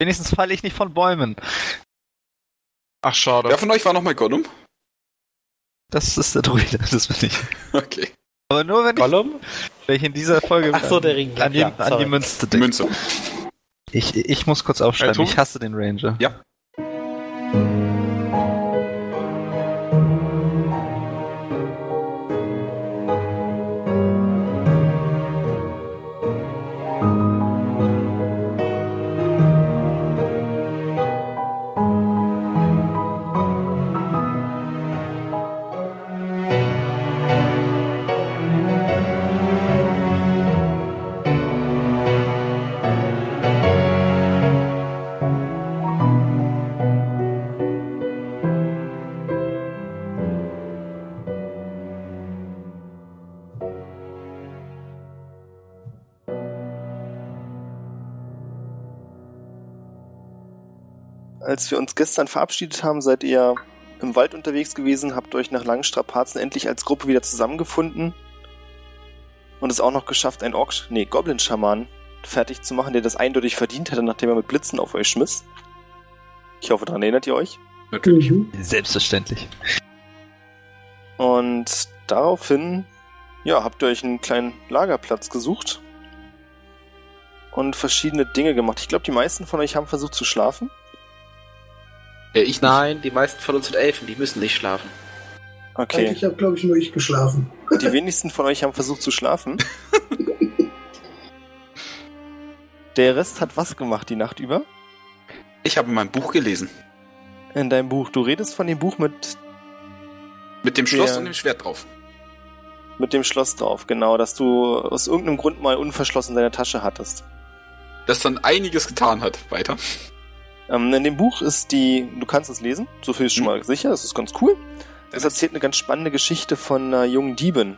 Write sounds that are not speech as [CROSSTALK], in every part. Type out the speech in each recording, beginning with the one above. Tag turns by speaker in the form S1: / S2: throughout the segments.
S1: Wenigstens falle ich nicht von Bäumen.
S2: Ach, schade.
S3: Wer von euch war nochmal Gollum? [LAUGHS]
S1: Das ist der Druide, das bin ich.
S3: Okay.
S1: Aber nur, wenn ich,
S4: Gollum?
S1: wenn ich in dieser Folge
S4: Achso, der Ring.
S1: an, an, die,
S4: ja,
S1: an die
S4: sorry.
S1: Münze denke.
S3: Münze.
S1: Ich, ich muss kurz aufschreiben,
S2: Äh, Tobi?
S1: ich hasse den Ranger.
S5: Als wir uns gestern verabschiedet haben, seid ihr im Wald unterwegs gewesen, habt euch nach langen Strapazen endlich als Gruppe wieder zusammengefunden und es auch noch geschafft, einen Ork, nee, Goblin-Schaman fertig zu machen, der das eindeutig verdient hätte, nachdem er mit Blitzen auf euch schmiss. Ich hoffe, daran erinnert ihr euch.
S6: Mhm.
S1: Selbstverständlich.
S5: Und daraufhin, ja, habt ihr euch einen kleinen Lagerplatz gesucht und verschiedene Dinge gemacht. Ich glaube, die meisten von euch haben versucht zu schlafen.
S2: Ja, ich nicht.
S4: Äh, Nein, die meisten von uns sind Elfen, die müssen nicht schlafen.
S5: Okay.
S6: Eigentlich habe, glaube ich, nur ich geschlafen.
S5: Die wenigsten von euch haben versucht zu schlafen. Der Rest hat was gemacht die Nacht über?
S3: Ich habe mein Buch gelesen.
S5: In deinem Buch. Du redest von dem Buch mit,
S3: Mit dem Schloss
S5: Ja.
S3: und dem Schwert drauf.
S5: mit dem Schloss drauf, genau, dass du aus irgendeinem Grund mal unverschlossen in deiner Tasche hattest.
S3: Das dann einiges getan hat. Weiter.
S5: Ähm, in dem Buch ist die, du kannst es lesen, so viel ist schon mal sicher, das ist ganz cool. Es erzählt eine ganz spannende Geschichte von einer jungen Diebin.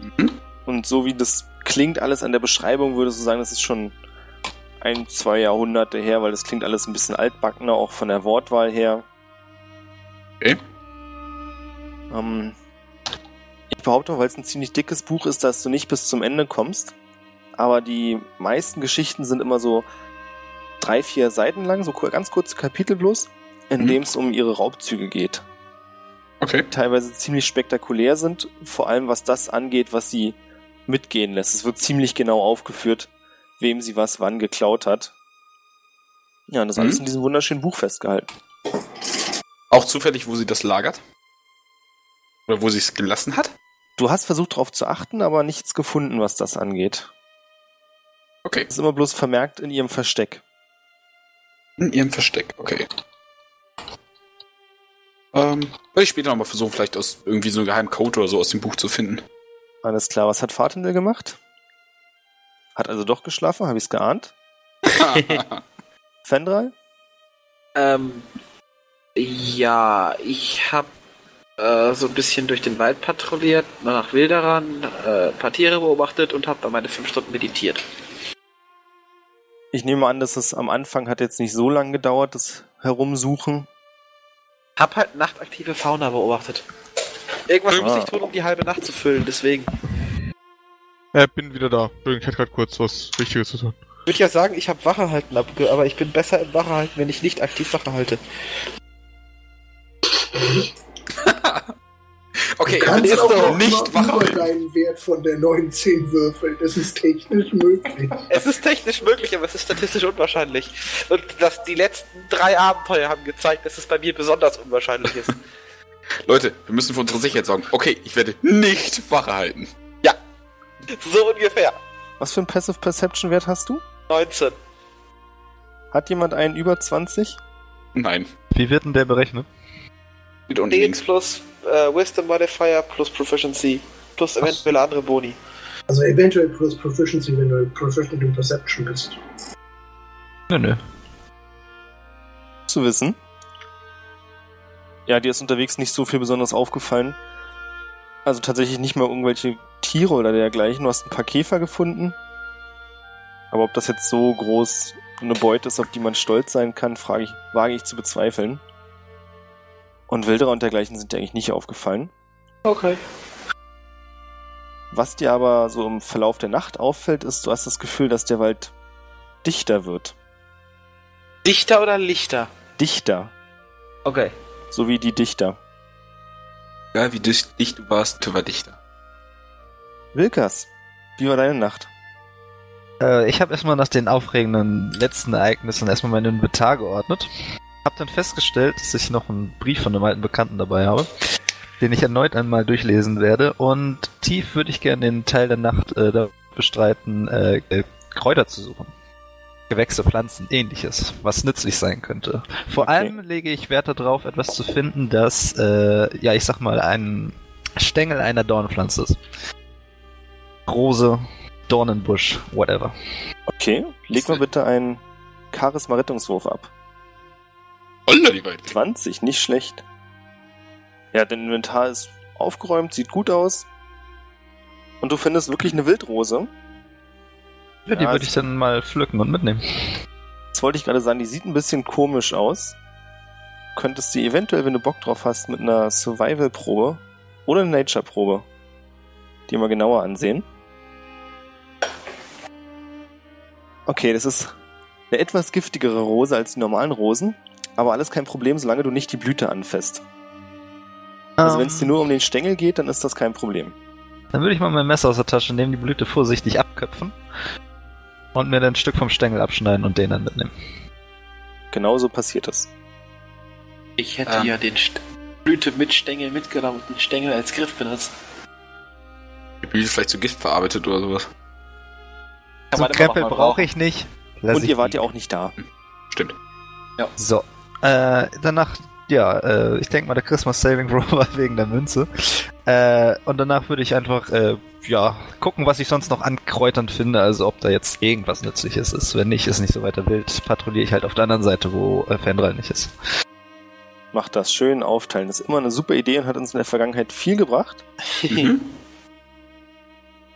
S3: Mhm.
S5: Und so wie das klingt alles an der Beschreibung, würdest du sagen, das ist schon ein, zwei Jahrhunderte her, weil das klingt alles ein bisschen altbackener, auch von der Wortwahl her.
S3: Okay.
S5: Ähm, ich behaupte, weil es ein ziemlich dickes Buch ist, dass du nicht bis zum Ende kommst. Aber die meisten Geschichten sind immer so drei, vier Seiten lang, so kur- ganz kurze Kapitel bloß, in
S3: Mhm.
S5: dem es um ihre Raubzüge geht
S3: Okay.
S5: teilweise ziemlich spektakulär sind, vor allem was das angeht, was sie mitgehen lässt. Es wird ziemlich genau aufgeführt, wem sie was wann geklaut hat. Ja, und das
S3: Mhm.
S5: alles in diesem wunderschönen Buch festgehalten.
S3: Auch zufällig, wo sie das lagert. Oder wo sie es gelassen hat.
S5: Du hast versucht darauf zu achten, aber nichts gefunden, was das angeht.
S3: Okay.
S5: Es ist immer bloß vermerkt in ihrem Versteck.
S3: In ihrem Versteck. Okay. Ähm, werde ich später nochmal versuchen, vielleicht aus irgendwie so einem geheimen Code oder so aus dem Buch zu
S4: [LAUGHS]
S3: finden.
S5: Alles klar, was hat Fatimel gemacht? Hat also doch geschlafen, habe ich es geahnt. Fendral?
S4: Ähm, ja, ich hab äh, so ein bisschen durch den Wald patrouilliert, nach Wilderern, äh, paar Tiere beobachtet und hab dann meine fünf Stunden meditiert.
S5: Ich nehme an, dass es am Anfang hat jetzt nicht so lange gedauert, das Herumsuchen.
S4: Hab halt nachtaktive Fauna beobachtet. Irgendwas
S5: Ah.
S4: muss ich tun, um die halbe Nacht zu füllen, deswegen.
S2: Äh, bin wieder da. Entschuldigung, ich hatte gerade kurz was Wichtiges zu tun.
S4: Ich würde ja sagen, ich habe Wache halten abge, aber ich bin besser im Wache halten, wenn ich nicht aktiv Wache halte.
S3: okay,
S6: Du kannst
S3: ist
S6: auch
S3: doch
S6: noch
S3: nicht
S6: mal über
S3: wahr.
S6: deinen Wert von der 19 würfeln. Das ist technisch möglich.
S4: Es ist technisch möglich, aber es ist statistisch unwahrscheinlich. Und das, die letzten drei Abenteuer haben gezeigt, dass es bei mir besonders unwahrscheinlich [LAUGHS] ist.
S3: Leute, wir müssen für unsere Sicherheit sorgen. Okay, ich werde nicht Wache halten.
S4: so ungefähr.
S5: Was für einen Passive Perception Wert hast du?
S4: 19.
S5: Hat jemand einen über 20?
S3: Nein.
S1: Wie wird denn der berechnet?
S3: Mit unten
S4: Dex
S3: links.
S4: plus äh, Wisdom Modifier plus Proficiency plus eventuelle andere Boni.
S6: Also eventuell plus Proficiency, wenn du Proficient in Perception bist.
S1: Nö, nö.
S5: Zu wissen. Ja, dir ist unterwegs nicht so viel besonders aufgefallen. Also tatsächlich nicht mal irgendwelche Tiere oder dergleichen. Du hast ein paar Käfer gefunden. Aber ob das jetzt so groß eine Beute ist, auf die man stolz sein kann, frage ich, wage ich zu bezweifeln. Und Wilderer und dergleichen sind dir eigentlich nicht aufgefallen.
S4: Okay.
S5: Was dir aber so im Verlauf der Nacht auffällt, ist, du hast das Gefühl, dass der Wald dichter wird.
S7: Dichter oder Lichter?
S5: Dichter.
S7: Okay.
S5: So wie die Dichter.
S3: Egal wie dicht, dicht du warst, du war dichter.
S5: Wilkas, wie war deine Nacht?
S1: Äh, ich habe erstmal nach den aufregenden letzten Ereignissen erstmal mein Inventar geordnet. Hab dann festgestellt, dass ich noch einen Brief von einem alten Bekannten dabei habe, den ich erneut einmal durchlesen werde. Und tief würde ich gerne den Teil der Nacht äh, da bestreiten, äh, äh, Kräuter zu suchen. Gewächse, Pflanzen, ähnliches, was nützlich sein könnte. Vor
S5: Okay.
S1: allem lege ich Wert darauf, etwas zu finden, das, äh, ja, ich sag mal, ein Stängel einer Dornenpflanze ist. Rose, Dornenbusch, whatever.
S5: Okay, leg mal bitte einen Charisma-Rettungswurf ab.
S3: Holla, die Welt.
S5: 20, nicht schlecht. Ja, dein Inventar ist aufgeräumt, sieht gut aus. Und du findest wirklich eine Wildrose.
S1: Ja, die
S5: Ja, also-
S1: würde
S5: ist-
S1: ich dann mal pflücken und mitnehmen.
S5: Das wollte ich gerade sagen, die sieht ein bisschen komisch aus. Könntest sie eventuell, wenn du Bock drauf hast, mit einer Survival-Probe oder einer Nature-Probe dir mal genauer ansehen. Okay, das ist eine etwas giftigere Rose als die normalen Rosen, aber alles kein Problem, solange du nicht die Blüte anfasst.
S1: Ah.
S5: Also wenn es dir nur um den Stängel geht, dann ist das kein Problem.
S1: Dann würde ich mal mein Messer aus der Tasche nehmen, die Blüte vorsichtig abköpfen und mir dann ein Stück vom Stängel abschneiden und den dann mitnehmen.
S5: Genauso passiert es.
S7: Ich hätte
S3: Ähm.
S7: ja den St Blüte mit Stängel mitgenommen und den Stängel als Griff benutzt.
S3: Die Blüte vielleicht zu Gift verarbeitet oder sowas.
S7: Kann
S1: So
S7: man
S1: einen
S7: immer
S1: Krempel
S7: noch mal
S1: brauche ich nicht. Lass
S5: Und
S1: ich
S5: ihr wart
S1: liegen.
S5: ja auch nicht da.
S3: Stimmt.
S1: So. Äh, danach, ja, äh, ich denke mal, der Christmas Saving Throw [LAUGHS] war wegen der Münze. Äh, und danach würde ich einfach, äh, ja, gucken, was ich sonst noch an Kräutern finde, also ob da jetzt irgendwas Nützliches ist. Wenn nicht, ist nicht so weiter wild. Patrouilliere ich halt auf der anderen Seite, wo äh, Fendral nicht ist.
S5: Macht das schön aufteilen. Das ist immer eine super Idee und hat uns in der Vergangenheit viel gebracht.
S1: [LAUGHS]
S3: Mhm.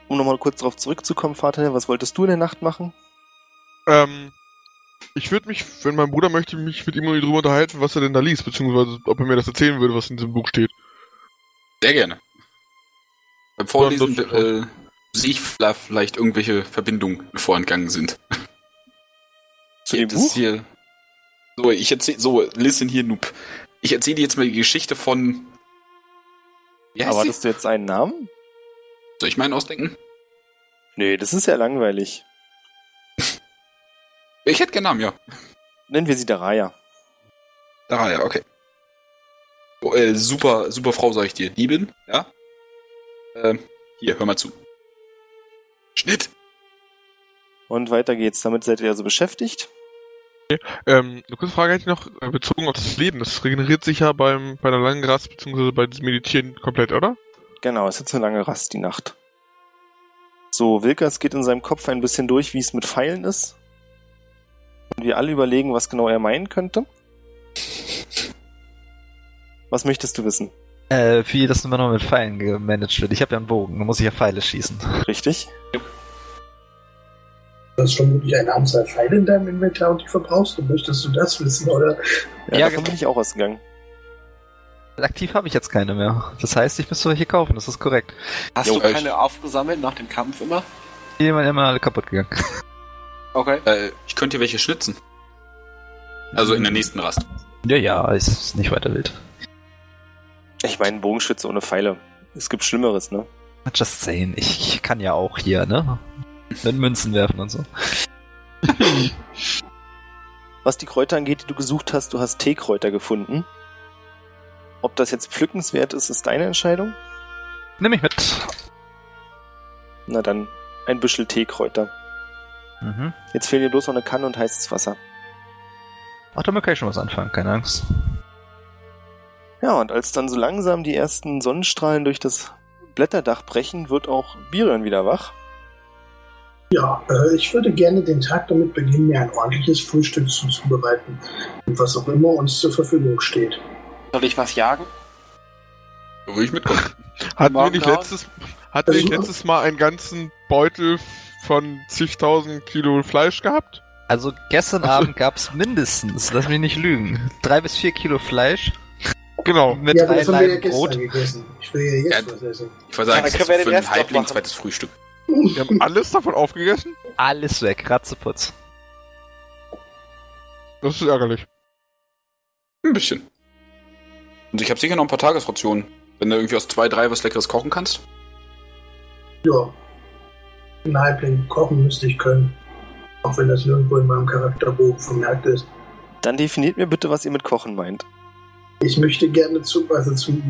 S5: Um nochmal kurz darauf zurückzukommen, Vater, was wolltest du in der Nacht machen?
S2: Ähm, ich würde mich, wenn mein Bruder möchte, mich mit ihm drüber unterhalten, was er denn da liest, beziehungsweise ob er mir das erzählen würde, was in diesem Buch steht.
S3: Sehr gerne. Beim Vorlesen äh, sehe ich da vielleicht irgendwelche Verbindungen, die vorangegangen sind.
S5: Zu
S3: Ich
S5: dem Buch?
S3: interessiere- So, ich erzähle, so, listen hier, Noob. Ich erzähle dir jetzt mal die Geschichte von. Wie heißt sie?
S5: Erwartest du jetzt einen Namen?
S3: Soll ich meinen ausdenken?
S5: Nee, das ist ja langweilig.
S3: Ich hätte gerne Namen, ja.
S5: Nennen wir sie Daraya.
S3: Ah, ja, okay. Oh, äh, super, super Frau, sag ich dir. Diebin, ja? Ähm, hier, hör mal zu. Schnitt!
S5: Und weiter geht's. Damit seid ihr also beschäftigt.
S2: Ähm, eine kurze Frage hätte ich noch, äh, bezogen auf das Leben. Das regeneriert sich ja beim, bei einer langen Rast, beziehungsweise bei diesem Meditieren komplett, oder?
S5: Genau, es ist jetzt eine lange Rast, die Nacht. So, Wilkas geht in seinem Kopf ein bisschen durch, wie es mit Pfeilen ist. Und wir alle überlegen, was genau er meinen könnte. Was möchtest du wissen?
S1: Äh, wie das immer noch mit Pfeilen gemanagt wird. Ich habe ja einen Bogen, da muss ich ja Pfeile schießen.
S5: Richtig?
S6: Du hast vermutlich eine Anzahl Pfeile in deinem Inventar und die verbrauchst du. Möchtest du das wissen, oder?
S5: Ja,
S1: Ja,
S5: davon bin ich auch ausgegangen.
S1: Aktiv habe ich jetzt keine mehr. Das heißt, ich müsste welche kaufen, das ist korrekt.
S7: Hast
S3: Jo,
S7: du
S3: ich-
S7: keine aufgesammelt nach dem Kampf immer?
S1: Die waren immer alle kaputt gegangen. [LAUGHS]
S7: Okay.
S3: Äh, ich könnte hier welche schnitzen. Also in der nächsten Rast.
S1: Ja, ja, ist nicht weiter wild.
S5: Ich meine, Bogenschütze ohne Pfeile. Es gibt Schlimmeres, ne?
S1: Just saying, ich, ich kann ja auch hier, ne? Mit Münzen werfen und so.
S5: Was die Kräuter angeht, die du gesucht hast, du hast Teekräuter gefunden. Ob das jetzt pflückenswert ist, ist deine Entscheidung.
S1: Nimm mich mit.
S5: Na dann, ein Büschel Teekräuter.
S1: Mhm.
S5: Jetzt fehlen dir bloß noch eine Kanne und heißes Wasser.
S1: Ach, damit kann ich schon was anfangen, keine Angst.
S5: Ja, und als dann so langsam die ersten Sonnenstrahlen durch das Blätterdach brechen, wird auch Birion wieder wach.
S6: Ja, äh, ich würde gerne den Tag damit beginnen, mir ein ordentliches Frühstück zuzubereiten. Und was auch immer uns zur Verfügung steht.
S7: Soll ich was jagen?
S3: Würde ich mitkommen.
S2: Hatten wir
S7: Morgen
S2: nicht
S7: raus.
S2: letztes, hatten wir nicht
S6: Also-
S2: letztes Mal einen ganzen Beutel von zigtausend Kilo Fleisch gehabt?
S1: Also gestern Abend gab's mindestens, lass mich nicht lügen, drei bis vier Kilo Fleisch
S2: Genau.
S1: mit
S6: ja,
S1: drei
S6: das haben wir ja
S1: Laiben
S6: gestern
S1: Brot.
S6: gegessen. Ich will ja jetzt
S3: Ja,
S6: was essen.
S3: Ich würde sagen,
S7: Ja, dann
S3: das ist
S7: können wir den
S3: für einen
S7: Rest noch
S3: Halbling
S7: machen.
S3: zweites Frühstück.
S2: Wir haben alles davon aufgegessen?
S1: Alles weg, Ratzeputz.
S2: Das ist ärgerlich.
S3: Ein bisschen. Und ich habe sicher noch ein paar Tagesrationen. Wenn du irgendwie aus zwei, drei was Leckeres kochen kannst.
S6: Ja. Ein Halbling kochen müsste ich können. Auch wenn das nirgendwo in meinem Charakterbogen vermerkt ist.
S5: Dann definiert mir bitte, was ihr mit Kochen meint.
S6: Ich möchte gerne zu, also zu,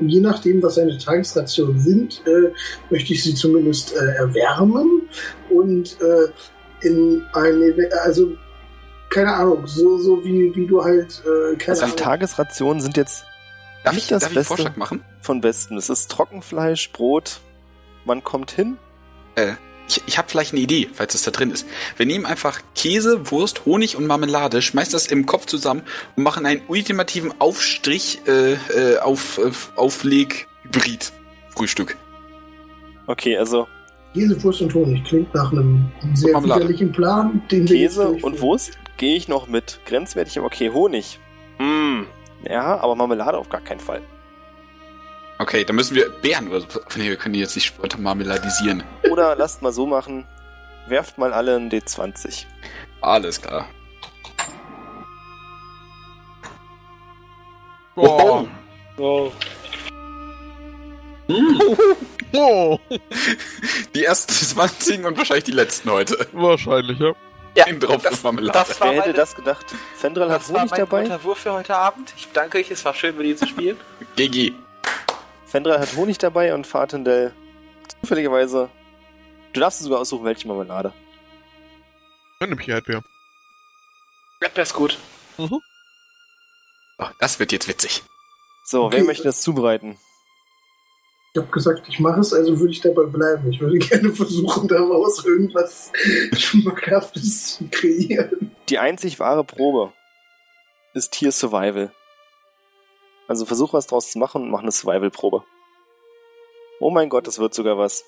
S6: je nachdem, was seine Tagesrationen sind, äh, möchte ich sie zumindest äh, erwärmen und äh, in ein, Ev- also keine Ahnung, so, so wie, wie du halt, äh, keine
S5: Also die
S6: Ahnung.
S5: Tagesrationen sind jetzt
S3: Darf
S5: Nicht
S3: ich,
S5: das
S3: darf ich einen
S5: Beste.
S3: Vorschlag machen?
S5: von Besten. Es ist Trockenfleisch, Brot, man kommt hin.
S3: Ich, ich habe vielleicht eine Idee, falls es da drin ist. Wir nehmen einfach Käse, Wurst, Honig und Marmelade, schmeißen das im Kopf zusammen und machen einen ultimativen Aufstrich äh, äh, auf, äh, Aufleg-Hybrid-Frühstück.
S5: Okay, also
S6: Käse, Wurst und Honig klingt nach einem sehr
S3: Marmelade.
S6: widerlichen Plan. Den will ich
S5: Käse
S6: durchführen.
S5: und Wurst gehe ich noch mit. Grenzwertig, aber okay, Honig. Mm. Ja, aber Marmelade auf gar keinen Fall.
S3: Okay, dann müssen wir Beeren oder so. Nee, wir können die jetzt nicht spontan marmeladisieren.
S5: Oder lasst mal so machen. Werft mal alle ein D20.
S3: Alles klar.
S2: Oh.
S7: Wow.
S2: Oh.
S3: Die ersten [LAUGHS] 20 und wahrscheinlich die letzten heute.
S2: Wahrscheinlich, ja.
S7: Ja,
S3: Ein Tropfen Marmelade.
S7: das war
S5: Wer hätte
S7: meine,
S5: das gedacht? Fendrel hat
S7: das war
S5: Honig
S7: mein
S5: dabei.
S7: guter Wurf für heute Abend. Ich danke euch, es war schön, mit Ihnen zu spielen.
S3: GG.
S5: Fendrel hat Honig dabei und Fatendell zufälligerweise. Du darfst dir sogar aussuchen, welche Marmelade.
S2: Dann nehme ich die Erdbeer.
S7: Erdbeer ist gut.
S3: Oh, das wird jetzt witzig.
S5: So,
S6: Okay.
S5: wer möchte das zubereiten?
S6: Ich habe gesagt, ich mache es, also würde ich dabei bleiben. Ich würde [LAUGHS] gerne versuchen, daraus irgendwas Schmackhaftes zu kreieren.
S5: Die einzig wahre Probe ist hier Survival. Also versuch was draus zu machen und mach eine Survival-Probe. Oh mein Gott, das wird sogar was.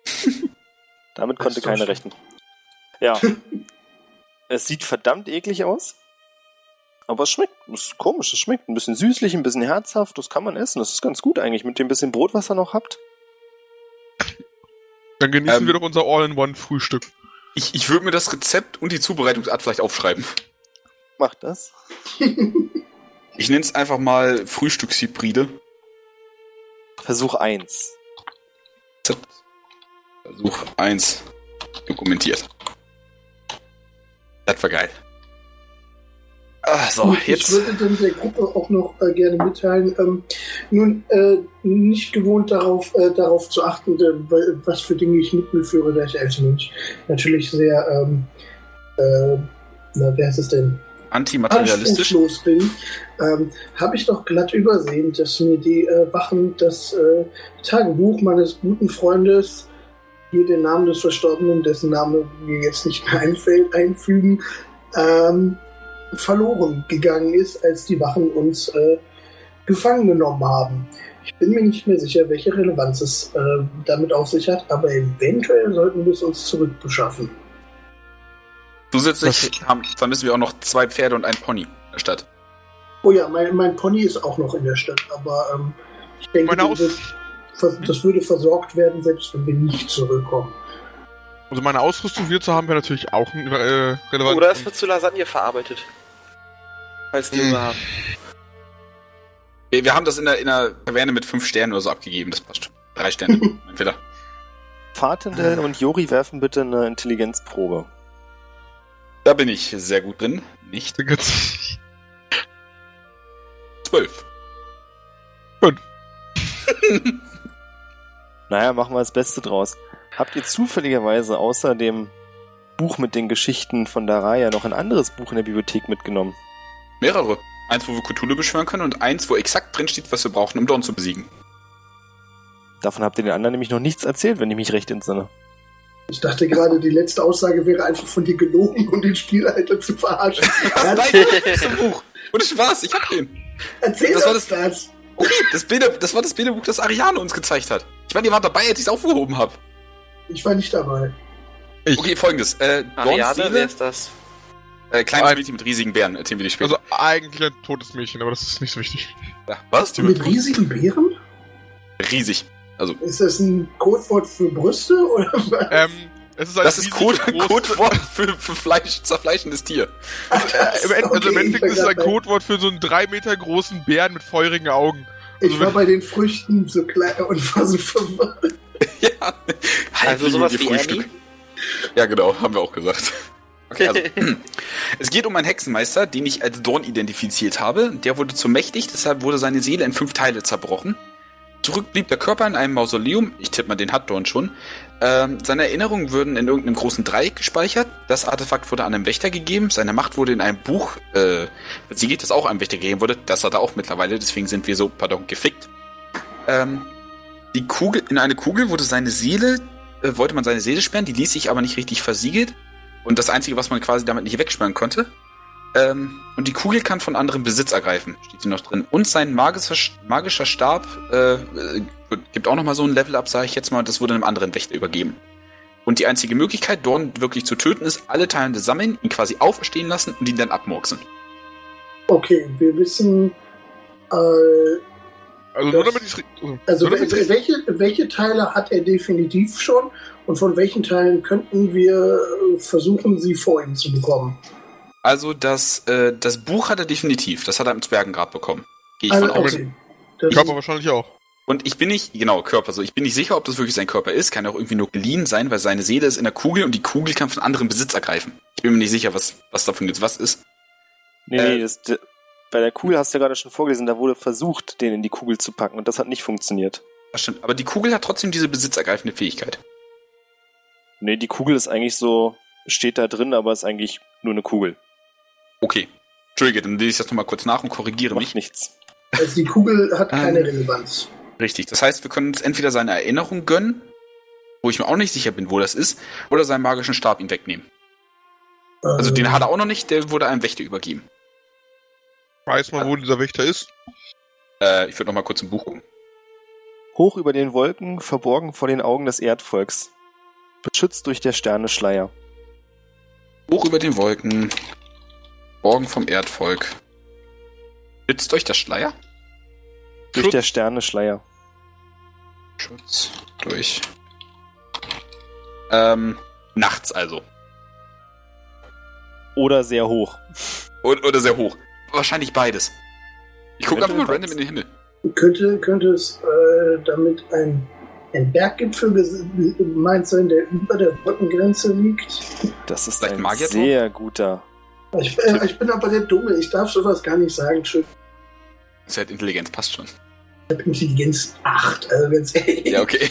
S6: [LAUGHS]
S5: Damit
S6: Das
S5: konnte
S6: ist doch
S5: keiner
S6: schön.
S5: rechnen. Ja. [LAUGHS] es sieht verdammt eklig aus. Aber es schmeckt. Es ist komisch, es schmeckt. Ein bisschen süßlich, ein bisschen herzhaft. Das kann man essen. Das ist ganz gut eigentlich. Mit dem bisschen Brot, was ihr noch habt.
S2: Dann genießen
S3: Ähm.
S2: wir doch unser All-in-One-Frühstück.
S3: Ich, ich würde mir das Rezept und die Zubereitungsart vielleicht aufschreiben.
S5: Macht das.
S3: Ich nenne es einfach mal Frühstückshybride.
S5: Versuch 1.
S3: Rezept. Versuch 1 dokumentiert. Das war geil. Ah, so,
S6: Und [LAUGHS] Ich
S3: jetzt.
S6: würde dann der Gruppe auch noch äh, gerne mitteilen, ähm, nun äh, nicht gewohnt darauf, äh, darauf zu achten, äh, wa- was für Dinge ich mit mir führe, da ich als Mensch natürlich sehr, ähm, äh, na, wer ist es denn?
S3: Antimaterialistisch.
S6: anspruchslos bin, ähm, habe ich doch glatt übersehen, dass mir die äh, Wachen das äh, Tagebuch meines guten Freundes, hier den Namen des Verstorbenen, dessen Name mir jetzt nicht mehr einfällt, einfügen, ähm, verloren gegangen ist, als die Wachen uns äh, gefangen genommen haben. Ich bin mir nicht mehr sicher, welche Relevanz es äh, damit auf sich hat, aber eventuell sollten wir es uns zurückbeschaffen.
S3: Zusätzlich haben, vermissen wir auch noch zwei Pferde und ein Pony in der Stadt.
S6: Oh ja, mein, mein Pony ist auch noch in der Stadt, aber ähm, ich denke,
S2: Meine
S6: der
S2: Aus
S6: wird Ver- Das würde versorgt werden, selbst wenn wir nicht zurückkommen.
S2: also meine Ausrüstung hierzu haben wir natürlich auch äh, relevant.
S7: Oder es wird zu Lasagne verarbeitet. Falls die
S2: Hm.
S7: immer haben.
S3: Wir, wir haben das in der, in der Taverne mit fünf Sternen oder so abgegeben. Das passt schon. Drei Sterne. mein Fehler.
S5: Fatendell
S6: [LAUGHS]
S5: und Jori werfen bitte eine Intelligenzprobe.
S3: Da bin ich sehr gut drin. Nicht
S2: Jetzt-
S3: zwölf.
S5: Naja, machen wir das Beste draus. Habt ihr zufälligerweise außer dem Buch mit den Geschichten von Daraya noch ein anderes Buch in der Bibliothek mitgenommen?
S3: Mehrere. Eins, wo wir Cthulhu beschwören können und eins, wo exakt drin steht, was wir brauchen, um Dawn zu besiegen.
S5: Davon habt ihr den anderen nämlich noch nichts erzählt, wenn ich mich recht entsinne.
S6: Ich dachte gerade, die letzte Aussage wäre einfach von dir gelogen und den Spielleiter zu
S2: [LAUGHS]
S6: verarschen. Erzähl,
S3: ist ein Buch. Und Spaß, ich hab den.
S6: erzähl
S3: Das war
S6: uns das.
S3: Okay, das, Bilder, das war das Bilderbuch, das Ariane uns gezeigt hat. Ich meine, ihr wart dabei, als ich es aufgehoben habe.
S6: Ich war nicht dabei.
S3: Okay, folgendes. Äh, Dawns
S7: Ariane, wer
S3: Seele,
S7: ist das?
S3: äh, kleines
S2: Ein-
S3: Mädchen mit riesigen Bären, erzählen wir dir später.
S2: Also eigentlich ein totes Mädchen, aber das ist nicht so wichtig.
S3: ja, was? Die
S6: Mit riesigen Beeren?
S3: riesig.
S6: Ist das ein Codewort für Brüste oder was?
S2: Ähm, Es ist
S3: Das ist Code,
S2: riesige, große-
S3: Codewort für, für Fleisch, zerfleischendes Tier.
S2: Äh, Im End, also im
S6: [LAUGHS] Okay,
S2: Endeffekt
S6: ich
S2: ist es ein
S6: vergaß mein-
S2: Codewort für so einen drei Meter großen Bären mit feurigen Augen.
S6: Ich war bei den Früchten so klein und war so [LAUGHS] verwirrt.
S3: ja.
S7: Also sowas wie
S3: Frühstück.
S7: Annie?
S3: Ja, genau, haben wir auch gesagt.
S7: [LAUGHS]
S3: Okay, also, es geht um einen Hexenmeister, den ich als Dorn identifiziert habe. Der wurde zu mächtig, deshalb wurde seine Seele in fünf Teile zerbrochen. Zurück blieb der Körper in einem Mausoleum, ich tippe mal, den hat Dorn schon. Ähm, seine Erinnerungen würden in irgendeinem großen Dreieck gespeichert. Das Artefakt wurde an einem Wächter gegeben. Seine Macht wurde in einem Buch, äh, sie geht, das auch einem Wächter gegeben wurde. Das hat er auch mittlerweile, deswegen sind wir so, pardon, gefickt. Ähm, die Kugel, in eine Kugel wurde seine Seele, äh, wollte man seine Seele sperren, die ließ sich aber nicht richtig versiegelt. Und das Einzige, was man quasi damit nicht wegsperren konnte. Ähm, und die Kugel kann von anderen Besitz ergreifen, steht hier noch drin. Und sein magischer, magischer Stab, äh, äh, gibt auch nochmal so ein Level-Up, sage ich jetzt mal, das wurde einem anderen Wächter übergeben. Und die einzige Möglichkeit, Dorn wirklich zu töten, ist, alle Teilende sammeln, ihn quasi auferstehen lassen und ihn dann abmurksen.
S6: Okay, wir wissen. Äh,
S2: Also nur
S6: Das-
S2: damit ich
S6: also
S2: nur damit
S6: wel-
S2: ich's-
S6: welche, welche Teile hat er definitiv schon und von welchen Teilen könnten wir äh, versuchen, sie vor ihm zu bekommen?
S3: Also das, äh, das Buch hat er definitiv, das hat er im Zwergengrab bekommen. Gehe ich
S6: Also,
S3: von aus.
S6: okay. Das
S2: Körper wahrscheinlich auch.
S3: Und ich bin nicht, genau, Körper, so ich bin nicht sicher, ob das wirklich sein Körper ist, kann auch irgendwie nur geliehen sein, weil seine Seele ist in der Kugel und die Kugel kann von anderen Besitz ergreifen. Ich bin mir nicht sicher, was, was davon jetzt was ist.
S5: Nee,
S3: Äh,
S5: nee, das, d- bei der Kugel hast du ja gerade schon vorgelesen, da wurde versucht, den in die Kugel zu packen und das hat nicht funktioniert.
S3: Das stimmt. Aber die Kugel hat trotzdem diese besitzergreifende Fähigkeit.
S5: Nee, die Kugel ist eigentlich so, steht da drin, aber ist eigentlich nur eine Kugel.
S3: Okay. Entschuldige, dann lese ich das nochmal kurz nach und korrigiere
S5: Macht
S3: mich.
S5: nichts.
S6: Also die Kugel hat
S3: Ähm.
S6: keine Relevanz.
S3: Richtig. Das heißt, wir können uns entweder seine Erinnerung gönnen, wo ich mir auch nicht sicher bin, wo das ist, oder seinen magischen Stab ihm wegnehmen. Also
S6: Ähm,
S3: den hat er auch noch nicht, der wurde einem Wächter übergeben.
S2: Weiß man, wo dieser Wächter ist.
S3: Äh, ich würde nochmal kurz im Buch gucken.
S5: Hoch über den Wolken, verborgen vor den Augen des Erdvolks. Beschützt durch der Sterne Schleier.
S3: Hoch über den Wolken. Morgen vom Erdvolk. Schützt euch das Schleier?
S5: Durch
S2: Schutz.
S5: der Sterne Schleier.
S3: Schutz durch. Ähm, nachts also.
S5: Oder sehr hoch.
S3: Und, oder sehr hoch. Wahrscheinlich beides. Ich gucke einfach mal
S5: Eventuell
S3: random in den Himmel.
S6: Könnte, könnte es äh, damit ein, ein Berggipfel ges- gemeint sein, der über der Wolkengrenze liegt?
S5: Das ist
S3: Vielleicht
S5: ein
S3: Magier drauf?
S5: sehr guter.
S6: Ich, äh, ich bin aber der Dumme, ich darf sowas gar nicht sagen. Schön,
S3: Ist halt Intelligenz, passt schon.
S6: ich hab Intelligenz 8, also ganz ehrlich.
S3: Ja, okay.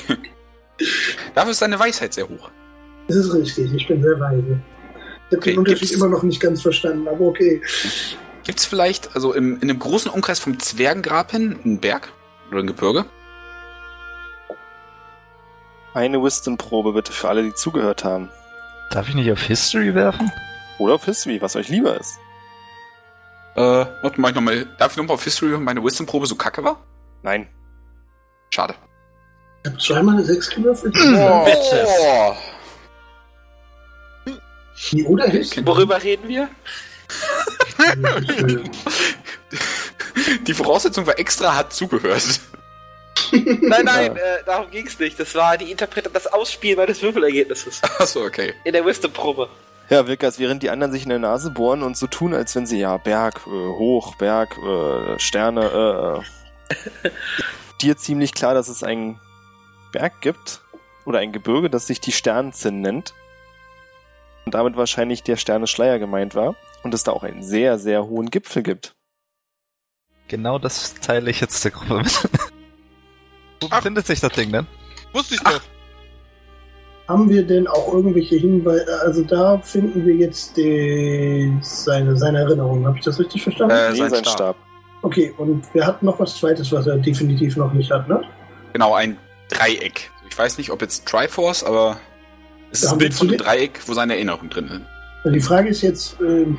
S3: [LAUGHS] Dafür ist deine Weisheit sehr hoch.
S6: Das ist richtig, ich bin sehr weise. Ich habe
S3: Okay,
S6: den Unterschied
S3: gibt's-
S6: immer noch nicht ganz verstanden, aber okay.
S3: Gibt's vielleicht, also im, in einem großen Umkreis vom Zwergengrab hin, einen Berg oder ein Gebirge?
S5: Eine Wisdom-Probe bitte für alle, die zugehört haben.
S1: Darf ich nicht auf History werfen?
S5: Oder auf History, was euch lieber ist.
S3: Äh, warte, mach ich noch mal, darf ich nochmal auf History machen, meine Wisdom-Probe so kacke war?
S5: Nein.
S3: Schade.
S6: Ich habe zweimal eine 6 gewürfelt.
S3: Hm.
S1: Bitte.
S3: Oh.
S6: Die oder
S3: [LAUGHS]
S6: Hilfe?
S7: Worüber reden wir?
S3: Die Voraussetzung war extra hat zugehört. [LAUGHS]
S7: Nein, nein, äh, darum ging's nicht. Das war die Interpretation, das Ausspielen meines Würfelergebnisses
S3: Achso, okay.
S7: in der Wisdom-Probe.
S5: Ja, Wilkas, während die anderen sich in der Nase bohren und so tun, als wenn sie ja Berg, äh, hoch, Berg, äh, Sterne, äh, äh. dir ziemlich klar, dass es einen Berg gibt oder ein Gebirge, das sich die Sternzinn nennt. Und damit wahrscheinlich der Sterne Schleier gemeint war. Und es da auch einen sehr, sehr hohen Gipfel gibt.
S1: Genau das teile ich jetzt der Gruppe
S3: [LAUGHS]
S1: mit. Wo
S2: Ach.
S1: befindet sich das Ding denn?
S2: Wusste ich doch.
S6: Haben wir denn auch irgendwelche Hinweise? Also da finden wir jetzt die, seine, seine Erinnerung. Habe ich das richtig verstanden?
S3: Äh, sein Stab.
S6: Okay, und wir hatten noch was Zweites, was er definitiv noch nicht hat, ne?
S3: Genau, ein Dreieck. Ich weiß nicht, ob jetzt Triforce, aber es ist
S6: Ja,
S3: ein Bild von einem
S6: willst du
S3: Dreieck, wo seine Erinnerung drin ist.
S6: Und Also die Frage ist jetzt, ähm,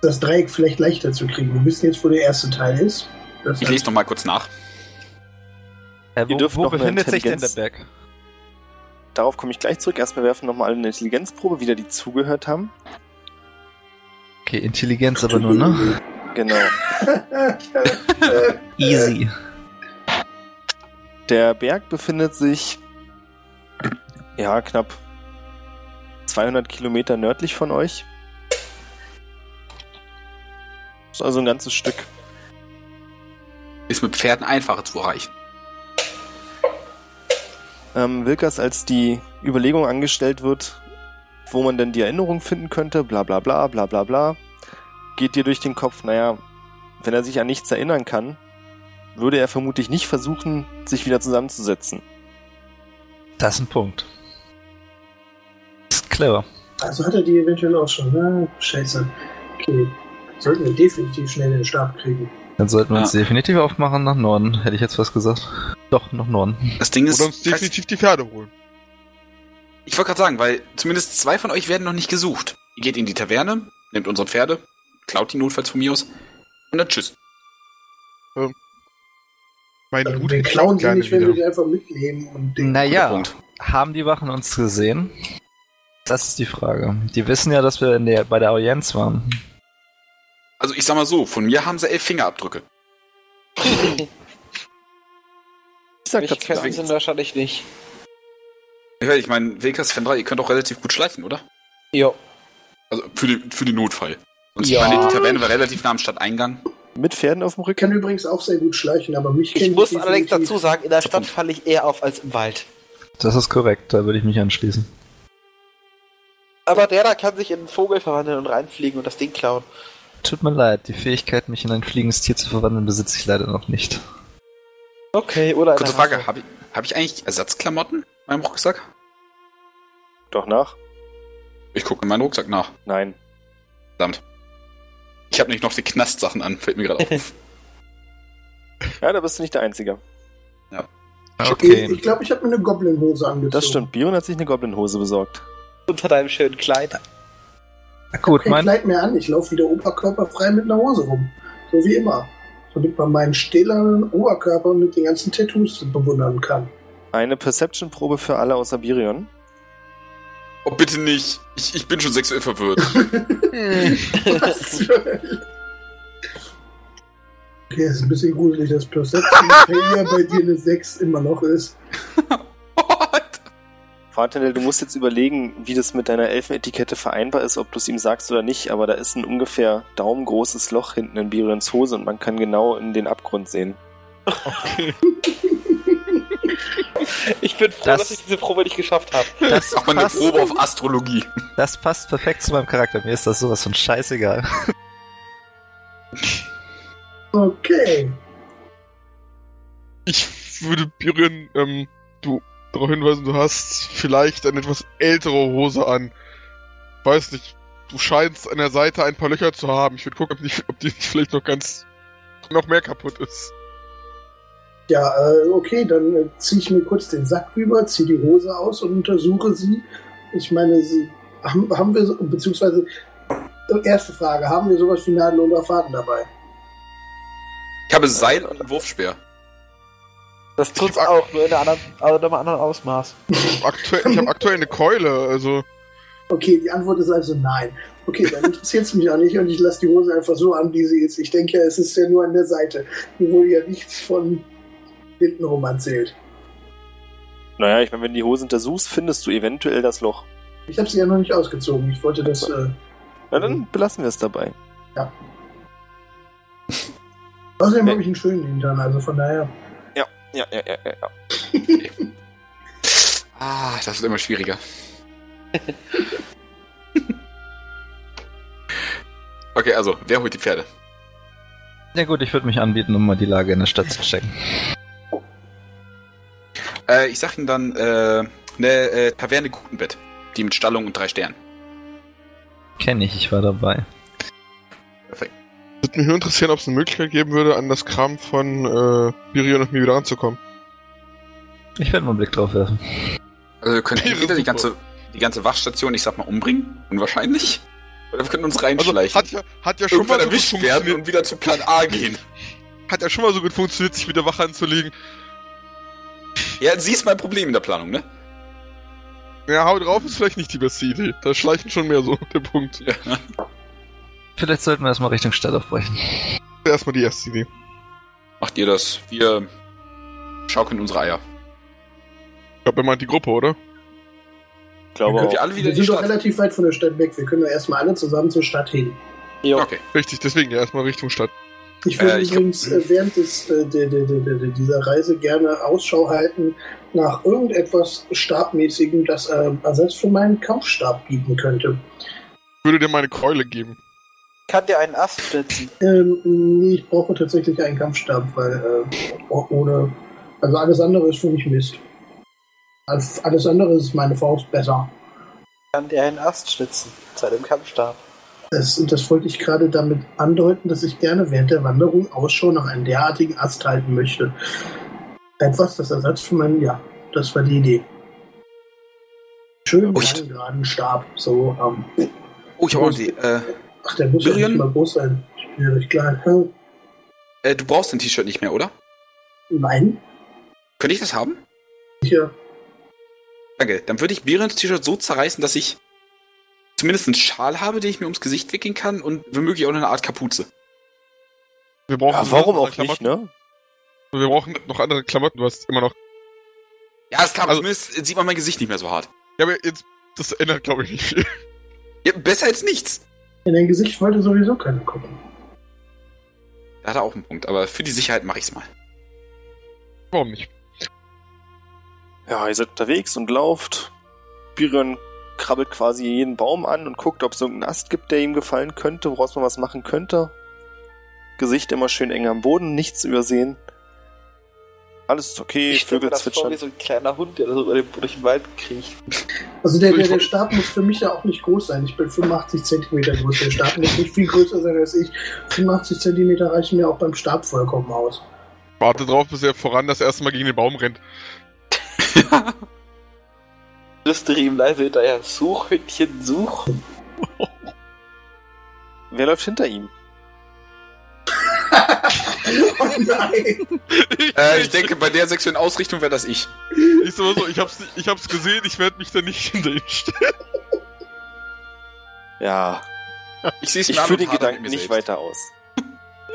S6: das Dreieck vielleicht leichter zu kriegen. Wir wissen jetzt, wo der erste Teil ist. Das
S3: Ich lese nochmal kurz nach.
S1: Äh,
S5: Ihr
S1: wo
S5: dürft
S1: wo
S5: noch eine
S1: befindet sich denn der
S5: Intelligenz-
S1: Berg?
S5: Darauf komme ich gleich zurück. Erstmal werfen nochmal alle eine Intelligenzprobe, wieder die zugehört haben.
S1: Okay, Intelligenz aber nur,
S3: [CLEARS THROAT]
S1: ne?
S5: Genau.
S1: Easy.
S5: Der Berg befindet sich ja knapp 200 Kilometer nördlich von euch. Ist also ein ganzes Stück.
S3: Ist mit Pferden einfacher zu erreichen.
S5: Ähm, Wilkers, als die Überlegung angestellt wird, wo man denn die Erinnerung finden könnte, bla bla bla bla bla bla, geht dir durch den Kopf, naja, wenn er sich an nichts erinnern kann, würde er vermutlich nicht versuchen, sich wieder zusammenzusetzen.
S1: Das ist ein Punkt. Das ist clever.
S6: [LAUGHS] Also hat er die eventuell auch schon. Na, scheiße. Okay. Sollten wir definitiv schnell den Stab kriegen.
S1: Dann sollten wir uns
S3: Ja.
S1: definitiv aufmachen nach Norden, hätte ich jetzt was gesagt. Doch, nach Norden.
S3: Das Ding ist,
S2: Oder uns
S3: Kax-
S2: definitiv die Pferde holen.
S3: ich wollte gerade sagen, weil zumindest zwei von euch werden noch nicht gesucht. Ihr geht in die Taverne, nehmt unsere Pferde, klaut die notfalls von mir aus und dann tschüss.
S2: Mein
S6: Also
S2: Hut
S6: wir
S2: hätte ich
S6: klauen sie
S2: gerne
S6: nicht, wenn wir
S2: wieder.
S6: die einfach mitnehmen und
S3: Guter
S6: den.
S1: Naja,
S3: Punkt.
S1: haben die Wachen uns gesehen? Das ist die Frage. Die wissen ja, dass wir in der, bei der Audienz waren.
S3: Also ich sag mal so, von mir haben sie elf Fingerabdrücke.
S5: Ich sag
S7: Mich
S5: dazu gar
S7: kennen sie
S5: nichts.
S7: wahrscheinlich nicht.
S3: Ich weiß, Ich meine, Wilkas, Fendra, ihr könnt auch relativ gut schleichen, oder?
S7: Jo.
S3: Also für, die, für den Notfall. Und ich
S7: Ja.
S3: meine, die Taverne war relativ nah am Stadteingang.
S5: Mit Pferden auf dem
S6: Ich
S5: Rücken?
S6: kann übrigens auch sehr gut schleichen, aber mich
S7: Ich
S6: kennen
S7: muss
S6: die
S7: allerdings
S6: definitiv-
S7: dazu sagen, in der Stadt falle ich eher auf als im Wald.
S1: Das ist korrekt, da würde ich mich anschließen.
S7: Aber der da kann sich in einen Vogel verwandeln und reinfliegen und das Ding klauen.
S1: Tut mir leid, die Fähigkeit, mich in ein fliegendes Tier zu verwandeln, besitze ich leider noch nicht.
S7: Okay, oder
S3: Kurze Frage, habe ich, hab ich eigentlich Ersatzklamotten in meinem Rucksack?
S5: Doch nach?
S3: Ich gucke in meinen Rucksack nach.
S5: Nein.
S3: Ich habe nämlich noch die Knastsachen an, fällt mir gerade
S7: [LAUGHS]
S4: [LAUGHS]
S3: auf.
S5: Ja, da bist du nicht der Einzige.
S3: Ah,
S6: Ich ich glaube, ich habe mir eine Goblin-Hose angezogen.
S5: Das stimmt. Bion hat sich eine Goblinhose besorgt.
S7: unter deinem schönen Kleid.
S1: Gut,
S6: Kein
S1: mein,
S6: Kleid mehr an, ich laufe wieder oberkörperfrei mit einer Hose rum. So wie immer. Damit man meinen stählernen Oberkörper mit den ganzen Tattoos bewundern kann.
S7: [LAUGHS]
S5: Eine Perception-Probe für alle außer Birion.
S3: Oh, bitte nicht. Ich, ich bin schon sexuell verwirrt.
S6: Was zur Hölle? Okay, ist ein bisschen gruselig, dass Perception Failure bei dir eine 6 immer noch ist.
S3: What?
S5: Vater, du musst jetzt überlegen, wie das mit deiner Elfenetikette vereinbar ist, ob du es ihm sagst oder nicht, aber da ist ein ungefähr daumengroßes Loch hinten in Birions Hose und man kann genau in den Abgrund sehen.
S7: Ich bin froh,
S1: Das-
S7: dass ich diese Probe nicht geschafft habe.
S1: das
S3: Mach mal eine
S1: passt,
S3: Probe auf Astrologie.
S1: das passt perfekt zu meinem Charakter. Mir ist das sowas von scheißegal. [LAUGHS]
S6: Okay.
S2: Ich würde Birin ähm, du darauf hinweisen, du hast vielleicht eine etwas ältere Hose an. Weiß nicht, du scheinst an der Seite ein paar Löcher zu haben. Ich würde gucken, ob die, ob die nicht vielleicht noch ganz noch mehr kaputt ist.
S6: Ja, äh, okay, dann äh, ziehe ich mir kurz den Sack rüber, ziehe die Hose aus und untersuche sie. Ich meine, sie, haben, haben wir, so- beziehungsweise, äh, erste Frage, haben wir sowas wie Nadeln oder Faden dabei? [LAUGHS]
S3: Ich habe Seil und einen Wurfspeer.
S7: Das tut's auch, nur in einer anderen, also in einem anderen Ausmaß.
S2: Aktuell, ich habe aktuell eine Keule, also
S6: Okay, die Antwort ist also nein. Okay, dann interessiert es mich auch nicht und ich lasse die Hose einfach so an, wie sie ist. Ich denke, es ist ja nur an der Seite. Mir wurde ja nichts von hintenrum erzählt.
S5: Naja, ich meine, wenn du die Hose untersuchst, findest du eventuell das Loch.
S6: Ich habe sie ja noch nicht ausgezogen. Ich wollte das. Äh,
S5: Na, dann belassen wir es dabei.
S6: außerdem
S5: Ja.
S6: habe ich einen schönen Hintern, also von daher.
S5: Ja, ja, ja, ja. ja.
S3: Ah, das wird immer schwieriger. okay, also, wer holt die Pferde?
S1: Ja gut, ich würde mich anbieten, um mal die Lage in der Stadt zu checken.
S3: Äh, ich sag Ihnen dann, äh, eine äh, Taverne Gutenbett. Die mit Stallung und drei Sternen.
S1: Kenne ich, ich war dabei.
S2: würde mich nur interessieren, ob es eine Möglichkeit geben würde, an das Kram von äh, Birin und mir wieder ranzukommen.
S1: Ich werde mal einen Blick drauf werfen.
S3: Also, wir
S2: [LAUGHS]
S3: können
S2: Wäre
S3: entweder die
S2: super.
S3: ganze, die ganze Wachstation, ich sag mal, umbringen. Unwahrscheinlich. Oder wir können uns
S2: Also
S3: reinschleichen.
S2: hat ja, hat ja schon
S3: Irgendwann
S2: mal so gut
S3: erwischt werden
S2: funktioniert.
S3: und wieder zu Plan A gehen.
S2: Hat ja schon mal so gut funktioniert, sich wieder wach anzulegen.
S3: Ja, siehst mein Problem in der Planung, ne?
S2: Ja, hau drauf ist vielleicht nicht die beste Idee. Da schleichen schon mehr so [LAUGHS] der Punkt.
S1: Vielleicht sollten wir erstmal Richtung Stadt aufbrechen.
S2: Erstmal die erste Idee.
S3: Macht ihr das? Wir schaukeln unsere Eier.
S2: Ich glaube, er meint die Gruppe, oder?
S5: glaube
S3: Können
S5: auch.
S3: wir alle wieder
S6: Wir
S3: in die
S6: sind doch
S3: Stadt?
S6: relativ weit von der Stadt weg. Wir können ja erstmal alle zusammen zur Stadt hin.
S5: Jo.
S3: Okay.
S2: Richtig, deswegen ja erstmal Richtung Stadt.
S6: Ich würde
S3: Äh, ich hab-
S6: übrigens äh, während des, äh, der, der, der, der, der- dieser Reise gerne Ausschau halten nach irgendetwas Stabmäßigem, das äh, Ersatz für meinen Kampfstab bieten könnte.
S2: Ich würde dir meine Keule geben.
S7: Kann dir einen Ast splitzen.
S6: Ähm, nee, ich brauche tatsächlich einen Kampfstab, weil äh, oh- ohne. Also alles andere ist für mich Mist. Als- Alles andere ist meine Faust besser.
S7: Kann dir einen Ast schlitzen. Seit dem Kampfstab.
S6: Das, und das wollte ich gerade damit andeuten, dass ich gerne während der Wanderung Ausschau nach einem derartigen Ast halten möchte. Etwas, das Ersatz für meinen, ja, das war die Idee. Schön
S3: Oh, ich-
S6: langen, geraden Stab. So, ähm,
S3: Oh, ich habe auch eine Idee. Äh,
S6: ach, der muss ja
S3: Birion?
S6: nicht mal groß sein. Ich bin ja recht klein. Hm,
S3: äh, du brauchst ein T-Shirt nicht mehr, oder?
S6: Nein,
S3: Könnte ich das haben?
S6: sicher.
S3: Danke. Dann würde ich Berens T-Shirt so zerreißen, dass ich zumindest einen Schal habe, den ich mir ums Gesicht wickeln kann und womöglich auch noch eine Art Kapuze.
S2: Wir brauchen
S5: Ja, warum auch
S2: Klamotten.
S5: nicht, ne?
S2: Wir brauchen noch andere Klamotten. Du hast immer noch.
S3: Ja, es kam.
S2: Also-
S3: zumindest sieht man mein Gesicht nicht mehr so hart.
S2: Ja, aber jetzt. Das ändert, glaube ich, nicht viel. [LAUGHS]
S3: Ja, besser als nichts.
S6: In dein Gesicht wollte sowieso keiner gucken.
S3: Da hat er auch einen Punkt, aber für die Sicherheit mache ich es mal.
S2: Warum nicht?
S5: Ja, ihr seid unterwegs und lauft. Birion krabbelt quasi jeden Baum an und guckt, ob es irgendeinen Ast gibt, der ihm gefallen könnte, woraus man was machen könnte. Gesicht immer schön eng am Boden, nichts übersehen. Alles ist okay,
S7: Ich stelle mir
S5: Vögel
S7: das vor wie
S5: zwitschern.
S7: so ein kleiner Hund, der so über den, durch den Wald kriecht.
S6: Also der,
S2: So, ich
S6: der, der
S2: hab-
S6: Stab muss für mich ja auch nicht groß sein. Ich bin 85 Zentimeter groß. Der Stab muss nicht viel größer sein als ich. 85 Zentimeter reichen mir auch beim Stab vollkommen aus. [LAUGHS]
S2: Warte drauf, bis er voran das erste Mal gegen den Baum rennt.
S7: Flüstere ihm leise hinterher. Such, Hündchen, such.
S5: Wer läuft hinter ihm?
S6: Oh nein!
S3: [LAUGHS] Äh, ich denke, bei der sexuellen Ausrichtung wäre das ich.
S2: Ich sag mal so, ich hab's, nicht- ich hab's gesehen, ich werde mich da nicht [LAUGHS] hinter ihm stellen.
S5: Ja,
S3: Ich sehe es
S5: ich führe den Gedanken nicht weiter aus.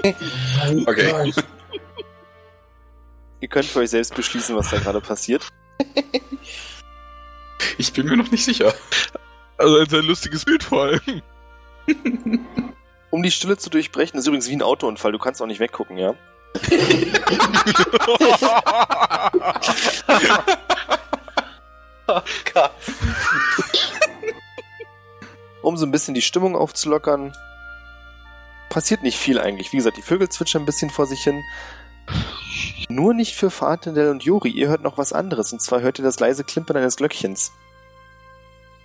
S6: Mein
S3: Okay.
S6: Gott.
S5: Ihr könnt für euch selbst beschließen, was da gerade passiert.
S3: Ich bin mir noch nicht sicher.
S2: Also ein sehr lustiges Bild vor allem.
S5: Um die Stille zu durchbrechen, ist übrigens wie ein Autounfall, du kannst auch nicht weggucken, ja?
S7: Gott.
S5: um so ein bisschen die Stimmung aufzulockern. Passiert nicht viel eigentlich. Wie gesagt, die Vögel zwitschern ein bisschen vor sich hin. Nur nicht für Fatendell und Juri. Ihr hört noch was anderes. Und zwar hört ihr das leise Klimpern eines Glöckchens.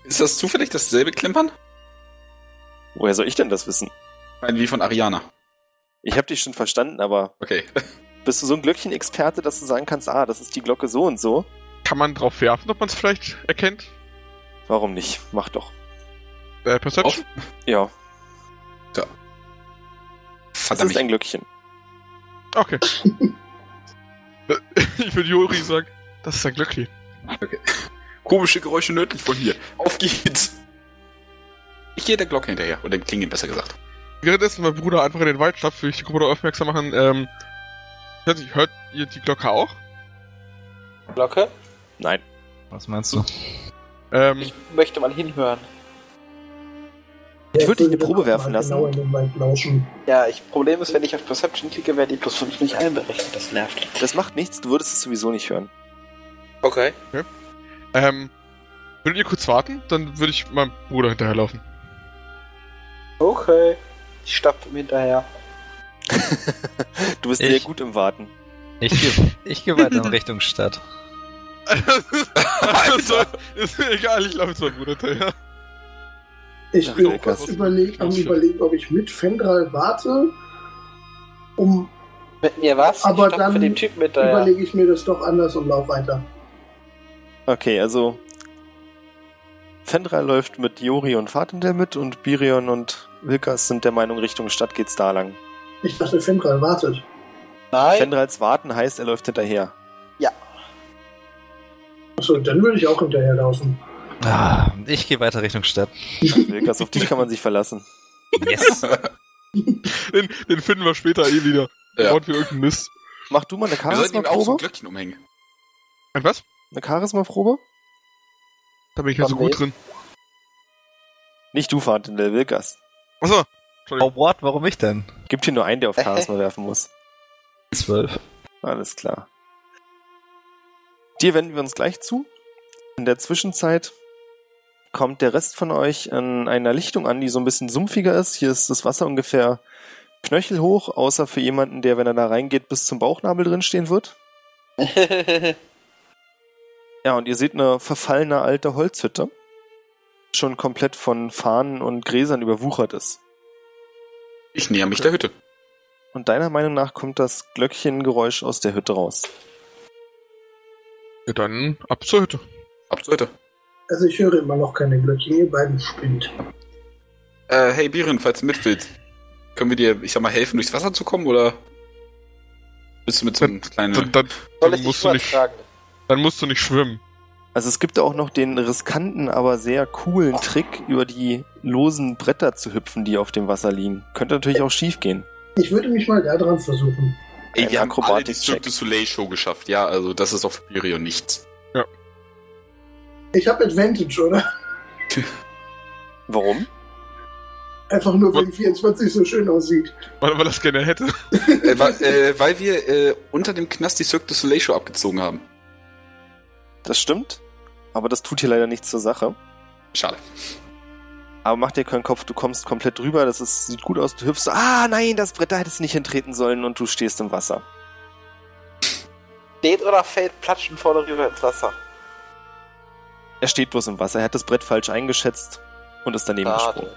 S3: Ist das zufällig dasselbe Klimpern?
S5: Woher soll ich denn das wissen?
S3: Nein, wie von Ariana.
S5: Ich habe dich schon verstanden, aber
S3: Okay.
S5: bist du so ein Glöckchen-Experte, dass du sagen kannst, ah, das ist die Glocke so und so?
S2: Kann man drauf werfen, ob man es vielleicht erkennt?
S5: Warum nicht? Mach doch.
S2: Äh, Perception?
S5: Ja, das
S3: [LAUGHS] Verdammt.
S5: ist ein Glöckchen.
S2: Okay.
S5: [LAUGHS]
S2: [LAUGHS] ich würde Jori sagen, das ist ein Glöckchen.
S3: Komische Geräusche nördlich von hier. Auf geht's. Ich gehe der Glocke hinterher. Oder dem Klingeln, besser gesagt.
S2: Währenddessen mein Bruder einfach in den Wald schlappt, will ich die Gruppe darauf aufmerksam machen. Ähm, ich weiß nicht, hört ihr die Glocke auch?
S7: Glocke?
S2: Hm.
S5: Nein.
S1: Was meinst du?
S2: Ähm,
S7: Ich möchte mal hinhören.
S5: Ich würde dich eine
S6: Ja,
S5: Probe werfen
S6: mal Genau
S5: lassen.
S6: in den Wald lauschen.
S7: Ja, ich, Problem ist, wenn ich auf Perception klicke, werden die plus 5 nicht einberechnet. Das nervt.
S5: Das macht nichts, du würdest es sowieso nicht hören.
S7: Okay.
S2: ähm, würdet ihr kurz warten? Dann würde ich meinem Bruder
S4: [LAUGHS]
S2: hinterherlaufen.
S7: Okay. Ich stapfe ihm hinterher.
S5: Du bist
S1: Ich-
S5: sehr gut im Warten.
S1: Ich
S3: [LAUGHS]
S1: gehe ich geh weiter in Richtung Stadt.
S2: also, ist mir egal, ich laufe zu meinem Bruder hinterher.
S6: Ich
S5: Ach,
S6: bin
S5: Lukas.
S6: fast überleg, am
S2: Klasse.
S6: überlegen, ob ich mit Fendral warte. Um
S7: Mit mir was?
S6: Aber
S7: ich stapfe
S6: dann
S7: dem Typen hinterher.
S6: überlege ich mir das doch anders und lauf weiter.
S5: Okay, also Fendra läuft mit Jori und Fatendel mit und Birion und Wilkas sind der Meinung, Richtung Stadt geht's da lang.
S6: Ich dachte, Fendral wartet.
S7: Nein.
S5: Fendrals warten heißt, er läuft hinterher.
S6: Achso, dann würde ich auch hinterherlaufen.
S1: Ah, ich gehe weiter Richtung Stadt.
S5: Wilkas, auf dich kann man sich verlassen.
S3: [LAUGHS]
S1: Yes.
S2: Den, den finden wir später eh wieder.
S3: Ja.
S2: Ja. Baut wir irgendeinen Mist.
S5: Mach du mal eine
S3: Wir sollten ihm auch so ein
S5: Charisma-Probe?
S3: Glöckchen umhängen.
S2: Ein was?
S5: Eine Charisma-Probe?
S2: Da bin ich ja so gut drin.
S5: Nicht du, Vater, der Wilkas.
S2: Achso,
S1: Oh, what? Warum ich denn?
S5: Gibt hier nur einen, der auf Charisma werfen muss.
S1: Zwölf.
S5: Alles klar. Dir wenden wir uns gleich zu. In der Zwischenzeit kommt der Rest von euch an einer Lichtung an, die so ein bisschen sumpfiger ist. Hier ist das Wasser ungefähr knöchelhoch, außer für jemanden, der, wenn er da reingeht, bis zum Bauchnabel drinstehen wird.
S7: [LAUGHS]
S5: Ja, und ihr seht eine verfallene alte Holzhütte, die schon komplett von Fahnen und Gräsern überwuchert ist.
S3: Ich näher mich der Hütte.
S5: Und deiner Meinung nach kommt das Glöckchengeräusch aus der Hütte raus.
S2: ja, dann ab zur Hütte.
S4: Hm.
S3: Ab zur Hütte.
S6: Also ich höre immer noch keine Glöckchen, ihr beiden spinnt.
S3: Äh, hey Biren, falls du mit willst, können wir dir, ich sag mal, helfen, durchs Wasser zu kommen oder bist du mit so einem
S2: Dann,
S3: kleinen.
S2: dann,
S4: Soll
S2: dann,
S4: ich dich
S2: musst du nicht,
S4: übertragen?
S2: dann musst du nicht schwimmen.
S5: Also es gibt auch noch den riskanten, aber sehr coolen Trick, über die losen Bretter zu hüpfen, die auf dem Wasser liegen. Könnte natürlich auch schief gehen.
S6: Ich würde mich mal da dran versuchen.
S3: Ey, wir haben alle die
S5: Akrobatik-Check.
S3: Cirque du Soleil Show geschafft, ja, also das ist auf Birion nichts.
S6: Ich habe Advantage, oder?
S5: Warum?
S6: Einfach nur, weil die 24 so schön aussieht.
S2: Weil man das gerne hätte.
S3: äh, weil, äh, weil wir äh, unter dem Knast die Cirque du Soleil Show abgezogen haben.
S5: Das stimmt. Aber das tut hier leider nichts zur Sache.
S3: Schade.
S5: Aber mach dir keinen Kopf, du kommst komplett drüber, das ist, sieht gut aus, du hüpfst, ah nein, das Brett, da hättest du nicht hintreten sollen und du stehst im Wasser.
S4: Steht oder fällt platschen vorne rüber
S2: [LAUGHS]
S4: ins Wasser?
S5: Er steht bloß im Wasser, er hat das Brett falsch eingeschätzt und ist daneben gesprungen.
S4: Schade.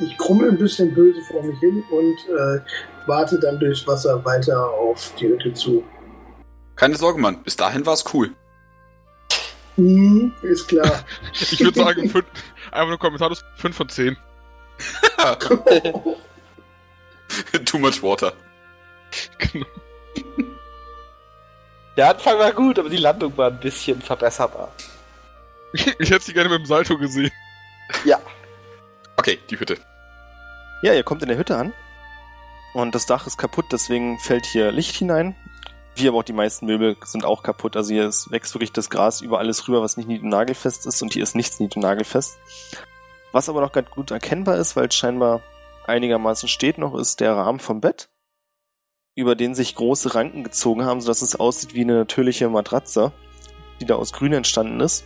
S6: Ich krummel ein bisschen böse vor mich hin und äh, warte dann durchs Wasser weiter auf die Hütte zu.
S3: Keine Sorge, Mann. Bis dahin war's cool. [LAUGHS]
S6: Hm,
S5: [LAUGHS]
S6: ist klar.
S2: Ich
S4: [LAUGHS]
S2: würde sagen, fün- einfach nur kommentarlos 5 von 10.
S3: Too much water.
S2: Genau.
S4: Der Anfang war gut, aber die Landung war ein bisschen verbesserbar.
S2: Ich hätte sie gerne mit dem Salto gesehen.
S3: Okay, die Hütte.
S5: Ja, ihr kommt in der Hütte an. Und das Dach ist kaputt, deswegen fällt hier Licht hinein. Wie aber auch die meisten Möbel sind auch kaputt. Also hier ist, wächst wirklich das Gras über alles rüber, was nicht nied- und nagelfest ist. Und hier ist nichts nied- und nagelfest. Was aber noch ganz gut erkennbar ist, weil es scheinbar einigermaßen steht noch, ist der Rahmen vom Bett, über den sich große Ranken gezogen haben, sodass es aussieht wie eine natürliche Matratze, die da aus Grün entstanden ist.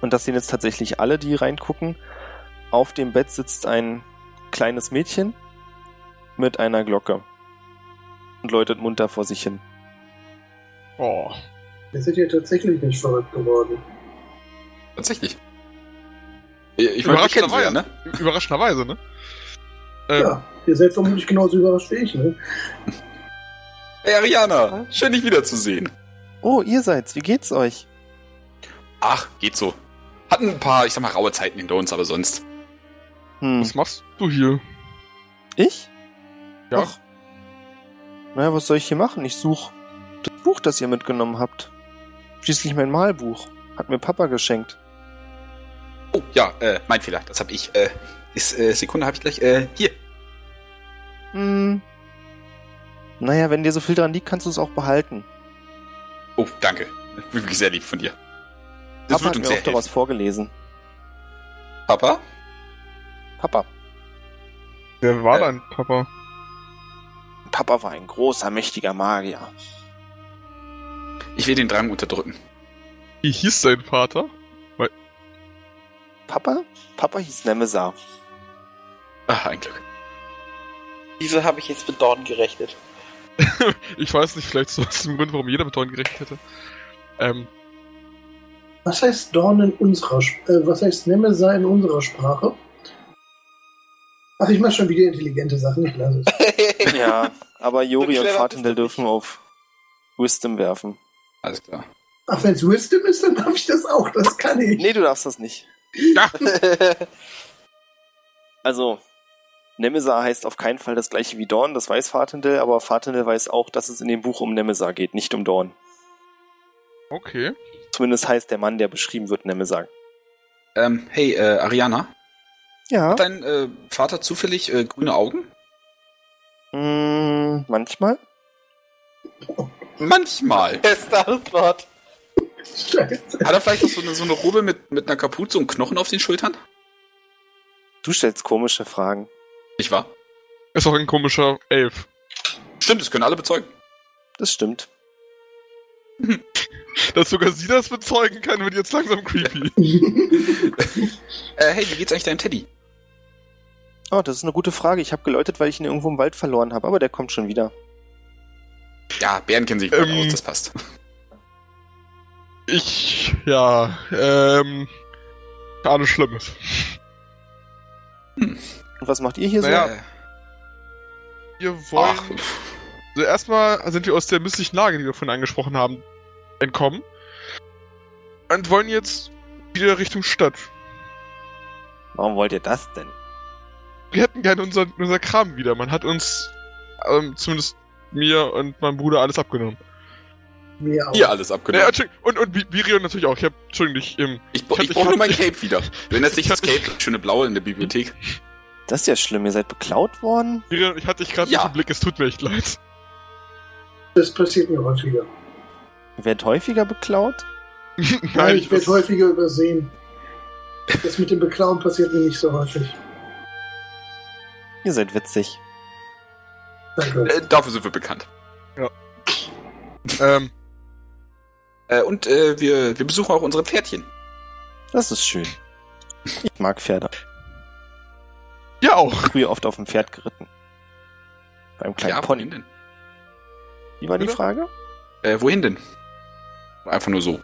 S5: Und das sehen jetzt tatsächlich alle, die reingucken. Auf dem Bett sitzt ein kleines Mädchen mit einer Glocke und läutet munter vor sich hin.
S2: Oh.
S6: Wir sind ja tatsächlich nicht verrückt geworden.
S3: Tatsächlich. Ich ich meine, wir kennen sie ja,
S2: Überraschenderweise,
S3: ne?
S2: Überraschenderweise, ne?
S5: Äh.
S2: Ähm,
S6: Ja, ihr seid vermutlich genauso überrascht wie ich, ne?
S3: Hey Ariana, schön dich wiederzusehen.
S5: Oh, ihr seid's, wie geht's euch?
S3: Ach, geht so. Hatten ein paar, ich sag mal, raue Zeiten hinter uns, aber sonst.
S5: Hm,
S2: Was machst du hier?
S5: ich?
S2: Ja.
S5: Ach. Naja, was soll ich hier machen? Ich suche das Buch, das ihr mitgenommen habt. Schließlich mein Malbuch. Hat mir Papa geschenkt.
S3: Oh, ja, äh, mein Fehler, das hab ich. Äh, ist, äh, Sekunde, hab ich gleich. Äh, hier.
S5: Hm. Naja, wenn dir so viel dran liegt, kannst du es auch behalten.
S3: Oh, danke. Wirklich sehr lieb von dir. Das wird
S5: Papa hat
S3: uns
S5: mir
S3: sehr
S5: auch daraus
S3: helfen.
S5: vorgelesen.
S3: Papa?
S5: Papa.
S2: Wer war
S3: Äh.
S2: dein Papa?
S5: Papa war ein großer, mächtiger Magier.
S3: Ich will den Drang unterdrücken.
S2: Wie hieß dein Vater?
S5: Papa? Papa hieß Nemesar.
S3: Ach, Ah, ein Glück.
S4: Wieso habe ich jetzt mit Dorn gerechnet?
S7: [LAUGHS]
S2: Ich weiß nicht, vielleicht so aus dem Grund, warum jeder mit Dorn gerechnet hätte. Ähm,
S6: Was heißt Dorn in unserer Sp- äh, was heißt Nemesa in unserer Sprache? Ach, ich mache schon wieder intelligente Sachen, ich lasse
S5: [LAUGHS]
S6: es.
S5: Ja, aber Jori
S4: So
S5: und
S4: clever
S5: Fatindel
S4: bist du
S5: dürfen
S4: nicht.
S5: auf Wisdom werfen.
S3: Alles klar.
S6: Ach, wenn es Wisdom ist, dann darf ich das auch, das kann ich.
S5: Nee, du darfst das nicht.
S2: ja,
S5: Also, Nemesar heißt auf keinen Fall das gleiche wie Dorn, das weiß Fatindel, aber Fatindel weiß auch, dass es in dem Buch um Nemesar geht, nicht um Dorn.
S2: okay.
S5: Zumindest heißt der Mann, der beschrieben wird, Nemesar.
S3: Ähm, hey, äh, Ariana,
S5: Ja.
S3: hat dein äh, Vater zufällig äh, grüne Augen?
S5: Mm, manchmal.
S3: Manchmal.
S4: [LAUGHS] Beste Antwort.
S5: [LAUGHS]
S6: Scheiße.
S3: Hat er vielleicht noch so eine, so eine Robe mit, mit einer Kapuze und Knochen auf den Schultern?
S5: Du stellst komische Fragen.
S3: Nicht wahr?
S2: Ist auch ein komischer Elf.
S3: Stimmt, das können alle bezeugen.
S5: Das stimmt.
S2: Dass sogar sie das bezeugen kann, wird jetzt langsam creepy.
S3: Äh, hey, wie geht's eigentlich deinem Teddy?
S5: Oh, das ist eine gute Frage. Ich habe geläutet, weil ich ihn irgendwo im Wald verloren habe, aber der kommt schon wieder.
S3: Ja, Bären kennen sich gut
S2: Ähm.
S3: aus, das passt.
S2: Ich, ja, ähm, alles Schlimmes.
S5: Und was macht ihr hier
S2: Naja,
S5: so?
S3: Äh,
S2: Wir wollen,
S3: ach, pff,
S2: also erstmal sind wir aus der misslichen Lage, die wir vorhin angesprochen haben, entkommen. Und wollen jetzt wieder Richtung Stadt.
S5: Warum wollt ihr das denn?
S2: wir hätten gerne unser, unser Kram wieder. Man hat uns, ähm, zumindest mir und meinem Bruder alles abgenommen.
S6: Mir auch.
S3: hier alles
S2: Naja,
S3: abgenommen.
S2: Entschuldigung, und, und Vi- Virion natürlich auch. Ich hab, Entschuldigung, ich, ähm,
S3: ich bra-
S2: ich hab-
S3: ich brauche
S2: ich
S3: nur
S2: hab-
S3: mein Cape wieder. Wenn das nicht
S2: Ich
S3: das
S2: hab-
S3: Cape, das schöne blaue in der Bibliothek.
S5: Das ist ja schlimm. Ihr seid beklaut worden?
S2: Virion, ich hatte dich gerade
S3: Ja.
S2: nicht im Blick, es tut mir echt leid.
S6: Das passiert mir häufiger.
S5: Ihr werdet häufiger beklaut?
S6: Nein, ich werde
S2: weiß-
S6: häufiger übersehen. Das mit dem Beklauen passiert mir nicht so häufig.
S5: Ihr seid witzig.
S6: Danke.
S3: Äh, dafür sind wir bekannt.
S2: Ähm,
S3: Äh, und äh, wir, wir besuchen auch unsere Pferdchen.
S5: Das ist schön. Ich mag Pferde.
S2: ja auch.
S5: Früher oft auf dem Pferd geritten. Beim kleinen
S3: ja, wohin
S5: Pony.
S3: denn?
S5: Wie war die
S2: Oder?
S5: Frage?
S3: Äh, wohin denn? Einfach nur so.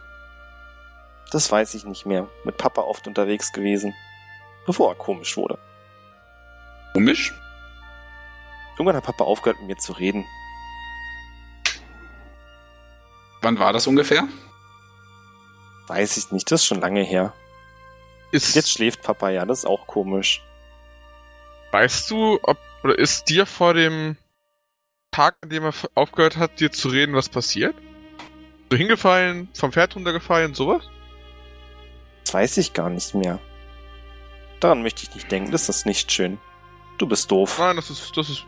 S5: Das weiß ich nicht mehr. Mit Papa oft unterwegs gewesen. Bevor er komisch wurde.
S3: Komisch?
S5: Irgendwann hat Papa aufgehört, mit mir zu reden.
S3: Wann war das ungefähr?
S5: Weiß ich nicht, das ist schon lange her.
S2: Ist,
S5: Jetzt schläft Papa ja, das ist auch komisch.
S2: weißt du, ob, oder ist dir vor dem Tag, an dem er f- aufgehört hat, dir zu reden, was passiert? So hingefallen, vom Pferd runtergefallen, sowas?
S5: Das weiß ich gar nicht mehr. Daran möchte ich nicht denken, das ist nicht schön. Du bist doof.
S2: Nein, das ist, das ist,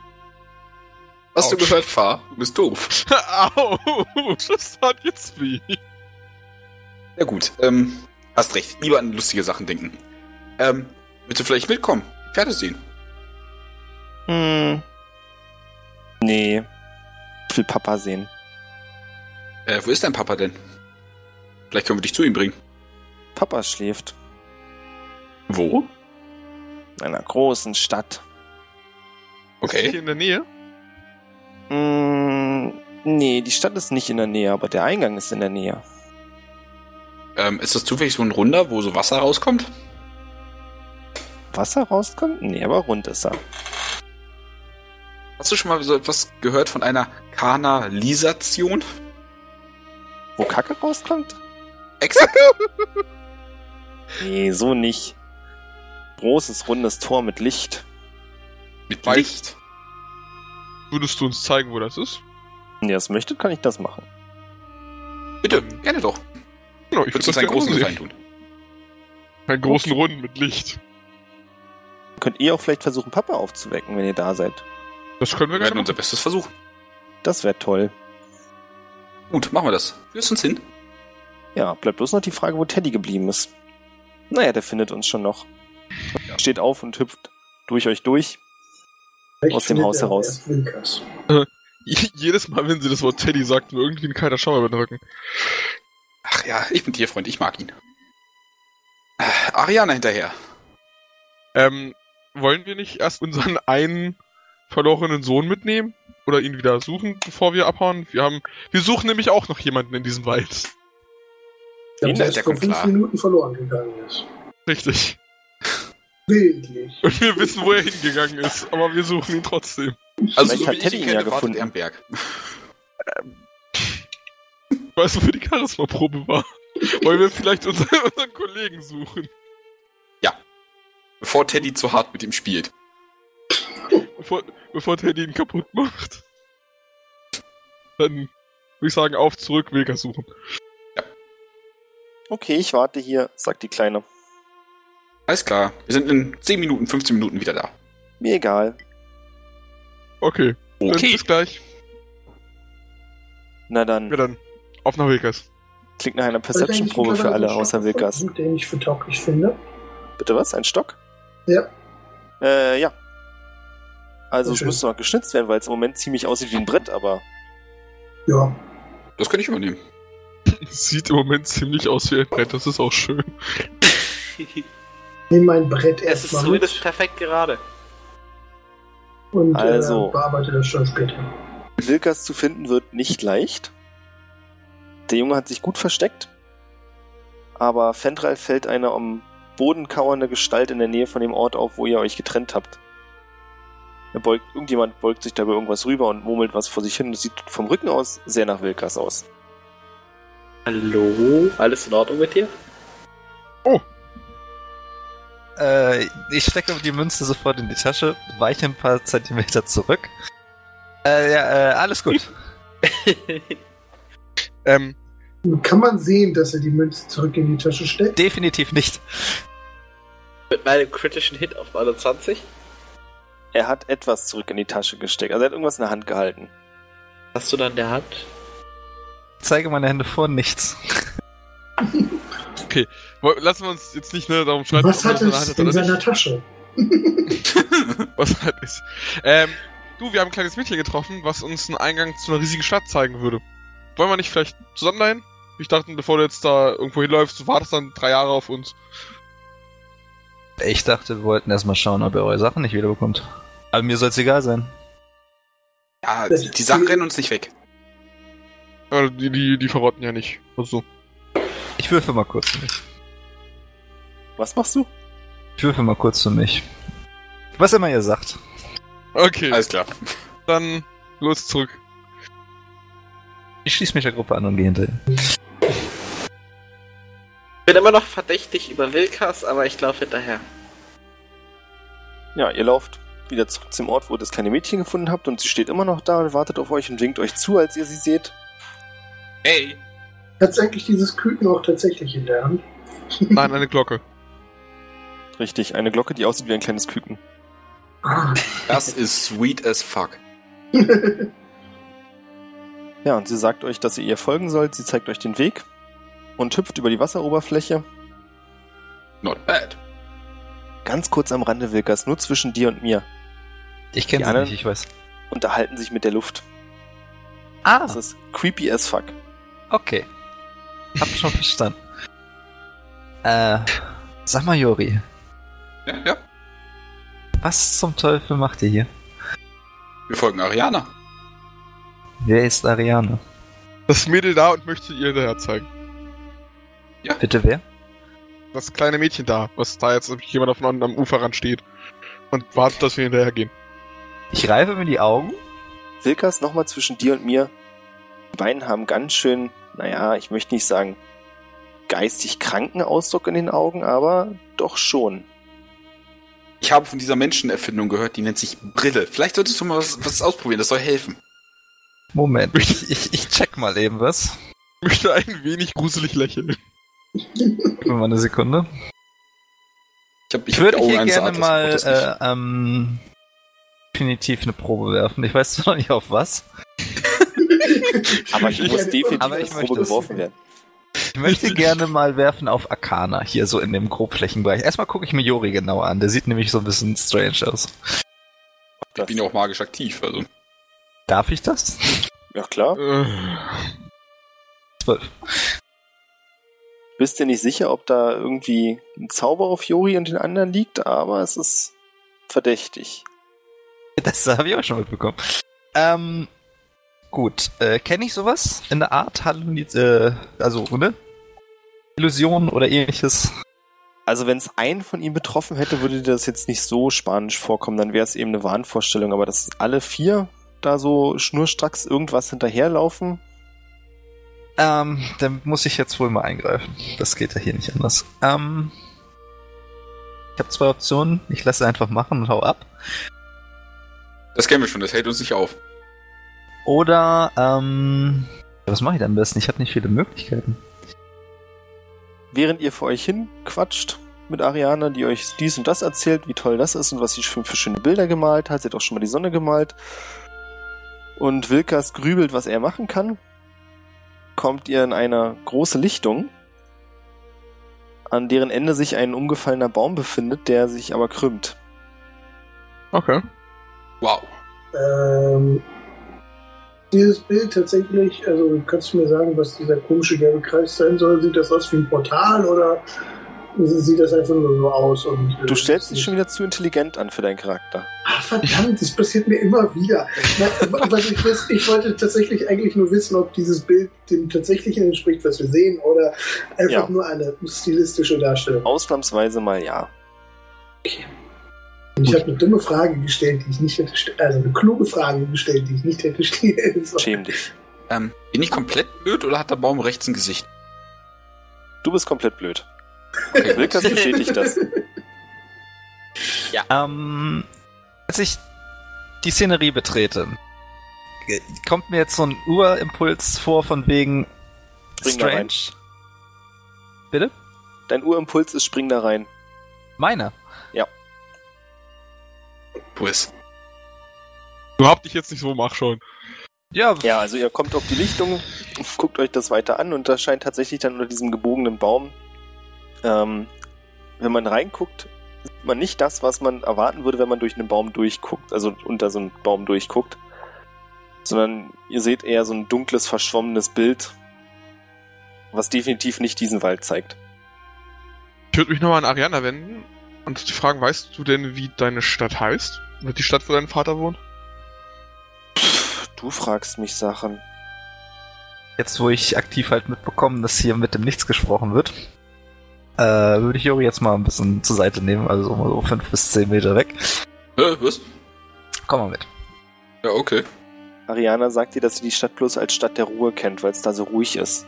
S2: [LAUGHS]
S3: Hast du
S2: Autsch.
S3: gehört, Fa? Du bist doof.
S2: au, [LAUGHS] das tat jetzt weh.
S3: Ja gut, ähm, hast recht. Lieber an lustige Sachen denken. Ähm, willst du vielleicht mitkommen? Pferde sehen.
S5: Hm. Nee. Ich will Papa sehen.
S3: Äh, wo ist dein Papa denn? Vielleicht können wir dich zu ihm bringen.
S5: Papa schläft.
S3: Wo?
S5: In einer großen Stadt.
S2: Ist das
S3: Okay.
S2: Hier in der Nähe?
S5: Hm. Nee, die Stadt ist nicht in der Nähe, aber der Eingang ist in der Nähe.
S3: Ähm, ist das zufällig so ein Runder, wo so Wasser rauskommt?
S5: Wasser rauskommt? Nee, aber rund ist er.
S3: Hast du schon mal so etwas gehört von einer Kanalisation?
S5: Wo Kacke rauskommt?
S3: [LAUGHS] Exakt.
S5: Nee, so nicht. Großes, rundes Tor mit Licht.
S3: Mit
S2: Weiß-
S3: Licht.
S2: Würdest du uns zeigen, wo das ist?
S5: Wenn ihr das möchtet, kann ich das machen.
S3: Bitte, gerne doch.
S2: Genau, ich
S3: Würdest du uns einen großen Gefallen tun?
S2: Einen großen Runden mit Licht.
S5: Könnt ihr auch vielleicht versuchen, Papa aufzuwecken, wenn ihr da seid.
S2: Das können wir
S3: Wir
S2: gerne
S3: werden
S2: machen.
S3: unser Bestes versuchen.
S5: Das wäre toll.
S3: Gut, machen wir das. Führst uns hin?
S5: Ja, bleibt bloß noch die Frage, wo Teddy geblieben ist. Naja, der findet uns schon noch. Steht auf und hüpft durch euch durch.
S6: Vielleicht
S5: Aus dem
S6: findet
S5: Haus
S6: er
S5: heraus.
S6: erst Wilkas.
S2: [LAUGHS] Jedes Mal, wenn sie das Wort Teddy sagt, mir irgendwie ein kalter Schauer über den Rücken.
S3: Ach ja, ich bin dir Freund, ich mag ihn. Äh, Ariana hinterher.
S2: Ähm, wollen wir nicht erst unseren einen verlorenen Sohn mitnehmen? Oder ihn wieder suchen, bevor wir abhauen? Wir haben, wir suchen nämlich auch noch jemanden in diesem Wald.
S6: Ich glaub,
S3: Ihn, der
S6: der ist vor
S3: kommt
S6: fünf
S3: klar.
S6: Minuten verloren gegangen ist.
S2: Richtig.
S6: Bildlich.
S2: Und wir wissen, wo er hingegangen ist, aber wir suchen ihn trotzdem.
S3: Also,
S5: Vielleicht
S3: so
S5: hat
S3: wie ich
S5: Teddy
S3: ihn
S5: ihn
S3: kenne,
S5: ja
S3: wartet
S5: gefunden.
S3: er am Berg.
S2: Weißt du, für die Charisma-Probe war? Wollen wir vielleicht unseren, [LAUGHS] unseren Kollegen suchen?
S3: Bevor Teddy zu hart mit ihm spielt.
S2: Bevor, bevor Teddy ihn kaputt macht. Dann würde ich sagen, auf, zurück, Wilka suchen.
S5: Okay, ich warte hier, sagt die Kleine.
S3: Alles klar, wir sind in 10 Minuten, 15 Minuten wieder da.
S5: Mir egal.
S2: Okay, dann bis gleich.
S5: Na dann,
S2: Ja, dann auf nach Wilkas.
S5: Klingt nach einer Perception-Probe für alle außer Wilkas.
S6: Den ich für tauglich finde.
S5: Bitte was? Ein Stock?
S6: Ja.
S5: Äh, ja. Also
S6: Sehr
S5: es
S6: schön.
S5: müsste noch geschnitzt werden, weil es im Moment ziemlich aussieht wie ein Brett, aber
S6: Ja.
S3: Das kann ich übernehmen.
S2: Sieht im Moment ziemlich aus wie ein Brett, das ist auch schön.
S6: Nimm mein Brett
S7: es ist
S6: erstmal
S7: zumindest
S6: mit
S7: perfekt gerade.
S6: und
S5: Also.
S6: äh, bearbeite das schon später.
S5: Wilkas zu finden wird nicht leicht. Der Junge hat sich gut versteckt, aber Fendral fällt eine am Boden kauernde Gestalt in der Nähe von dem Ort auf, wo ihr euch getrennt habt. Er beugt, irgendjemand beugt sich dabei irgendwas rüber und murmelt was vor sich hin. Das sieht vom Rücken aus sehr nach Wilkas aus.
S7: Hallo? Alles in Ordnung mit dir? [LAUGHS]
S1: Äh, ich stecke die Münze sofort in die Tasche, weiche ein paar Zentimeter zurück. Äh, ja, äh, alles gut.
S2: Ähm,
S6: Nun kann man sehen, dass er die Münze zurück in die Tasche steckt.
S1: Definitiv nicht.
S7: Mit meinem kritischen Hit auf 29?
S5: Er hat etwas zurück in die Tasche gesteckt. Also er hat irgendwas in der Hand gehalten.
S7: Hast du dann in der Hand?
S1: Zeige meine Hände vor, nichts.
S2: woll- lassen wir uns jetzt nicht ne, darum streiten,
S6: Was
S2: ob
S6: hat
S2: er das
S6: es
S2: in
S6: in
S2: der Hand
S6: seiner
S2: hat
S6: Tasche?
S2: oder nicht. Was hat es? Ähm, du, wir haben ein kleines Mädchen getroffen, was uns einen Eingang zu einer riesigen Stadt zeigen würde. Wollen wir nicht vielleicht zusammen dahin? Ich dachte, bevor du jetzt da irgendwo hinläufst, du wartest dann drei Jahre auf uns.
S1: Ich dachte, wir wollten erstmal schauen, ob ihr eure Sachen nicht wiederbekommt. Aber mir soll's egal sein.
S3: Ja,
S6: Das-
S3: die, die Sachen rennen uns nicht weg.
S2: Äh, die, die, die verrotten ja nicht. Also,
S1: Ich würfe mal kurz für mich.
S5: Was machst du?
S1: Ich würfe mal kurz für mich. Was immer ihr sagt.
S2: okay,
S3: Alles klar.
S2: dann los zurück.
S1: Ich schließe mich der Gruppe an und gehe hinterher.
S7: Bin immer noch verdächtig über Wilkas, aber ich laufe hinterher.
S5: Ja, ihr lauft wieder zurück zum Ort, wo ihr das kleine Mädchen gefunden habt und sie steht immer noch da und wartet auf euch und winkt euch zu, als ihr sie seht.
S3: Hey!
S6: Hat's eigentlich dieses Küken auch tatsächlich in der Hand?
S2: Nein, eine Glocke.
S5: Richtig, eine Glocke, die aussieht wie ein kleines Küken.
S6: Ah.
S3: Das ist sweet as fuck.
S5: Ja, und sie sagt euch, dass ihr ihr folgen sollt, sie zeigt euch den Weg und hüpft über die Wasseroberfläche.
S3: Not bad.
S5: Ganz kurz am Rande Wilkas, nur zwischen dir und mir.
S1: Ich kenne
S5: Die
S1: sie
S5: anderen-
S1: nicht, ich weiß.
S5: Unterhalten sich mit der Luft.
S1: Ah,
S5: Das ist creepy as fuck.
S1: okay. Hab schon [LAUGHS] verstanden. Äh, sag mal, Jori,
S3: Ja, ja.
S1: was zum Teufel macht ihr hier?
S3: Wir folgen Ariana.
S1: Wer ist Ariane?
S2: Das Mädel da und möchte ihr hinterher zeigen.
S1: Bitte wer?
S2: Das kleine Mädchen da, was da jetzt jemand auf einem am Ufer ran steht. Und wartet, dass wir hinterher gehen.
S1: Ich reibe mir die Augen.
S5: Wilkas, nochmal zwischen dir und mir. Die beiden haben ganz schön, naja, ich möchte nicht sagen, geistig kranken Ausdruck in den Augen, aber doch schon.
S3: Ich habe von dieser Menschenerfindung gehört, die nennt sich Brille. Vielleicht solltest du mal was, was ausprobieren, das soll helfen.
S1: Moment,
S5: [LAUGHS]
S1: ich, ich, ich check mal eben was.
S2: Ich möchte ein wenig gruselig lächeln.
S1: Gib mir mal eine Sekunde.
S3: Ich, hab,
S1: Ich
S3: hab
S1: würde
S3: die Augen
S1: hier
S3: eines
S1: gerne
S3: Adlers, brauch
S1: mal
S3: oh, das nicht.
S1: äh, ähm, definitiv eine Probe werfen. Ich weiß zwar noch nicht auf was.
S6: [LAUGHS]
S5: Aber hier
S2: Ich-
S5: muss
S6: ich-
S5: definitiv
S1: aber
S5: eine
S1: ich möchte
S5: Probe
S1: das-
S5: geworfen werden.
S1: Ich
S3: [LAUGHS]
S1: möchte gerne mal werfen auf Arcana, hier so in dem Grobflächenbereich. Erstmal gucke ich mir Jori genau an. Der sieht nämlich so ein bisschen strange aus.
S3: Ich bin ja auch magisch aktiv, also.
S1: Darf ich das? [LAUGHS]
S5: Ja klar.
S2: Äh,
S1: Zwölf.
S5: Bist dir nicht sicher, ob da irgendwie ein Zauber auf Jori und den anderen liegt, aber es ist verdächtig.
S1: Das habe ich auch schon mitbekommen. Ähm, gut. Äh, Kenne ich sowas in der Art? Hallen, äh, also, ne? Illusionen oder ähnliches?
S5: Also wenn es einen von ihm betroffen hätte, würde dir das jetzt nicht so spanisch vorkommen, dann wäre es eben eine Wahnvorstellung. Aber dass alle vier da so schnurstracks irgendwas hinterherlaufen,
S1: Ähm, dann muss ich jetzt wohl mal eingreifen. Das geht ja hier nicht anders. Ähm, ich habe zwei Optionen. Ich lasse einfach machen und hau ab.
S3: Das kennen wir schon, das hält uns nicht auf.
S1: Oder, ähm, was mache ich denn am besten? Ich habe nicht viele Möglichkeiten.
S5: während ihr vor euch hin quatscht mit Ariane, die euch dies und das erzählt, wie toll das ist und was sie schon für schöne Bilder gemalt hat. Sie hat auch schon mal die Sonne gemalt. Und Wilkas grübelt, was er machen kann. kommt ihr in eine große Lichtung, an deren Ende sich ein umgefallener Baum befindet, der sich aber krümmt.
S2: Okay.
S3: Wow.
S6: Ähm, dieses Bild tatsächlich, also kannst du mir sagen, was dieser komische gelbe Kreis sein soll? Sieht das aus wie ein Portal oder sieht das einfach nur so aus? Und, äh,
S5: Du stellst dich schon wieder zu intelligent an für deinen Charakter.
S6: Ah, verdammt, das passiert mir immer wieder. Na, was ich, wiss, ich wollte tatsächlich eigentlich nur wissen, ob dieses Bild dem tatsächlichen entspricht, was wir sehen, oder einfach
S5: Ja.
S6: nur eine stilistische Darstellung.
S5: Ausnahmsweise mal ja.
S6: Und ich habe eine dumme Frage gestellt, die ich nicht hätte stellen, also eine kluge Frage gestellt, die ich nicht hätte stellen sollen.
S5: Schäm [LAUGHS] dich.
S3: Ähm, bin ich komplett blöd oder hat der Baum rechts ein Gesicht?
S5: Du bist komplett blöd.
S3: Okay,
S5: Wilkas bestätigt das.
S1: Ähm, als ich die Szenerie betrete, ge- kommt mir jetzt so ein Urimpuls vor von wegen
S5: Spring da rein.
S1: Strange. Bitte?
S5: Dein Urimpuls ist spring da rein.
S1: Meiner.
S3: wo ist?
S2: Du hab dich jetzt nicht so, mach schon.
S1: Ja,
S5: Ja, also ihr kommt auf die Lichtung, [LAUGHS] guckt euch das weiter an und da scheint tatsächlich dann unter diesem gebogenen Baum, ähm, wenn man reinguckt, sieht man nicht das, was man erwarten würde, wenn man durch einen Baum durchguckt, also unter so einen Baum durchguckt, sondern ihr seht eher so ein dunkles, verschwommenes Bild, was definitiv nicht diesen Wald zeigt.
S2: Ich würde mich nochmal an Ariana wenden und die fragen, weißt du denn, wie deine Stadt heißt? Oder die Stadt, wo dein Vater wohnt?
S5: Du fragst mich Sachen.
S1: jetzt wo ich aktiv halt mitbekommen, dass hier mit dem Nichts gesprochen wird, äh, würde ich Jori jetzt mal ein bisschen zur Seite nehmen, also mal so fünf bis zehn Meter weg.
S3: Hä, was?
S1: Komm mal mit.
S3: Ja, okay.
S5: Ariana sagt dir, dass sie die Stadt bloß als Stadt der Ruhe kennt, weil es da so ruhig ist.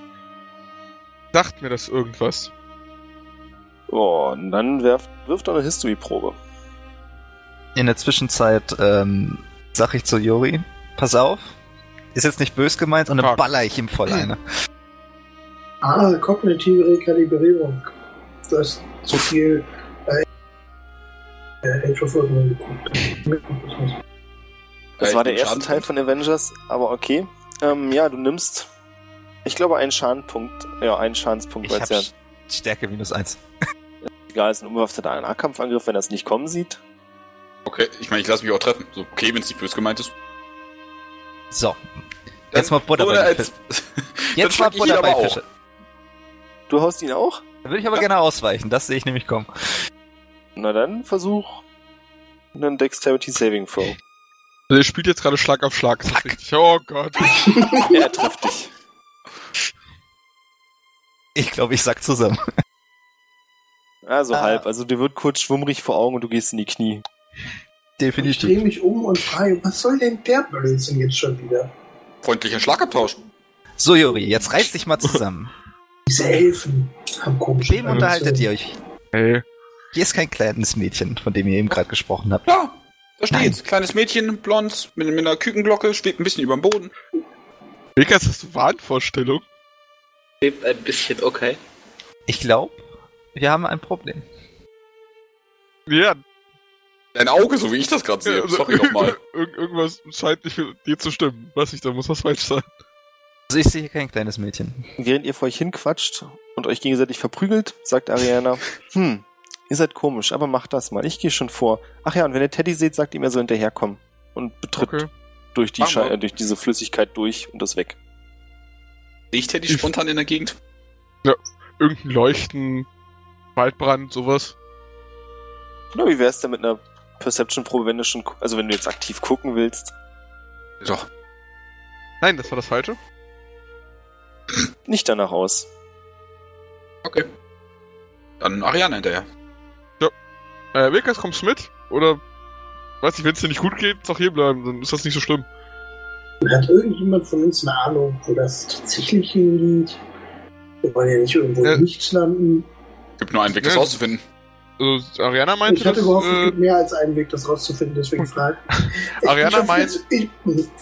S2: Sagt mir das irgendwas?
S5: Oh, und dann wirft, wirft doch eine History-Probe.
S1: In der Zwischenzeit ähm, sag ich zu Jori, pass auf, ist jetzt nicht bös gemeint und dann
S2: Fuck.
S1: baller ich ihm voll eine.
S6: Ah, kognitive Rekalibrierung. Das ist zu viel äh, äh, Age of Ultron geguckt.
S5: Das
S3: Ja,
S5: war
S3: ich
S5: der
S3: nehm
S5: erste
S3: Schadenspunkt.
S5: Teil von Avengers, aber okay. Ähm, ja, du nimmst, ich glaube, einen Schadenpunkt. Ja, einen Schadenspunkt,
S1: Ich
S5: weil
S1: hab
S5: es ja
S1: Sch- Stärke minus eins.
S5: egal ist, ein unbewaffneter Nahkampfangriff, wenn das nicht kommen sieht.
S3: Okay, ich meine, ich lasse mich auch treffen. So, okay, wenn es nicht böse gemeint ist.
S1: So.
S3: Dann
S1: Jetzt mal Butter
S3: Oder
S1: bei die
S3: als,
S1: Fische.
S3: dann
S1: Jetzt mal
S3: schlag ich ihn
S1: Butter bei
S3: aber
S1: die
S3: auch.
S1: Fische.
S5: Du haust ihn auch?
S1: Da würde ich aber gerne ausweichen, das sehe ich nämlich kommen.
S5: Na dann, versuch einen Dexterity Saving Throw.
S2: Also, ihr spielt jetzt gerade Schlag auf Schlag. Ist das richtig? Oh Gott.
S5: er trifft dich.
S1: Ich glaube, ich sack zusammen.
S5: Also
S1: Ah.
S5: halb, also dir wird kurz schwummrig vor Augen und du gehst in die Knie.
S6: Ich drehe mich um und frage, was soll denn der Blödsinn jetzt schon wieder?
S3: freundlicher Schlagabtausch.
S1: So, Jori, jetzt reiß dich mal zusammen.
S6: Diese Elfen haben komische
S1: Wem unterhaltet ihr euch?
S2: Hey.
S1: Hier ist kein kleines Mädchen, von dem ihr eben gerade gesprochen habt.
S3: Ja, da steht's. Kleines Mädchen, blond, mit, mit einer Kükenglocke, schwebt ein bisschen über dem Boden.
S2: Wilkas, hast du Wahnvorstellung?
S7: Lebt ein bisschen, okay.
S1: Ich glaube, wir haben ein Problem.
S2: Ja,
S3: Dein Auge, so wie ich das gerade sehe.
S2: also, [LAUGHS]
S3: Sorry [LAUGHS] nochmal.
S2: Irg irgendwas scheint nicht mit dir zu stimmen. Weiß ich, da muss was falsch sein.
S1: Also ich sehe hier kein kleines Mädchen.
S5: Während ihr vor euch hinquatscht und euch gegenseitig verprügelt, sagt Ariana, hm, ihr seid komisch, aber macht das mal. Ich gehe schon vor. Ach ja, und wenn ihr Teddy seht, sagt ihm, er soll hinterherkommen. Und betritt
S2: Okay.
S5: durch, die
S3: Machen
S5: Sche
S3: wir.
S5: äh, durch diese Flüssigkeit durch und ist weg.
S3: Riecht Teddy spontan in der Gegend?
S2: Irgendein Leuchten, Waldbrand, sowas.
S5: Na, wie wär's denn mit einer Perception-Probe, wenn du schon, gu- also wenn du jetzt aktiv gucken willst?
S3: Doch.
S2: Nein, das war das Falsche.
S5: Nicht danach aus.
S3: Okay. Dann Ariane hinterher.
S2: Äh, Wilkas, kommst du mit? Oder, weiß ich, wenn es dir nicht gut geht, doch hier bleiben, dann ist das nicht so schlimm.
S6: Hat irgendjemand von uns eine Ahnung, wo das tatsächlich hingeht? Wir wollen ja nicht irgendwo
S2: Äh,
S6: im nichts landen.
S3: Gibt nur einen Weg, das
S2: Ja.
S3: rauszufinden.
S2: Also, Ariana meinte,
S6: ich hatte
S2: dass,
S6: gehofft, es
S2: äh,
S6: gibt mehr als einen Weg, das
S2: [LAUGHS]
S6: rauszufinden, deswegen frage ich.
S2: Ariana
S6: ich hoffe,
S2: meint-
S6: jetzt- Ich,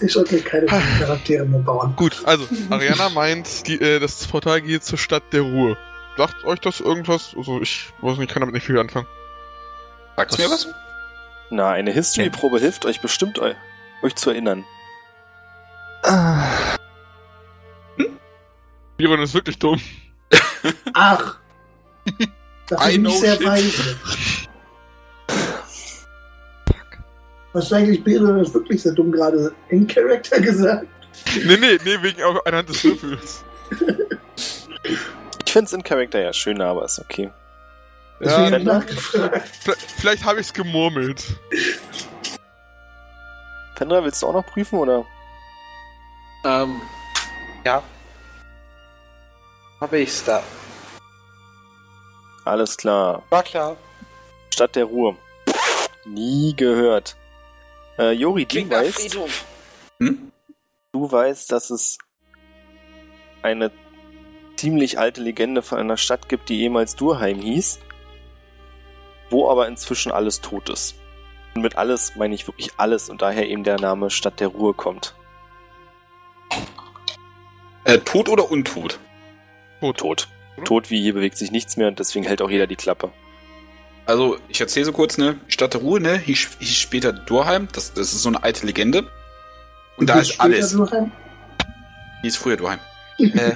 S6: ich sollte
S2: [LAUGHS]
S6: mir keine Charaktere mehr bauen.
S2: gut,
S6: [LAUGHS]
S2: also, Ariana meint, die, äh, das Portal geht zur Stadt der Ruhe. Sagt euch das irgendwas? Also, ich weiß nicht, ich kann damit nicht viel anfangen.
S3: Sagt's mir was?
S5: Na, eine History-Probe hilft euch bestimmt, eu euch zu erinnern.
S1: Ah.
S2: Biron ist wirklich
S6: [LAUGHS]
S2: dumm.
S6: Ach! Das
S2: I
S6: ist
S2: know
S6: nicht sehr
S2: shit.
S6: weise. Was ist eigentlich Beren ist wirklich so dumm gerade in Character gesagt?
S2: Nee, nee, nee, wegen auch anhand des Würfels.
S5: Ich find's in Character ja schöner, aber ist okay.
S6: Deswegen
S2: Ja,
S6: hab ich nachgefragt.
S2: v- vielleicht habe ich es gemurmelt.
S5: Pendra, willst du auch noch prüfen oder?
S7: Ähm,
S4: Ja.
S7: habe ich's da.
S5: Alles klar.
S4: War klar.
S5: Stadt der Ruhe. Nie gehört. Äh, Jori, du weißt,
S7: Friedhof.
S3: Hm?
S5: du weißt, dass es eine ziemlich alte Legende von einer Stadt gibt, die ehemals Durheim hieß, wo aber inzwischen alles tot ist. Und mit alles meine ich wirklich alles und daher eben der Name Stadt der Ruhe kommt.
S3: Äh, tot oder untot?
S2: Gut.
S5: Tot.
S6: Mhm.
S5: Tot wie hier bewegt sich nichts mehr und deswegen hält auch jeder die Klappe.
S3: Also, ich erzähle so kurz, ne? Stadt der Ruhe, ne? Hieß, hieß später Dorheim. Das, das ist so eine alte Legende. Und da
S6: Wie
S3: ist
S6: später
S3: alles.
S6: du heim-
S3: Die ist früher Dorheim. äh,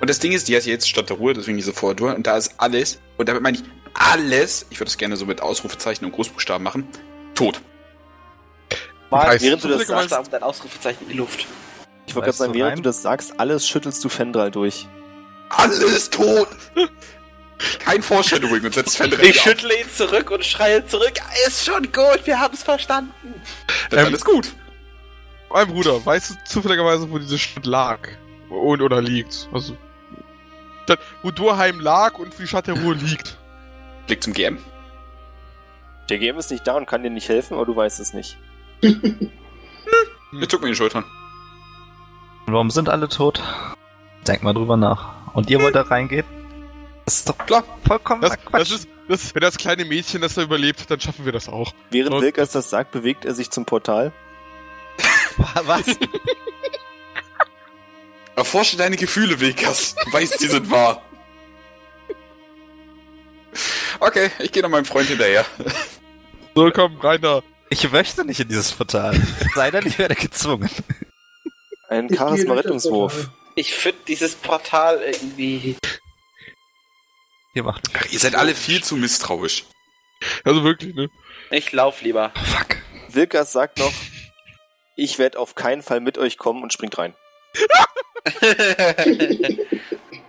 S3: und das Ding ist, die heißt jetzt Stadt der Ruhe, deswegen diese vorher Dorheim. Und da ist alles, und damit meine ich alles, ich würde das gerne so mit Ausrufezeichen und Großbuchstaben machen, tot.
S4: Mal,
S2: Heißt-
S5: Während du das
S4: sagst,
S5: sagst,
S4: da dein Ausrufezeichen in die Luft.
S5: ich wollte gerade
S1: Weißt
S5: sagen,
S1: du
S5: während
S1: rein?
S5: du das sagst, alles schüttelst du Fendral durch.
S3: Alles tot! Kein Foreshadowing und setzt Fenrir
S4: Ich
S3: auf.
S4: schüttle ihn zurück und schreie zurück. Ist schon gut, wir haben's verstanden.
S3: Dann
S2: Ähm,
S3: alles gut.
S2: Mein Bruder, weißt du zufälligerweise, wo diese Stadt lag? Und oder liegt? Also. Stadt, wo Durheim lag und wie die Stadt der Ruhe liegt.
S3: Blick zum GM.
S5: Der GM ist nicht da und kann dir nicht helfen, aber du weißt es nicht.
S3: Er zuckt mir die Schultern.
S1: Und warum sind alle tot? Denkt mal drüber nach. Und ihr wollt da reingehen? Das ist doch
S3: Klar.
S1: vollkommen
S2: Das,
S1: Quatsch.
S2: das ist, [LAUGHS] das, wenn das kleine Mädchen das da überlebt, dann schaffen wir das auch.
S5: Während
S2: Und-
S5: Wilkers das sagt, bewegt er sich zum Portal.
S1: was?
S3: Erforsche deine Gefühle, Wilkas. Du weißt, sie sind wahr. Okay, ich gehe noch meinem Freund hinterher.
S2: So, komm, rein da.
S1: Ich möchte nicht in dieses Portal. Sei denn, ich werde gezwungen.
S5: Ein
S6: Ich gehe durch das
S5: Charisma-Rettungswurf.
S6: Portal.
S4: Ich finde dieses Portal irgendwie.
S1: Ihr macht
S3: Ach, ihr seid alle viel zu misstrauisch.
S2: Also wirklich, ne?
S4: Ich lauf lieber.
S1: Fuck.
S5: Wilkers sagt noch, ich werde auf keinen Fall mit euch kommen und springt rein.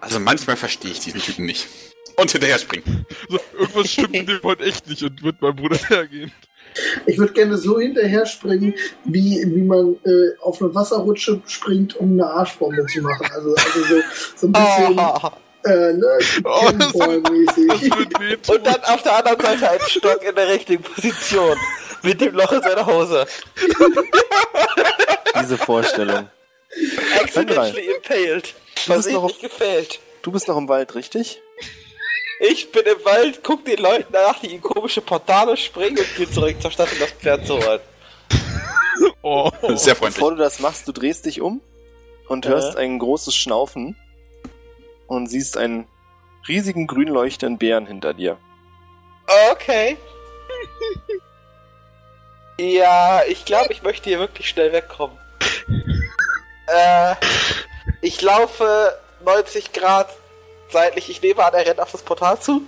S3: Also manchmal verstehe ich diesen Typen nicht. Und hinterher springen.
S2: So, irgendwas stimmt mit dem Freund echt nicht und wird mein Bruder [LAUGHS] hergehen.
S6: Ich würde gerne so hinterher springen, wie, wie man äh, auf eine Wasserrutsche springt, um eine Arschbombe zu machen. Also, also so, so ein bisschen
S4: Oh.
S6: äh, ne,
S2: Oh, das, das
S6: Cannonball-mäßig.
S2: wird wehtun.
S4: Und dann auf der anderen Seite ein Stock in der richtigen Position. Mit dem Loch in seiner Hose.
S5: Diese [LAUGHS] Vorstellung.
S4: Accidentally impaled. Was ich
S5: noch-
S4: nicht gefällt.
S5: Du bist noch im Wald, richtig?
S4: Ich bin im Wald, guck den Leuten nach, die in komische Portale springen und geh zurück zur Stadt, um das Pferd zu holen.
S2: Oh.
S3: Sehr freundlich.
S5: Bevor du das machst, du drehst dich um und
S4: Äh.
S5: hörst ein großes Schnaufen und siehst einen riesigen grün leuchtenden Bären hinter dir.
S4: Okay. [LAUGHS] Ja, ich glaube, ich möchte hier wirklich
S6: [LAUGHS]
S4: schnell wegkommen. äh, ich laufe 90 Grad seitlich. Ich nehme an, er rennt auf das Portal zu.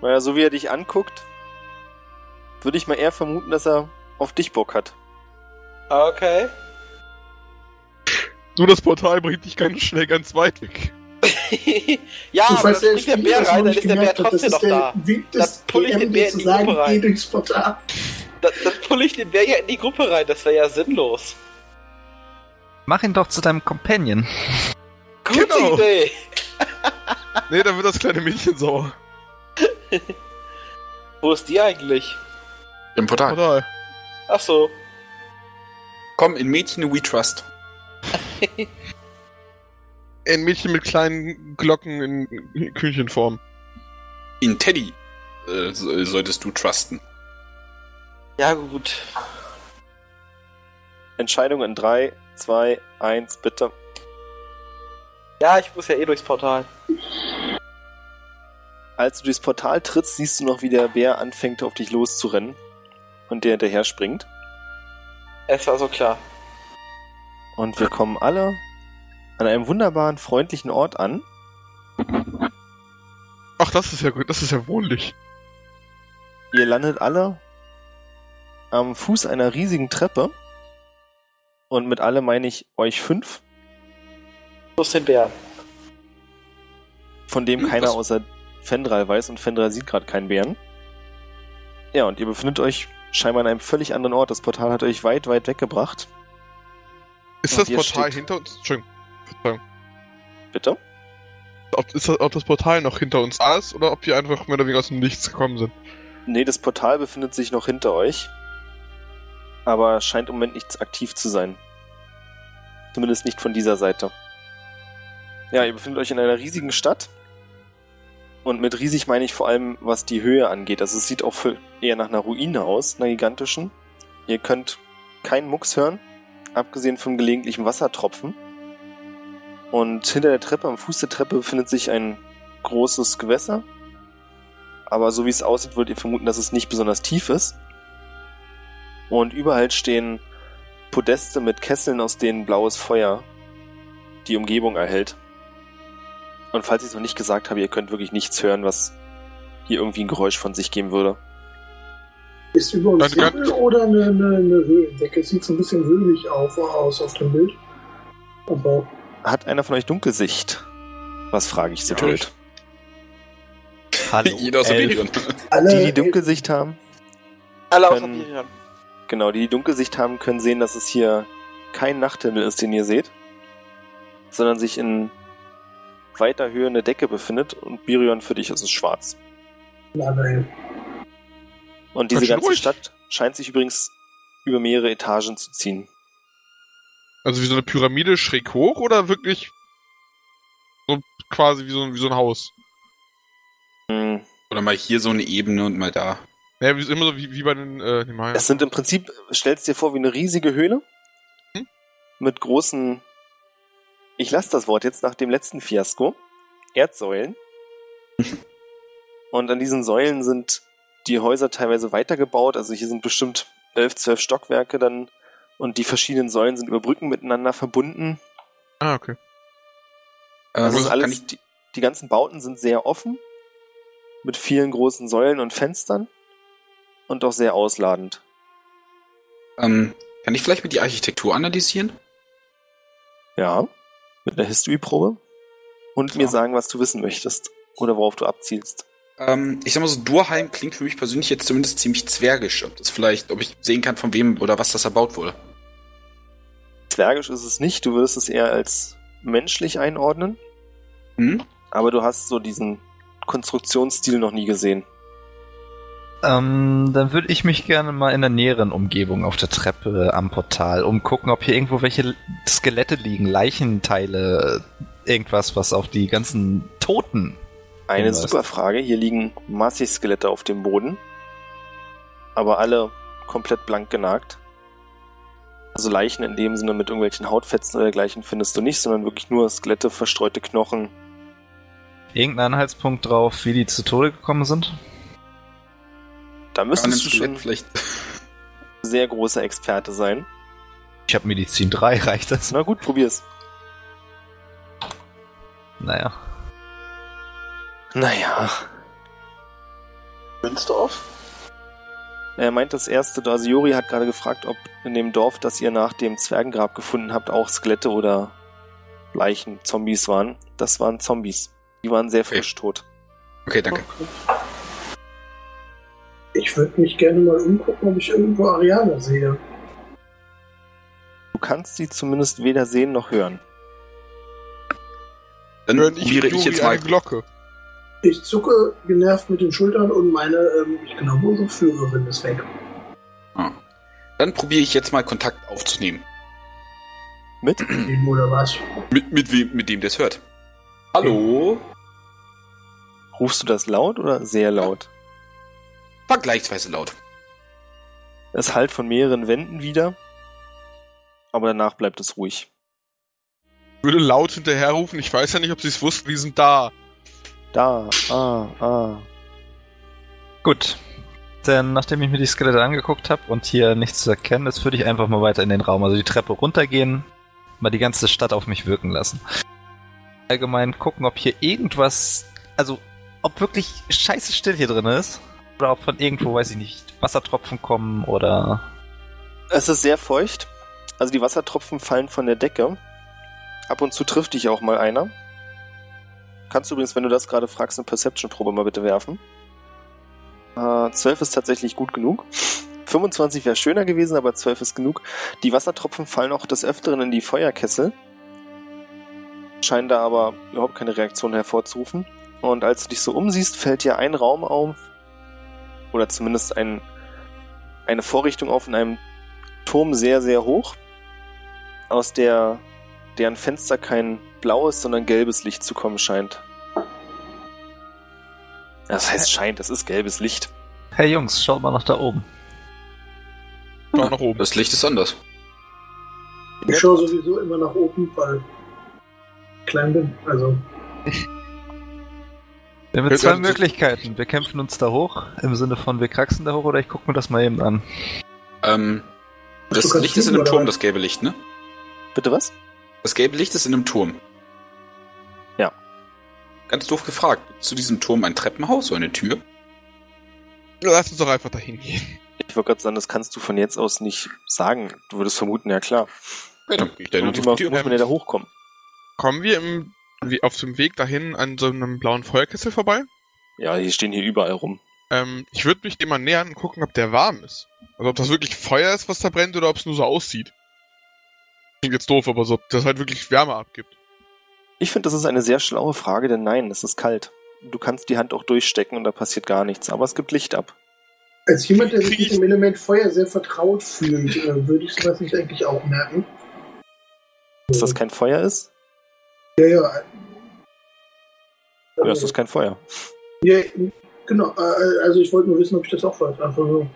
S5: Naja, so wie er dich anguckt, würde ich mal eher vermuten, dass er auf dich Bock hat.
S4: Okay. [LAUGHS]
S2: Nur das Portal bringt dich ganz schnell ganz weit weg.
S4: ja,
S6: Ich
S4: Ah, aber
S6: weiß,
S4: dann springt der
S6: Spiel
S4: Bär
S6: das noch
S4: rein, dann
S6: nicht
S4: ist der Bär
S6: gemerkt hat, das
S4: trotzdem
S6: ist
S4: noch da.
S6: der Weg des
S4: Dann pull ich
S6: DM,
S4: den Bär in die
S6: zu sagen,
S4: Gruppe rein.
S6: geh durchs Portal.
S4: Dann, dann pull ich den Bär ja in die Gruppe rein, das wäre ja sinnlos.
S1: Mach ihn doch zu deinem Companion.
S4: Gute
S2: Genau.
S4: Idee.
S2: Nee, dann wird das kleine Mädchen sauer.
S4: Wo ist die eigentlich?
S3: Im Portal.
S2: Portal.
S4: Ach so.
S3: Komm, in Mädchen we trust.
S2: Ein Mädchen mit kleinen Glocken in Küchenform.
S3: In Teddy äh, so- solltest du trusten.
S4: Ja gut.
S5: Entscheidung in 3, 2, 1, bitte.
S4: Ja, ich muss ja eh durchs Portal.
S5: Als du durchs Portal trittst, siehst du noch, wie der Bär anfängt, auf dich loszurennen und dir hinterher springt.
S4: Es war so klar.
S5: Und wir kommen alle an einem wunderbaren, freundlichen Ort an.
S2: Ach, das ist ja gut, das ist ja wohnlich.
S5: Ihr landet alle am Fuß einer riesigen Treppe. Und mit alle meine ich euch fünf,
S4: Plus den Bären.
S5: von dem keiner
S3: das-
S5: außer Fendral weiß und Fendral sieht gerade keinen Bären. Ja, und ihr befindet euch scheinbar an einem völlig anderen Ort. Das Portal hat euch weit, weit weggebracht.
S2: Ist
S5: Und
S2: das
S5: hier
S2: Portal
S5: steht-
S2: hinter uns? Entschuldigung.
S5: Bitte?
S2: Ob, ist das, ob das Portal noch hinter uns da ist oder ob wir einfach mehr oder weniger aus dem Nichts gekommen sind.
S5: Nee, das Portal befindet sich noch hinter euch. Aber scheint im Moment nichts aktiv zu sein. Zumindest nicht von dieser Seite. Ja, ihr befindet euch in einer riesigen Stadt. Und mit riesig meine ich vor allem, was die Höhe angeht. Also es sieht auch voll- eher nach einer Ruine aus, einer gigantischen. Ihr könnt keinen Mucks hören, abgesehen von gelegentlichen Wassertropfen. Und hinter der Treppe, am Fuß der Treppe, befindet sich ein großes Gewässer, aber so wie es aussieht, würdet ihr vermuten, dass es nicht besonders tief ist. Und überall stehen Podeste mit Kesseln, aus denen blaues Feuer die Umgebung erhält. Und falls ich es noch nicht gesagt habe, ihr könnt wirklich nichts hören, was hier irgendwie ein Geräusch von sich geben würde.
S6: Ist über uns
S2: Dann kann-
S6: Himmel oder eine, eine, eine Höhlendecke? Sieht so ein bisschen höhlig auf, aus auf dem Bild. Aber
S5: Hat einer von euch Dunkelsicht? Was frage ich sie
S3: Ja,
S5: blöd?
S2: [LAUGHS]
S1: Hallo. Äh,
S3: [LAUGHS] Jeder aus
S1: Elf.
S3: Oberion.
S6: alle.
S5: Die, die Dunkelsicht haben,
S4: Alle außer
S5: Können-
S4: Miriam.
S5: Genau, die, die Dunkelsicht haben, können sehen, dass es hier kein Nachthimmel ist, den ihr seht, sondern sich in weiter Höhe eine Decke befindet und Birion für dich ist es schwarz.
S6: Na, nein.
S5: Und diese
S2: Ganz schön
S5: ganze
S2: ruhig.
S5: Stadt scheint sich übrigens über mehrere Etagen zu ziehen.
S2: Also wie so eine Pyramide schräg hoch oder wirklich so quasi wie so, ein- wie so ein Haus?
S5: Hm,
S3: Oder mal hier so eine Ebene und mal da.
S2: Naja, wie, immer so wie, wie bei den, äh, nee, mal-
S5: Es sind im Prinzip, stellst dir vor, wie eine riesige Höhle
S2: Hm?
S5: mit großen, ich lasse das Wort jetzt nach dem letzten Fiasko, Erdsäulen. Und an diesen Säulen sind die Häuser teilweise weitergebaut, also hier sind bestimmt elf, zwölf Stockwerke dann und die verschiedenen Säulen sind über Brücken miteinander verbunden.
S2: Ah, okay.
S5: Also es
S3: Ähm,
S5: ist
S3: kann
S5: alles,
S3: ich,
S5: die, die ganzen Bauten sind sehr offen, mit vielen großen Säulen und Fenstern und auch sehr ausladend.
S3: ähm, kann ich vielleicht mit die Architektur analysieren?
S5: Ja, mit einer History-Probe. Und mir
S3: Ja.
S5: sagen, was du wissen möchtest. Oder worauf du abzielst.
S3: Ähm, ich sag mal so, Durheim klingt für mich persönlich jetzt zumindest ziemlich zwergisch. Ob das vielleicht, ob ich sehen kann, von wem oder was das erbaut wurde.
S5: Zwergisch ist es nicht, du würdest es eher als menschlich einordnen,
S3: Hm?
S5: aber du hast so diesen Konstruktionsstil noch nie gesehen.
S1: Ähm, dann würde ich mich gerne mal in der näheren Umgebung auf der Treppe äh, am Portal umgucken, ob hier irgendwo welche Skelette liegen, Leichenteile, äh, irgendwas, was auf die ganzen Toten.
S5: Eine
S1: Hinweis.
S5: super Frage. Hier liegen massig Skelette auf dem Boden, aber alle komplett blank genagt. Also Leichen in dem Sinne mit irgendwelchen Hautfetzen oder dergleichen findest du nicht, sondern wirklich nur Skelette, verstreute Knochen.
S1: Irgendein Anhaltspunkt drauf, wie die zu Tode gekommen sind?
S5: Da
S3: Kann man im
S5: müsstest du
S3: Skelett
S5: schon
S3: vielleicht. [LAUGHS]
S5: sehr großer Experte sein.
S1: Ich habe Medizin 3, [LAUGHS] reicht das?
S5: Na gut, probier's.
S1: Naja.
S5: Naja.
S7: [LAUGHS]
S4: Münzdorf?
S5: Er meint das erste, also Jori hat gerade gefragt, ob in dem Dorf, das ihr nach dem Zwergengrab gefunden habt, auch Skelette oder Leichen, Zombies waren. Das waren Zombies. Die waren sehr frisch tot.
S3: Okay, danke.
S6: Ich würde mich gerne mal umgucken, ob ich irgendwo Ariana sehe.
S5: Du kannst sie zumindest weder sehen noch hören.
S3: Dann
S2: Hören ich,
S3: probiere ich
S2: Juri
S3: jetzt mal.
S2: eine Glocke.
S6: Ich zucke genervt mit den Schultern und meine, ähm, ich glaube, unsere Führerin ist weg.
S3: Ah. Dann probiere ich jetzt mal Kontakt aufzunehmen.
S5: Mit?
S6: Eben oder was?
S3: Mit, mit, wem, mit dem, der es hört. Hallo?
S5: Rufst du das laut oder sehr laut?
S3: Vergleichsweise laut.
S5: Es hallt von mehreren Wänden wieder, aber danach bleibt es ruhig.
S2: Ich würde laut hinterherrufen, ich weiß ja nicht, ob sie es wussten, die sind da.
S5: Da, ah, ah.
S1: Gut. Denn nachdem ich mir die Skelette angeguckt habe und hier nichts zu erkennen ist, würde ich einfach mal weiter in den Raum, also die Treppe runtergehen, mal die ganze Stadt auf mich wirken lassen. Allgemein gucken, ob hier irgendwas, also ob wirklich scheiße still hier drin ist oder ob von irgendwo, weiß ich nicht, Wassertropfen kommen oder
S5: Es ist sehr feucht. Also die Wassertropfen fallen von der Decke. Ab und zu trifft dich auch mal einer. Kannst du übrigens, wenn du das gerade fragst, eine Perception-Probe mal bitte werfen. Äh, 12 ist tatsächlich gut genug. 25 wäre schöner gewesen, aber 12 ist genug. Die Wassertropfen fallen auch des Öfteren in die Feuerkessel. Scheinen da aber überhaupt keine Reaktion hervorzurufen. Und als du dich so umsiehst, fällt dir ein Raum auf. Oder zumindest ein, eine Vorrichtung auf in einem Turm sehr, sehr hoch, aus der deren Fenster kein blaues, sondern gelbes Licht zu kommen scheint. Das heißt scheint, es ist gelbes Licht.
S1: Hey Jungs, schaut mal nach da oben.
S2: Schau nach
S3: [LAUGHS]
S2: oben.
S3: Das Licht ist anders.
S6: Ich schaue sowieso immer nach oben, weil ich klein bin. Also,
S1: Wir haben
S2: Hört
S1: jetzt zwei
S2: also-
S1: Möglichkeiten. Wir kämpfen uns da hoch, im Sinne von wir kraxen da hoch oder ich gucke mir das mal eben an.
S3: Ähm, das
S6: Du kannst
S3: Licht ist in
S6: fliegen,
S3: einem Turm,
S6: oder?
S3: das gelbe Licht, ne?
S5: Bitte was?
S3: Das gelbe Licht ist in einem Turm.
S5: Ja.
S3: Ganz doof gefragt. Gibt's Zu diesem Turm ein Treppenhaus oder eine Tür?
S2: Lass uns doch einfach dahin gehen.
S5: Ich wollte gerade sagen, das kannst du von jetzt aus nicht sagen. Du würdest vermuten, ja klar.
S3: Ja, dann ich
S5: Dann
S3: dann
S5: muss
S3: auf die Tür.
S5: man ja da hochkommen.
S2: Kommen wir im, wie- auf dem Weg dahin an so einem blauen Feuerkessel vorbei?
S5: Ja, die stehen hier überall rum.
S2: Ähm, ich würde mich dem mal nähern und gucken, ob der warm ist. Also ob das wirklich Feuer ist, was da brennt, oder ob es nur so aussieht. Klingt jetzt doof, aber so, ob das halt wirklich Wärme abgibt.
S5: Ich finde, das ist eine sehr schlaue Frage, denn nein, es ist kalt. Du kannst die Hand auch durchstecken und da passiert gar nichts, aber es gibt Licht ab.
S6: als jemand, der sich
S2: Krieg ich-
S6: mit dem Element Feuer sehr vertraut fühlt, äh, würde ich sowas nicht eigentlich auch merken.
S5: Dass das kein Feuer ist?
S6: Ja, ja.
S5: Oder ist das kein Feuer?
S6: ja, genau. äh, Also, ich wollte nur wissen, ob ich das auch weiß. Also, Einfach so.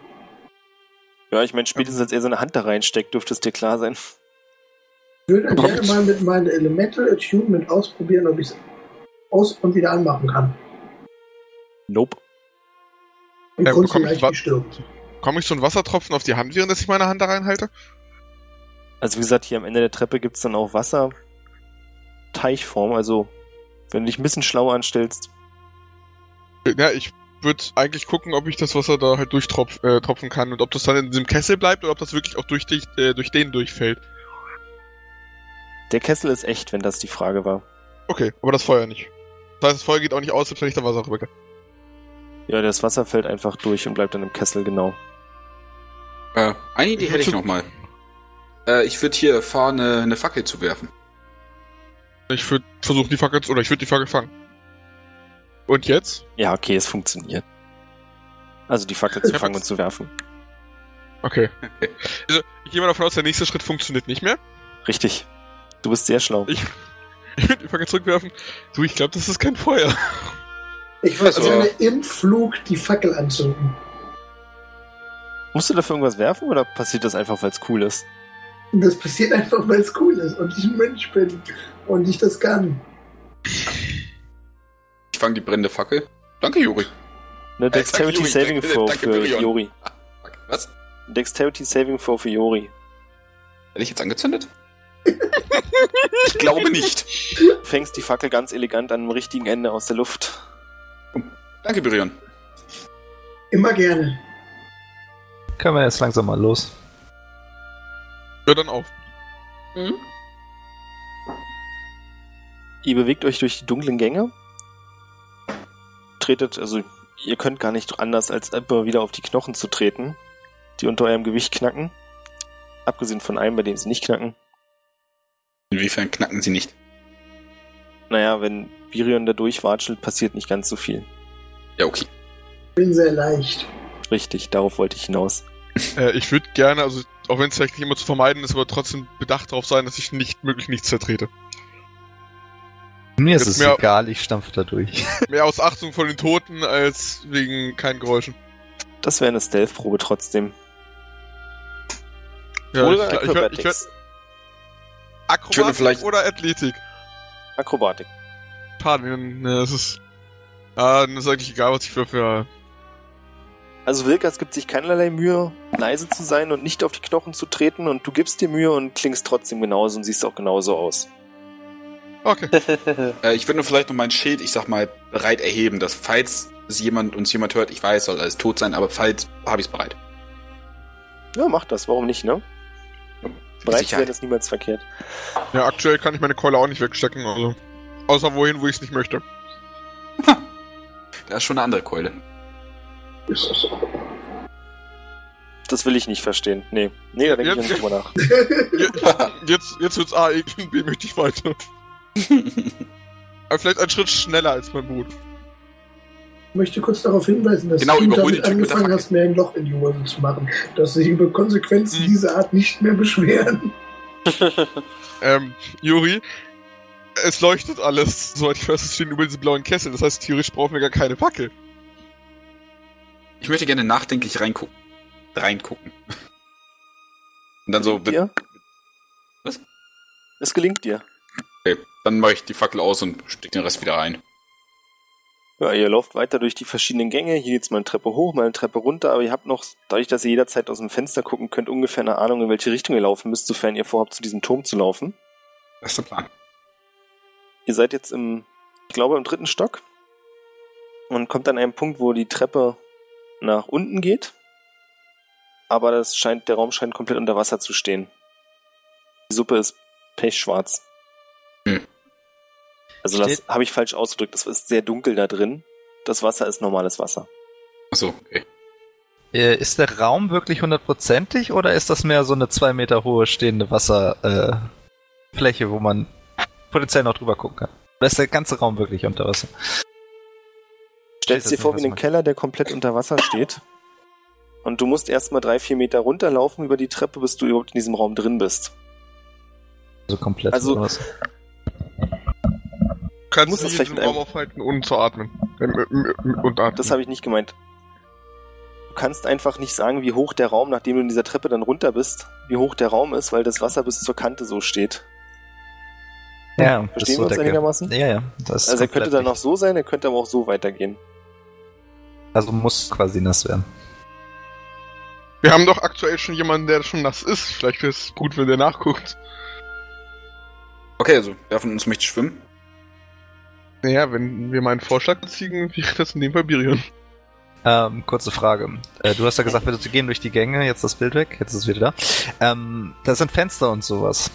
S5: Ja, ich meine, spätestens als er seine Hand da reinsteckt, dürfte es dir klar sein.
S6: Ich würde
S5: Komm.
S6: gerne mal mit meinem Elemental Attunement ausprobieren, ob ich es aus- und wieder anmachen kann.
S5: Nope.
S6: Und
S2: Ja,
S6: ja,
S2: komm, ich
S6: leicht
S2: wa-
S6: gestirbt.
S2: Komme ich so einen Wassertropfen auf die Hand, während ich meine Hand da reinhalte?
S5: Also wie gesagt, hier am Ende der Treppe gibt's dann auch Wasser. Teichform, also wenn du dich ein bisschen schlau anstellst.
S2: Ja, ich würde eigentlich gucken, ob ich das Wasser da halt durchtropfen äh, tropfen kann und ob das dann in diesem Kessel bleibt oder ob das wirklich auch durch, dich, äh, durch den durchfällt.
S5: Der Kessel ist echt, wenn das die Frage war.
S2: Okay, aber das Feuer nicht. Das heißt, das Feuer geht auch nicht aus, selbst wenn ich da Wasser rüber.
S5: Ja, das Wasser fällt einfach durch und bleibt dann im Kessel, genau.
S3: Äh, eine Idee hätte ich noch mal. Äh, ich würde hier fahren, eine, eine Fackel zu werfen.
S2: Ich würde versuchen, die Fackel zu, oder ich würde die Fackel fangen. Und jetzt?
S5: Ja, okay, es funktioniert. Also die Fackel zu fangen und zu werfen.
S2: Okay. [LAUGHS] Also, ich gehe mal davon aus, der nächste Schritt funktioniert nicht mehr.
S5: Richtig. Du bist sehr schlau.
S2: Ich, [LAUGHS] ich würde die Fackel zurückwerfen. Du, ich glaube, das ist kein Feuer. [LAUGHS]
S6: Ich würde
S3: Also-
S6: gerne im Flug die Fackel anzünden.
S5: Musst du dafür irgendwas werfen oder passiert das einfach, weil's cool ist?
S6: Und das passiert einfach, weil es cool ist und ich ein Mensch bin und ich das kann.
S3: Ich fange die brennende Fackel. Danke, Juri.
S5: Ne,
S3: Äh, sag
S5: Dexterity
S3: Juri,
S5: Saving
S3: danke,
S5: Throw
S3: danke,
S5: für
S3: Birion.
S5: Yori.
S3: Was?
S5: Dexterity Saving Throw für Yori.
S3: Werde ich jetzt [LAUGHS] angezündet? ich glaube nicht.
S5: Fängst die Fackel ganz elegant an einem richtigen Ende aus der Luft.
S3: Danke, Birion.
S6: Immer gerne.
S1: Können wir jetzt langsam mal los.
S2: Hör dann auf.
S5: Ihr bewegt euch durch die dunklen Gänge. Tretet, also ihr könnt gar nicht anders, als immer wieder auf die Knochen zu treten, die unter eurem Gewicht knacken. Abgesehen von einem, bei dem sie nicht knacken.
S3: Inwiefern knacken sie nicht?
S5: Naja, wenn Virion da durchwatschelt, passiert nicht ganz so viel.
S3: Ja, okay.
S6: Bin sehr leicht.
S5: Richtig, darauf wollte ich hinaus.
S2: Äh, ich würde gerne, also auch wenn es vielleicht nicht immer zu vermeiden ist, aber trotzdem bedacht darauf sein, dass ich nicht möglich nichts zertrete.
S1: Mir ist
S2: Gib
S1: es
S2: mir-
S1: egal, ich stampf da durch.
S2: Mehr aus Achtung vor den Toten als wegen keinen Geräuschen.
S5: Das wäre eine Stealth-Probe trotzdem.
S2: Ja,
S5: Oder
S2: ich, glaub- ich, ich, ich,
S5: Acrobatics.
S3: Ich würde
S2: Akrobatik
S3: vielleicht-
S2: oder Athletik?
S5: Akrobatik.
S2: Schade, dann, ne, es ist. Ah, dann ist eigentlich egal, was ich für. für
S5: Also Wilkas gibt sich keinerlei Mühe, leise zu sein und nicht auf die Knochen zu treten und du gibst dir Mühe und klingst trotzdem genauso und siehst auch genauso aus.
S2: Okay.
S5: [LAUGHS]
S3: Äh, ich würde nur vielleicht noch mein Schild, ich sag mal, bereit erheben, dass falls es jemand uns jemand hört, ich weiß, soll alles tot sein, aber falls habe ich es bereit.
S5: Ja, mach das, warum nicht, ne? Bereit zu
S3: Sicherheit.
S5: werden ist niemals verkehrt.
S2: Ja, aktuell kann ich meine Keule auch nicht wegstecken, also. Außer wohin, wo ich es nicht möchte.
S3: Da ist schon eine andere Keule. [LAUGHS]
S6: Ist das so?
S5: Das will ich nicht verstehen. Nee, nee da denke ich
S2: Jetzt-
S5: auch nicht drüber nach.
S2: Jetzt, jetzt wird's A, eklig, B möchte ich
S5: [LAUGHS]
S2: weiter. Aber vielleicht einen Schritt schneller als mein Boot.
S6: Ich möchte kurz darauf hinweisen, dass
S3: Genau,
S6: du
S3: überhol
S6: damit
S3: den Typ mit der
S6: angefangen
S3: Fackel.
S6: hast, mir ein Loch in die Hose zu machen, dass sich über Konsequenzen
S2: Mhm.
S6: dieser Art nicht mehr beschweren.
S2: Ähm, Juri, es leuchtet alles, soweit ich weiß, es stehen über diese blauen Kessel. Das heißt, theoretisch brauchen wir gar keine Fackel.
S3: Ich möchte gerne nachdenklich reingucken. Reingucken. [LAUGHS] Und dann so,
S5: Dir?
S3: Was?
S5: Es gelingt dir.
S3: okay, dann mache ich die Fackel aus und steck den Rest wieder ein.
S5: Ja, ihr lauft weiter durch die verschiedenen Gänge. Hier geht's mal eine Treppe hoch, mal eine Treppe runter, aber ihr habt noch, dadurch, dass ihr jederzeit aus dem Fenster gucken könnt, ungefähr eine Ahnung, in welche Richtung ihr laufen müsst, sofern ihr vorhabt, zu diesem Turm zu laufen.
S3: Das ist der Plan.
S5: Ihr seid jetzt im, ich glaube, im dritten Stock und kommt an einem Punkt, wo die Treppe nach unten geht. Aber das scheint, der Raum scheint komplett unter Wasser zu stehen. Die Suppe ist pechschwarz.
S3: Hm.
S5: Also das
S1: Steht-
S5: habe ich falsch ausgedrückt. Das ist sehr dunkel da drin. Das Wasser ist normales Wasser.
S3: Achso, okay.
S1: Äh, Ist der Raum wirklich hundertprozentig oder ist das mehr so eine zwei Meter hohe stehende Wasserfläche, äh, Fläche, wo man potenziell noch drüber gucken kann? Oder ist der ganze Raum wirklich unter Wasser?
S5: Stell dir
S1: Steht das
S5: vor,
S1: noch,
S5: wie
S1: was
S5: den
S1: man-
S5: Keller, der komplett unter Wasser steht. Und du musst erstmal drei, vier Meter runterlaufen über die Treppe, bis du überhaupt in diesem Raum drin bist.
S1: Also komplett
S5: Also-
S1: unter Wasser.
S2: Du kannst
S5: Muss
S2: dich in
S5: das vielleicht
S2: diesem
S5: mit einem-
S2: Raum aufhalten, ohne zu atmen. Ähm, ähm, ähm, Und atmen.
S5: Das habe ich nicht gemeint. Du kannst einfach nicht sagen, wie hoch der Raum, nachdem du in dieser Treppe dann runter bist, wie hoch der Raum ist, weil das Wasser bis zur Kante so steht.
S1: Ja, das
S5: Verstehen
S1: ist so
S5: wir uns
S1: der Ge-
S5: einigermaßen?
S1: ja, ja. Das ist
S5: also er könnte
S1: komplett
S5: dann noch
S1: richtig.
S5: so sein, er könnte aber auch so weitergehen.
S1: Also muss quasi nass werden.
S2: wir haben doch aktuell schon jemanden, der schon nass ist. Vielleicht wäre es gut, wenn der nachguckt.
S3: Okay, also wer von uns möchte schwimmen?
S2: Naja, wenn wir meinen Vorschlag beziehen, wäre das in dem Fall Birion.
S1: Ähm, kurze Frage. Äh, du hast ja gesagt, wir gehen durch die Gänge, jetzt das Bild weg, jetzt ist es wieder da. Ähm, da sind Fenster und sowas.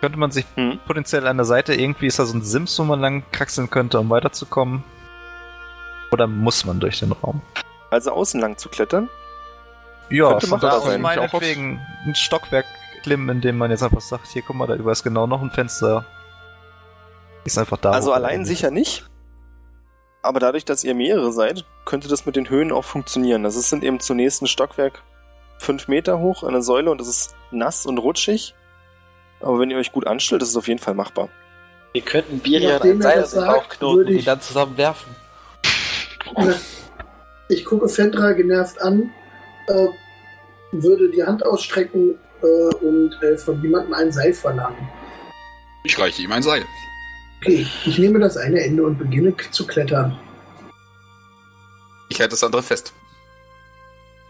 S1: Könnte man sich
S5: Hm.
S1: potenziell an der Seite irgendwie, ist da so ein Sims, wo man lang kraxeln könnte, um weiterzukommen? Oder muss man durch den Raum?
S5: Also außen lang zu klettern.
S1: Ja,
S5: Könnte
S1: von da
S5: machbar
S1: aus
S5: sein.
S1: meinetwegen ein Stockwerk klimmen, indem man jetzt einfach sagt, hier, guck mal, da über ist genau noch ein Fenster. Ist einfach da.
S5: also
S1: hoch.
S5: allein sicher nicht. Aber dadurch, dass ihr mehrere seid, könnte das mit den Höhen auch funktionieren. Also es sind eben zunächst ein Stockwerk fünf Meter hoch, eine Säule und es ist nass und rutschig. Aber wenn ihr euch gut anstellt, ist es auf jeden Fall machbar.
S7: Wir könnten Birion
S6: Nachdem
S7: ein
S6: er
S7: Seil
S6: das
S7: aus dem
S6: sagt,
S7: Bauch knoten
S6: würde
S7: und
S6: ich-
S7: ihn dann zusammen werfen.
S6: Ich gucke Fendra genervt an, äh, würde die Hand ausstrecken äh, und äh, von jemandem ein Seil verlangen.
S3: Ich reiche ihm ein Seil.
S6: Okay, ich nehme das eine Ende und beginne k- zu klettern.
S3: Ich halte das andere fest.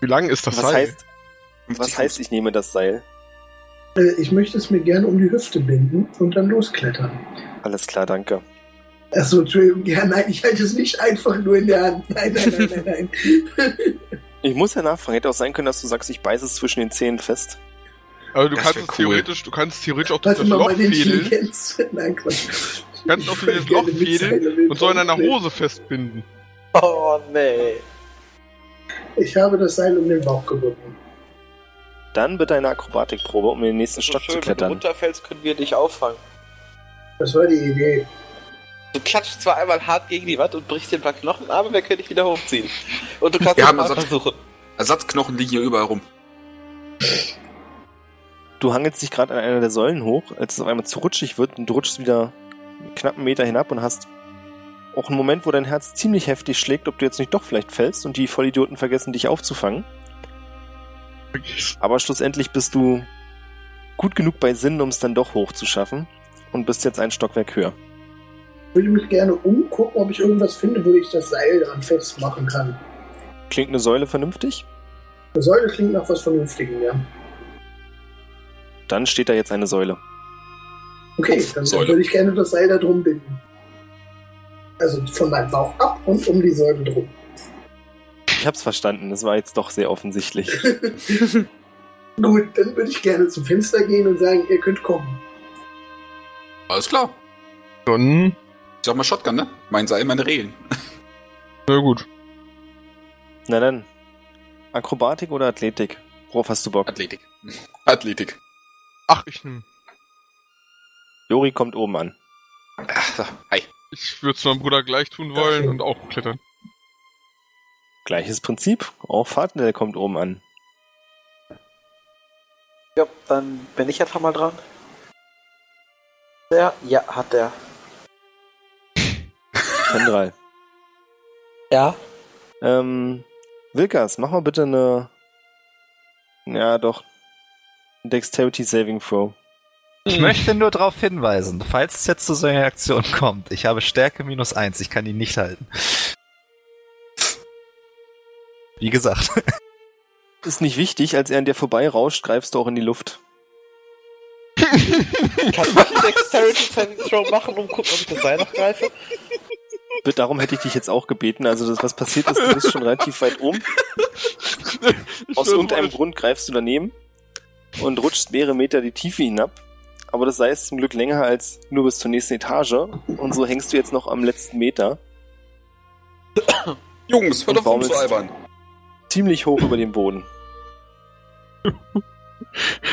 S2: Wie lang ist das
S5: was
S2: Seil?
S5: heißt,
S3: 50
S5: was heißt, ich nehme das Seil?
S6: Äh, ich möchte es mir gerne um die Hüfte binden und dann losklettern.
S5: Alles klar, danke.
S6: Achso, Entschuldigung, ja, nein, ich halte es nicht einfach nur in der Hand. Nein, nein, nein, nein, nein.
S5: Ich muss ja nachfragen. Hätte auch sein können, dass du sagst, ich beiße es zwischen den Zähnen fest.
S2: Also du
S3: Das
S2: kannst
S3: wär
S2: es
S3: cool.
S2: theoretisch, du kannst theoretisch auch durch das
S6: Warte mal,
S2: Loch
S6: meine
S2: fädeln.
S6: Intelligenz. [LAUGHS] Nein, Quatsch.
S2: Kannst auch dieses Loch fädeln und so in deiner Hose festbinden.
S4: Oh nee.
S6: Ich habe das Seil um den Bauch gebunden.
S5: Dann bitte eine Akrobatikprobe, um in den nächsten
S4: So
S5: Stock zu
S4: Oh, schön, wenn du
S5: klettern.
S4: runterfällst, können wir dich auffangen.
S6: Das war die Idee.
S4: Du klatschst zwar einmal hart gegen die Wand und brichst dir ein paar Knochen, aber wir können dich wieder hochziehen. Und du kannst
S3: Wir
S4: es
S3: haben
S4: mal
S3: Ersatz-
S4: versuchen.
S3: Ersatzknochen liegen hier überall rum.
S5: Du hangelst dich gerade an einer der Säulen hoch, als es auf einmal zu rutschig wird und du rutschst wieder einen knappen Meter hinab und hast auch einen Moment, wo dein Herz ziemlich heftig schlägt, ob du jetzt nicht doch vielleicht fällst und die Vollidioten vergessen, dich aufzufangen. Aber schlussendlich bist du gut genug bei Sinnen, um es dann doch hochzuschaffen und bist jetzt ein Stockwerk höher.
S6: Ich würde mich gerne umgucken, ob ich irgendwas finde, wo ich das Seil dran festmachen kann.
S5: Klingt eine Säule vernünftig?
S6: Eine Säule klingt nach was Vernünftigem, ja.
S5: Dann steht da jetzt eine Säule.
S6: Okay, dann
S3: Säule.
S6: würde ich gerne das Seil da drum binden. Also von meinem Bauch ab und um die Säule drum.
S5: Ich hab's verstanden, das war jetzt doch sehr offensichtlich.
S6: Gut, dann würde ich gerne zum Fenster gehen und sagen, ihr könnt kommen. [LAUGHS]
S3: Alles klar.
S2: Dann,
S3: Ich sag mal Shotgun, ne? Mein Seil, meine Regeln.
S2: na gut.
S5: Na dann. Akrobatik oder Athletik? Worauf hast du Bock?
S3: Athletik. [LAUGHS] Athletik.
S2: Ach, ich nehm.
S5: Jori kommt oben an.
S3: Ach, so, hi.
S2: Ich würde es meinem Bruder gleich tun wollen und auch
S5: [LAUGHS]
S2: klettern.
S5: Gleiches Prinzip. Auch Fahrtnell kommt oben an.
S4: Ja, dann bin ich einfach mal dran. Der? Ja, hat der.
S5: Fendral.
S4: Ja?
S5: Ähm, Wilkas, mach mal bitte eine. Ja, doch. Dexterity Saving Throw.
S1: Ich möchte nur darauf hinweisen, falls es jetzt zu so einer Aktion [LAUGHS] kommt, ich habe Stärke minus eins, ich kann ihn nicht halten. Wie gesagt. [LAUGHS]
S5: Ist nicht wichtig, als er an dir vorbeirauscht, greifst du auch in die Luft.
S4: Kann ich einen Dexterity Saving Throw machen und gucken, ob ich das Seil noch greife?
S5: Bitte, Darum hätte ich dich jetzt auch gebeten. Also, das, was passiert ist, du bist schon relativ weit oben.
S2: Ich
S5: Aus
S2: versuch
S5: irgendeinem
S2: es.
S5: Grund greifst du daneben und rutschst mehrere Meter die Tiefe hinab. Aber das sei es zum Glück länger als nur bis zur nächsten Etage. Und so hängst du jetzt noch am letzten Meter
S3: Jungs, hört
S5: Und
S3: auf rum zu
S5: baumelst.
S3: albern.
S5: ziemlich hoch über dem Boden.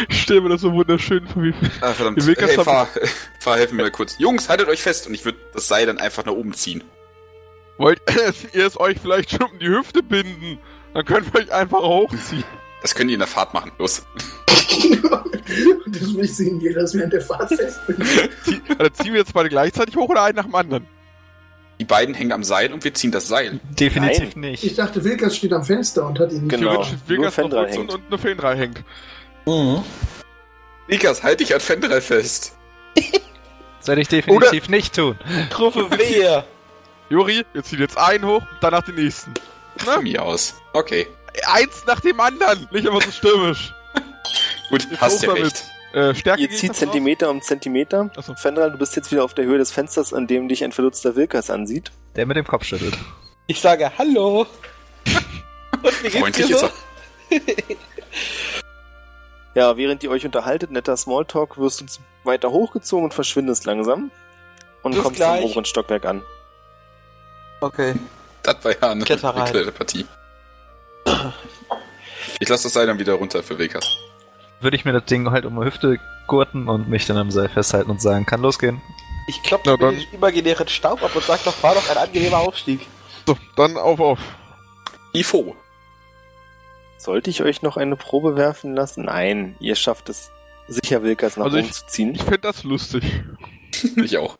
S2: Ich stelle mir das so wunderschön vor, wie
S3: Ah, verdammt.
S2: Die Wilkas
S3: Hey,
S2: haben-
S3: fahr, [LAUGHS] fahr, helfen mir mal kurz. Jungs, haltet euch fest und ich würde das Seil dann einfach nach oben ziehen.
S2: Wollt [LAUGHS] ihr es euch vielleicht schon um die Hüfte binden? Dann könnt ihr euch einfach
S5: [LAUGHS]
S2: hochziehen.
S3: Das könnt ihr in der Fahrt machen. Los.
S6: und das will ich sehen, wie ihr das während der Fahrt festbindet.
S2: Zieh- Also ziehen wir jetzt beide gleichzeitig hoch oder einen nach dem anderen?
S3: Die beiden hängen am Seil und wir ziehen das Seil.
S1: Definitiv nicht.
S6: Ich dachte, Wilkas steht am Fenster und hat ihn nicht.
S5: Genau.
S2: Theoretisch
S5: Nur
S2: Wilkas noch
S5: Fendral
S2: nutzen
S5: hängt.
S2: und eine Fendral hängt.
S3: Likas, halt dich an Fendral fest.
S1: Soll ich definitiv nicht tun.
S4: Rufe wehe!
S2: Juri, wir ziehen jetzt einen hoch, danach den nächsten.
S3: Von mir aus. Okay.
S2: Eins nach dem anderen! Nicht immer so stürmisch.
S3: Gut,
S2: Jetzt
S3: hast
S2: hoch
S3: ja
S2: damit.
S3: recht.
S2: Äh, Stärke
S5: Ihr
S2: gehe ich davon
S5: zieht
S2: aus?
S5: Zentimeter um Zentimeter.
S2: Achso.
S5: Fendral, du bist jetzt wieder auf der Höhe des Fensters, an dem dich ein verdutzter Wilkas ansieht.
S1: Der mit dem Kopf schüttelt.
S4: Ich sage Hallo! Und wie geht's dir
S3: Freundlich ist
S4: so?
S3: er.
S5: Ja, während ihr euch unterhaltet, netter Smalltalk, wirst du z- weiter hochgezogen und verschwindest langsam. Und
S4: Bis
S5: kommst
S4: gleich.
S5: im oberen Stockwerk an.
S4: Okay.
S3: Das war ja eine
S4: Kletter rein.
S3: kleine Partie. Ich lasse das Seil dann wieder runter für Wilkas.
S1: Würde ich mir das Ding halt um die Hüfte gurten und mich dann am Seil festhalten und sagen, kann losgehen.
S4: Ich klopp
S2: Na
S4: mir
S2: dann.
S4: den imaginären Staub ab und sag doch, war doch ein angenehmer Aufstieg.
S2: So, dann auf, auf.
S3: Ifo.
S5: Sollte ich euch noch eine Probe werfen lassen? Nein, ihr schafft es sicher, Wilkas nach
S2: Also ich-
S5: oben zu ziehen.
S2: Ich fände das lustig.
S3: Ich auch.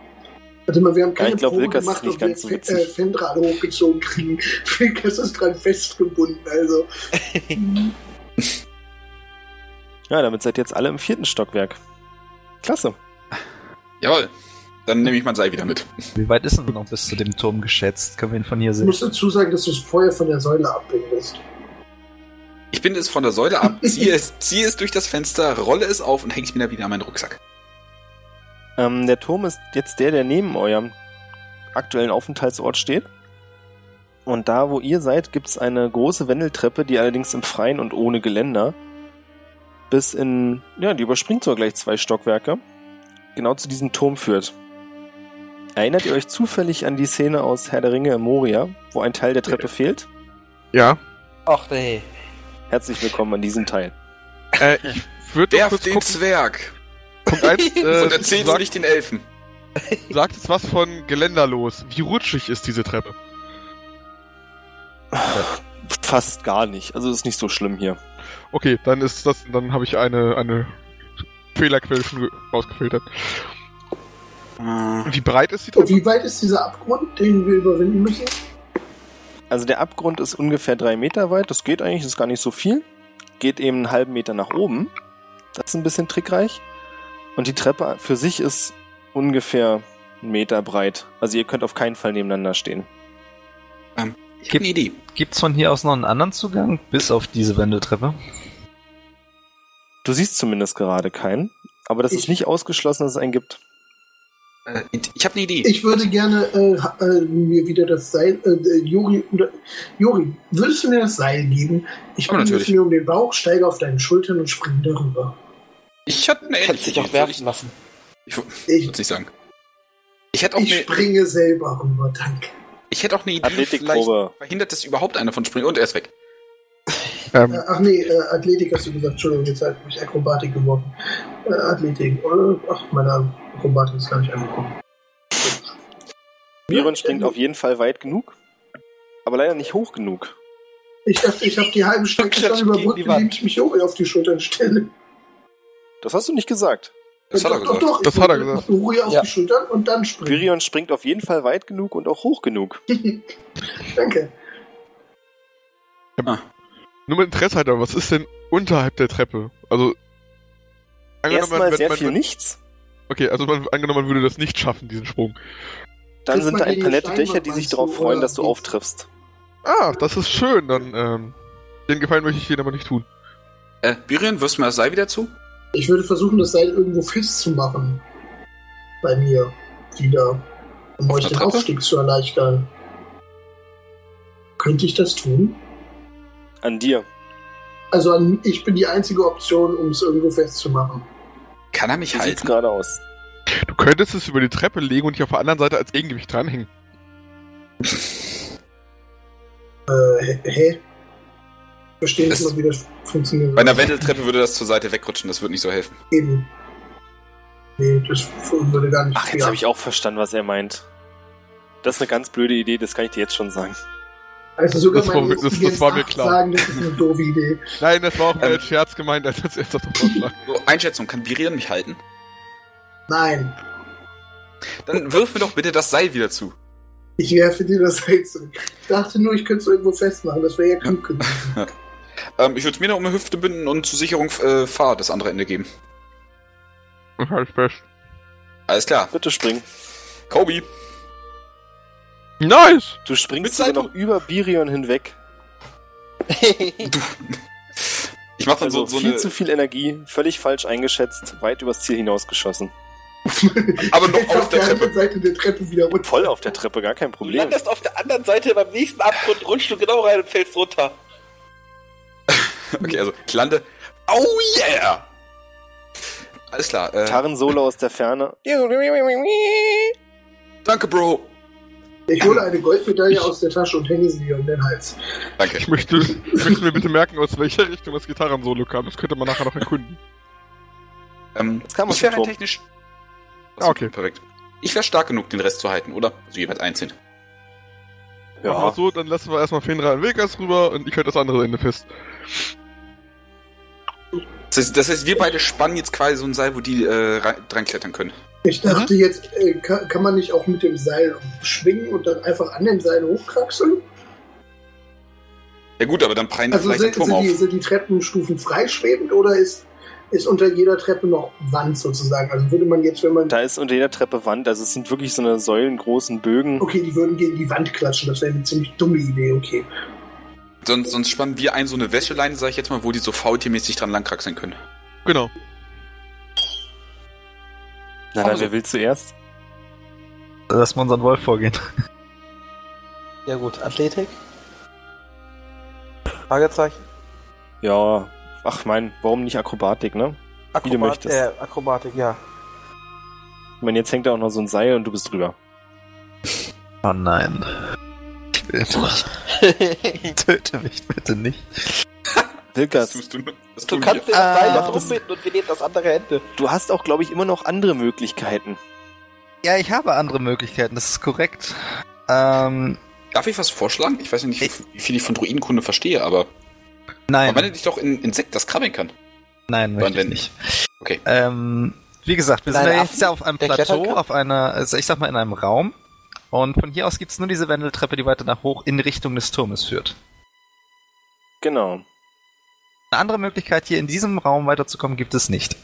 S3: [LAUGHS]
S6: Warte mal, wir haben keine
S5: ich glaub,
S6: Probe
S5: Wilkas ist
S6: gemacht,
S5: nicht
S6: ob wir
S5: ganz so
S6: Fe-
S5: witzig.
S6: äh, Fendral hochgezogen kriegen. [LAUGHS] Wilkas ist dran festgebunden, also.
S5: Ja, damit seid ihr jetzt alle im vierten Stockwerk. Klasse.
S3: Jawohl. Dann nehme ich mein Seil wieder mit.
S1: Wie weit ist denn noch bis zu dem Turm geschätzt? Können wir ihn von hier
S6: Ich
S1: sehen?
S6: muss dazu sagen, dass du es vorher von der Säule abbindest.
S3: Ich binde es von der Säule ab, ziehe es, ziehe es durch das Fenster, rolle es auf und hänge es mir dann wieder an meinen Rucksack.
S5: Ähm, der Turm ist jetzt der, der neben eurem aktuellen Aufenthaltsort steht. Und da, wo ihr seid, gibt's eine große Wendeltreppe, die allerdings im Freien und ohne Geländer bis in, ja, die überspringt sogar gleich zwei Stockwerke, genau zu diesem Turm führt. Erinnert ihr euch zufällig an die Szene aus Herr der Ringe im Moria, wo ein Teil der Treppe fehlt? [LAUGHS]
S2: Ja.
S4: Ach nee.
S5: Herzlich willkommen an diesem Teil.
S2: Äh, ich würde noch
S3: Werf
S2: kurz
S3: den
S2: gucken.
S3: Zwerg
S2: Punkt eins,
S5: [LAUGHS]
S3: und
S2: äh,
S3: erzählst
S2: sagt,
S3: nicht den Elfen.
S2: sagt jetzt was von Geländer los. Wie rutschig ist diese Treppe?
S5: Fast gar nicht, also ist nicht so schlimm hier.
S2: Okay, dann ist das, dann habe ich eine, eine Fehlerquelle schon ge- rausgefiltert. Und wie breit ist die
S6: Und
S2: Treppe?
S6: wie weit ist dieser Abgrund, den wir überwinden müssen?
S5: Also der Abgrund ist ungefähr drei Meter weit. Das geht eigentlich, das ist gar nicht so viel. Geht eben einen halben Meter nach oben. Das ist ein bisschen trickreich. Und die Treppe für sich ist ungefähr einen Meter breit. Also ihr könnt auf keinen Fall nebeneinander stehen.
S3: Ich hab eine Idee.
S1: Gibt's von hier aus noch einen anderen Zugang, bis auf diese Wendeltreppe?
S5: Du siehst zumindest gerade keinen, aber das ist
S6: Ich-
S5: nicht ausgeschlossen, dass es einen gibt.
S3: Äh, Ich habe eine Idee.
S6: Ich würde gerne äh, ha- äh, mir wieder das Seil. Äh, äh, Juri, oder, Juri, würdest du mir das Seil geben? Ich
S3: Aber
S6: binde es
S3: natürlich.
S6: mir um den Bauch, steige auf deinen Schultern und springe darüber.
S3: Ich hatte eine
S4: Kannst
S3: ähnliche
S4: dich auch
S3: Idee, würde
S4: werfen lassen.
S3: Ich, ich würde
S6: Ich,
S3: nicht sagen. Ich hätte auch
S6: ich
S3: eine,
S6: springe selber rüber, danke.
S3: ich hätte auch eine Idee, vielleicht
S5: Athletikprobe.
S3: verhindert, dass überhaupt einer von springt und er ist weg.
S6: Äh,
S2: Ähm,
S6: ach nee, äh, Athletik hast du gesagt. Entschuldigung, jetzt habe ich Akrobatik geworfen. Äh, Athletik. Äh, ach, meine Akrobatik ist gar nicht angekommen.
S5: Miron springt auf jeden Fall weit genug, aber leider nicht hoch genug.
S6: Ich dachte, ich habe die halbe Strecke
S4: Klatsch
S6: schon
S4: gegen die
S6: überbrückt,
S4: Wand.
S6: indem ich mich Juri auf die Schultern stelle.
S5: Das hast du nicht gesagt.
S3: Das hat er
S6: Doch, doch,
S3: gesagt.
S6: doch,
S2: Das
S6: ich
S2: hat er
S6: wollte
S2: gesagt.
S6: Juri auf
S4: Ja.
S6: die Schultern und dann
S2: Mhm.
S6: springen.
S5: Virion springt auf jeden Fall weit genug und auch hoch genug.
S6: [LAUGHS] Danke.
S3: Ah,
S2: nur mit Interesse halt, aber was ist denn unterhalb der Treppe? Also.
S5: Erstmal sehr viel
S2: man,
S5: nichts.
S2: Okay, also man, angenommen, man würde das nicht schaffen, diesen Sprung.
S5: Dann
S6: Kriegt
S5: sind
S6: man
S5: da ein
S6: gegen
S5: paar
S6: eine
S5: nette Dächer,
S6: Steinwand,
S5: die sich
S6: meinst du,
S5: darauf freuen,
S6: oder
S5: dass du
S6: wie?
S5: auftriffst.
S2: Ah, das ist schön, dann, ähm. Den Gefallen möchte ich jedem aber nicht tun.
S3: Äh, Birion, wirfst du mir das Seil wieder zu?
S6: Ich würde versuchen, das Seil irgendwo festzumachen. Bei mir. Wieder. Um
S3: Auf
S6: euch
S3: der
S6: den
S3: Treppe?
S6: Aufstieg zu erleichtern. Könnte ich das tun?
S5: An dir.
S6: Also an, ich bin die einzige Option, um es irgendwo festzumachen.
S3: Kann er mich
S5: So sieht's
S3: halten?
S5: gerade aus.
S2: Du könntest es über die Treppe legen und dich auf der anderen Seite als Gegengewicht dranhängen.
S6: Äh, hä- hä? Verstehe nicht
S3: Das-
S6: mal, wie das funktioniert.
S3: Bei einer Wendeltreppe würde das zur Seite wegrutschen, das würde nicht so helfen.
S6: Eben. Nee, das würde gar nicht
S5: Ach, jetzt habe ich auch verstanden, was er meint. Das ist eine ganz blöde Idee, das kann ich dir jetzt schon sagen.
S6: Also sogar
S2: Das war
S6: meine
S2: mir- das- das
S6: Intelligenz
S2: war mir
S6: acht
S2: klar.
S6: sagen, das ist eine doofe Idee.
S2: Nein, das war auch mehr
S3: Ähm.
S2: als Scherz gemeint, als als ernsthafter Vorschlag.
S3: So, Einschätzung, kann Birion mich halten?
S6: Nein.
S3: Dann wirf mir doch bitte das Seil wieder zu.
S6: Ich werfe dir das Seil zurück. Ich dachte nur, ich könnte es irgendwo festmachen. Das wäre ja klug gewesen.
S3: Ähm, ich würde es mir noch um eine Hüfte binden und zur Sicherung äh, Fahr das andere Ende geben.
S2: Und halt
S5: [LAUGHS]
S2: fest.
S3: Alles klar.
S5: Bitte spring.
S3: Kobe.
S2: Nice!
S5: Du
S3: Mit
S5: springst sogar
S3: Seil-
S5: noch über Birion hinweg.
S3: Ich mache dann so,
S5: Also
S3: so
S5: viel
S3: eine...
S5: zu viel Energie, völlig falsch eingeschätzt, weit übers Ziel hinausgeschossen.
S3: Aber Also noch
S6: Ich
S3: auf der Treppe.
S6: anderen Seite der Treppe wieder runter.
S5: Voll auf der Treppe, gar kein
S4: Du
S5: Problem.
S4: landest auf der anderen Seite, beim nächsten Abgrund rutschst du genau rein und fällst runter.
S3: Okay, also ich lande. Oh yeah! Alles klar. Äh,
S5: Gitarren-Solo aus der Ferne.
S3: danke, Bro.
S6: Ich hole eine Goldmedaille aus der Tasche und hänge sie dir um den Hals.
S3: Danke.
S2: Ich [LAUGHS] möchte, ich möchte mir bitte merken, aus welcher Richtung das Gitarrensolo kam. Das könnte man nachher noch erkunden.
S3: Ähm,
S5: Das kam aus
S3: ich
S5: dem
S3: wäre
S5: Turm.
S3: technisch.
S2: Ah, okay.
S3: Perfekt. Ich wäre stark genug, den Rest zu halten, oder? Also jeweils einzeln.
S2: Machen wir
S5: Ja,
S2: es so, dann lassen wir erstmal Fenra in Vegas rüber und ich halte das andere Ende fest.
S3: Das heißt, das heißt, wir beide spannen jetzt quasi so ein Seil, wo die äh, rein- dran klettern können.
S6: Ich dachte jetzt, äh, kann, kann man nicht auch mit dem Seil schwingen und dann einfach an dem Seil hochkraxeln?
S3: Ja gut, aber dann prallen
S6: Also
S3: vielleicht
S6: sind,
S3: den Turm
S6: sind,
S3: auf.
S6: die, sind die Treppenstufen freischwebend oder ist, ist unter jeder Treppe noch Wand sozusagen? Also würde man jetzt, wenn man.
S5: da ist unter jeder Treppe Wand, also es sind wirklich so eine säulengroßen Bögen.
S6: Okay, die würden gegen die Wand klatschen. Das wäre eine ziemlich dumme Idee, okay.
S3: Sonst, sonst spannen wir ein so eine Wäscheleine, sag ich jetzt mal, wo die so faultiermäßig dran langkraxeln können.
S2: Genau.
S5: Na, dann, wer will zuerst?
S1: Lass mal unseren Wolf vorgehen.
S4: Ja gut, Athletik. Fragezeichen.
S5: Ja, ach mein, warum nicht Akrobatik, ne? Wie du möchtest.
S4: äh, Akrobatik, [LAUGHS] ja.
S5: Ich meine, jetzt hängt da auch noch so ein Seil und du bist drüber.
S1: Oh nein. Ich will nicht. Töte mich bitte nicht.
S3: Das
S5: Wilkas,
S3: tust du. Das
S4: Du
S3: tun wir.
S4: kannst dir das
S5: Ah.
S4: Seil noch rumbinden und wir nehmen das andere Ende.
S5: du hast auch, glaube ich, immer noch andere Möglichkeiten.
S1: Ja, ich habe andere Möglichkeiten, das ist korrekt. Ähm,
S3: Darf ich was vorschlagen? Ich weiß ja nicht, wie- wie viel ich von Druidenkunde verstehe, aber man
S1: nein,
S3: wendet dich doch in Insekt, das krabbeln kann.
S1: nein, möchte ich
S3: wenn-
S1: nicht.
S3: Okay.
S1: Ähm, wie gesagt, wir sind
S4: Nein,
S1: ja
S4: Affen,
S1: jetzt ja auf einem
S4: der klettern
S1: Plateau,
S4: kann?
S1: auf einer, also ich sag mal in einem Raum. Und von hier aus gibt's nur diese Wendeltreppe, die weiter nach hoch in Richtung des Turmes führt.
S5: Genau.
S1: Eine andere Möglichkeit, hier in diesem Raum weiterzukommen, gibt es nicht.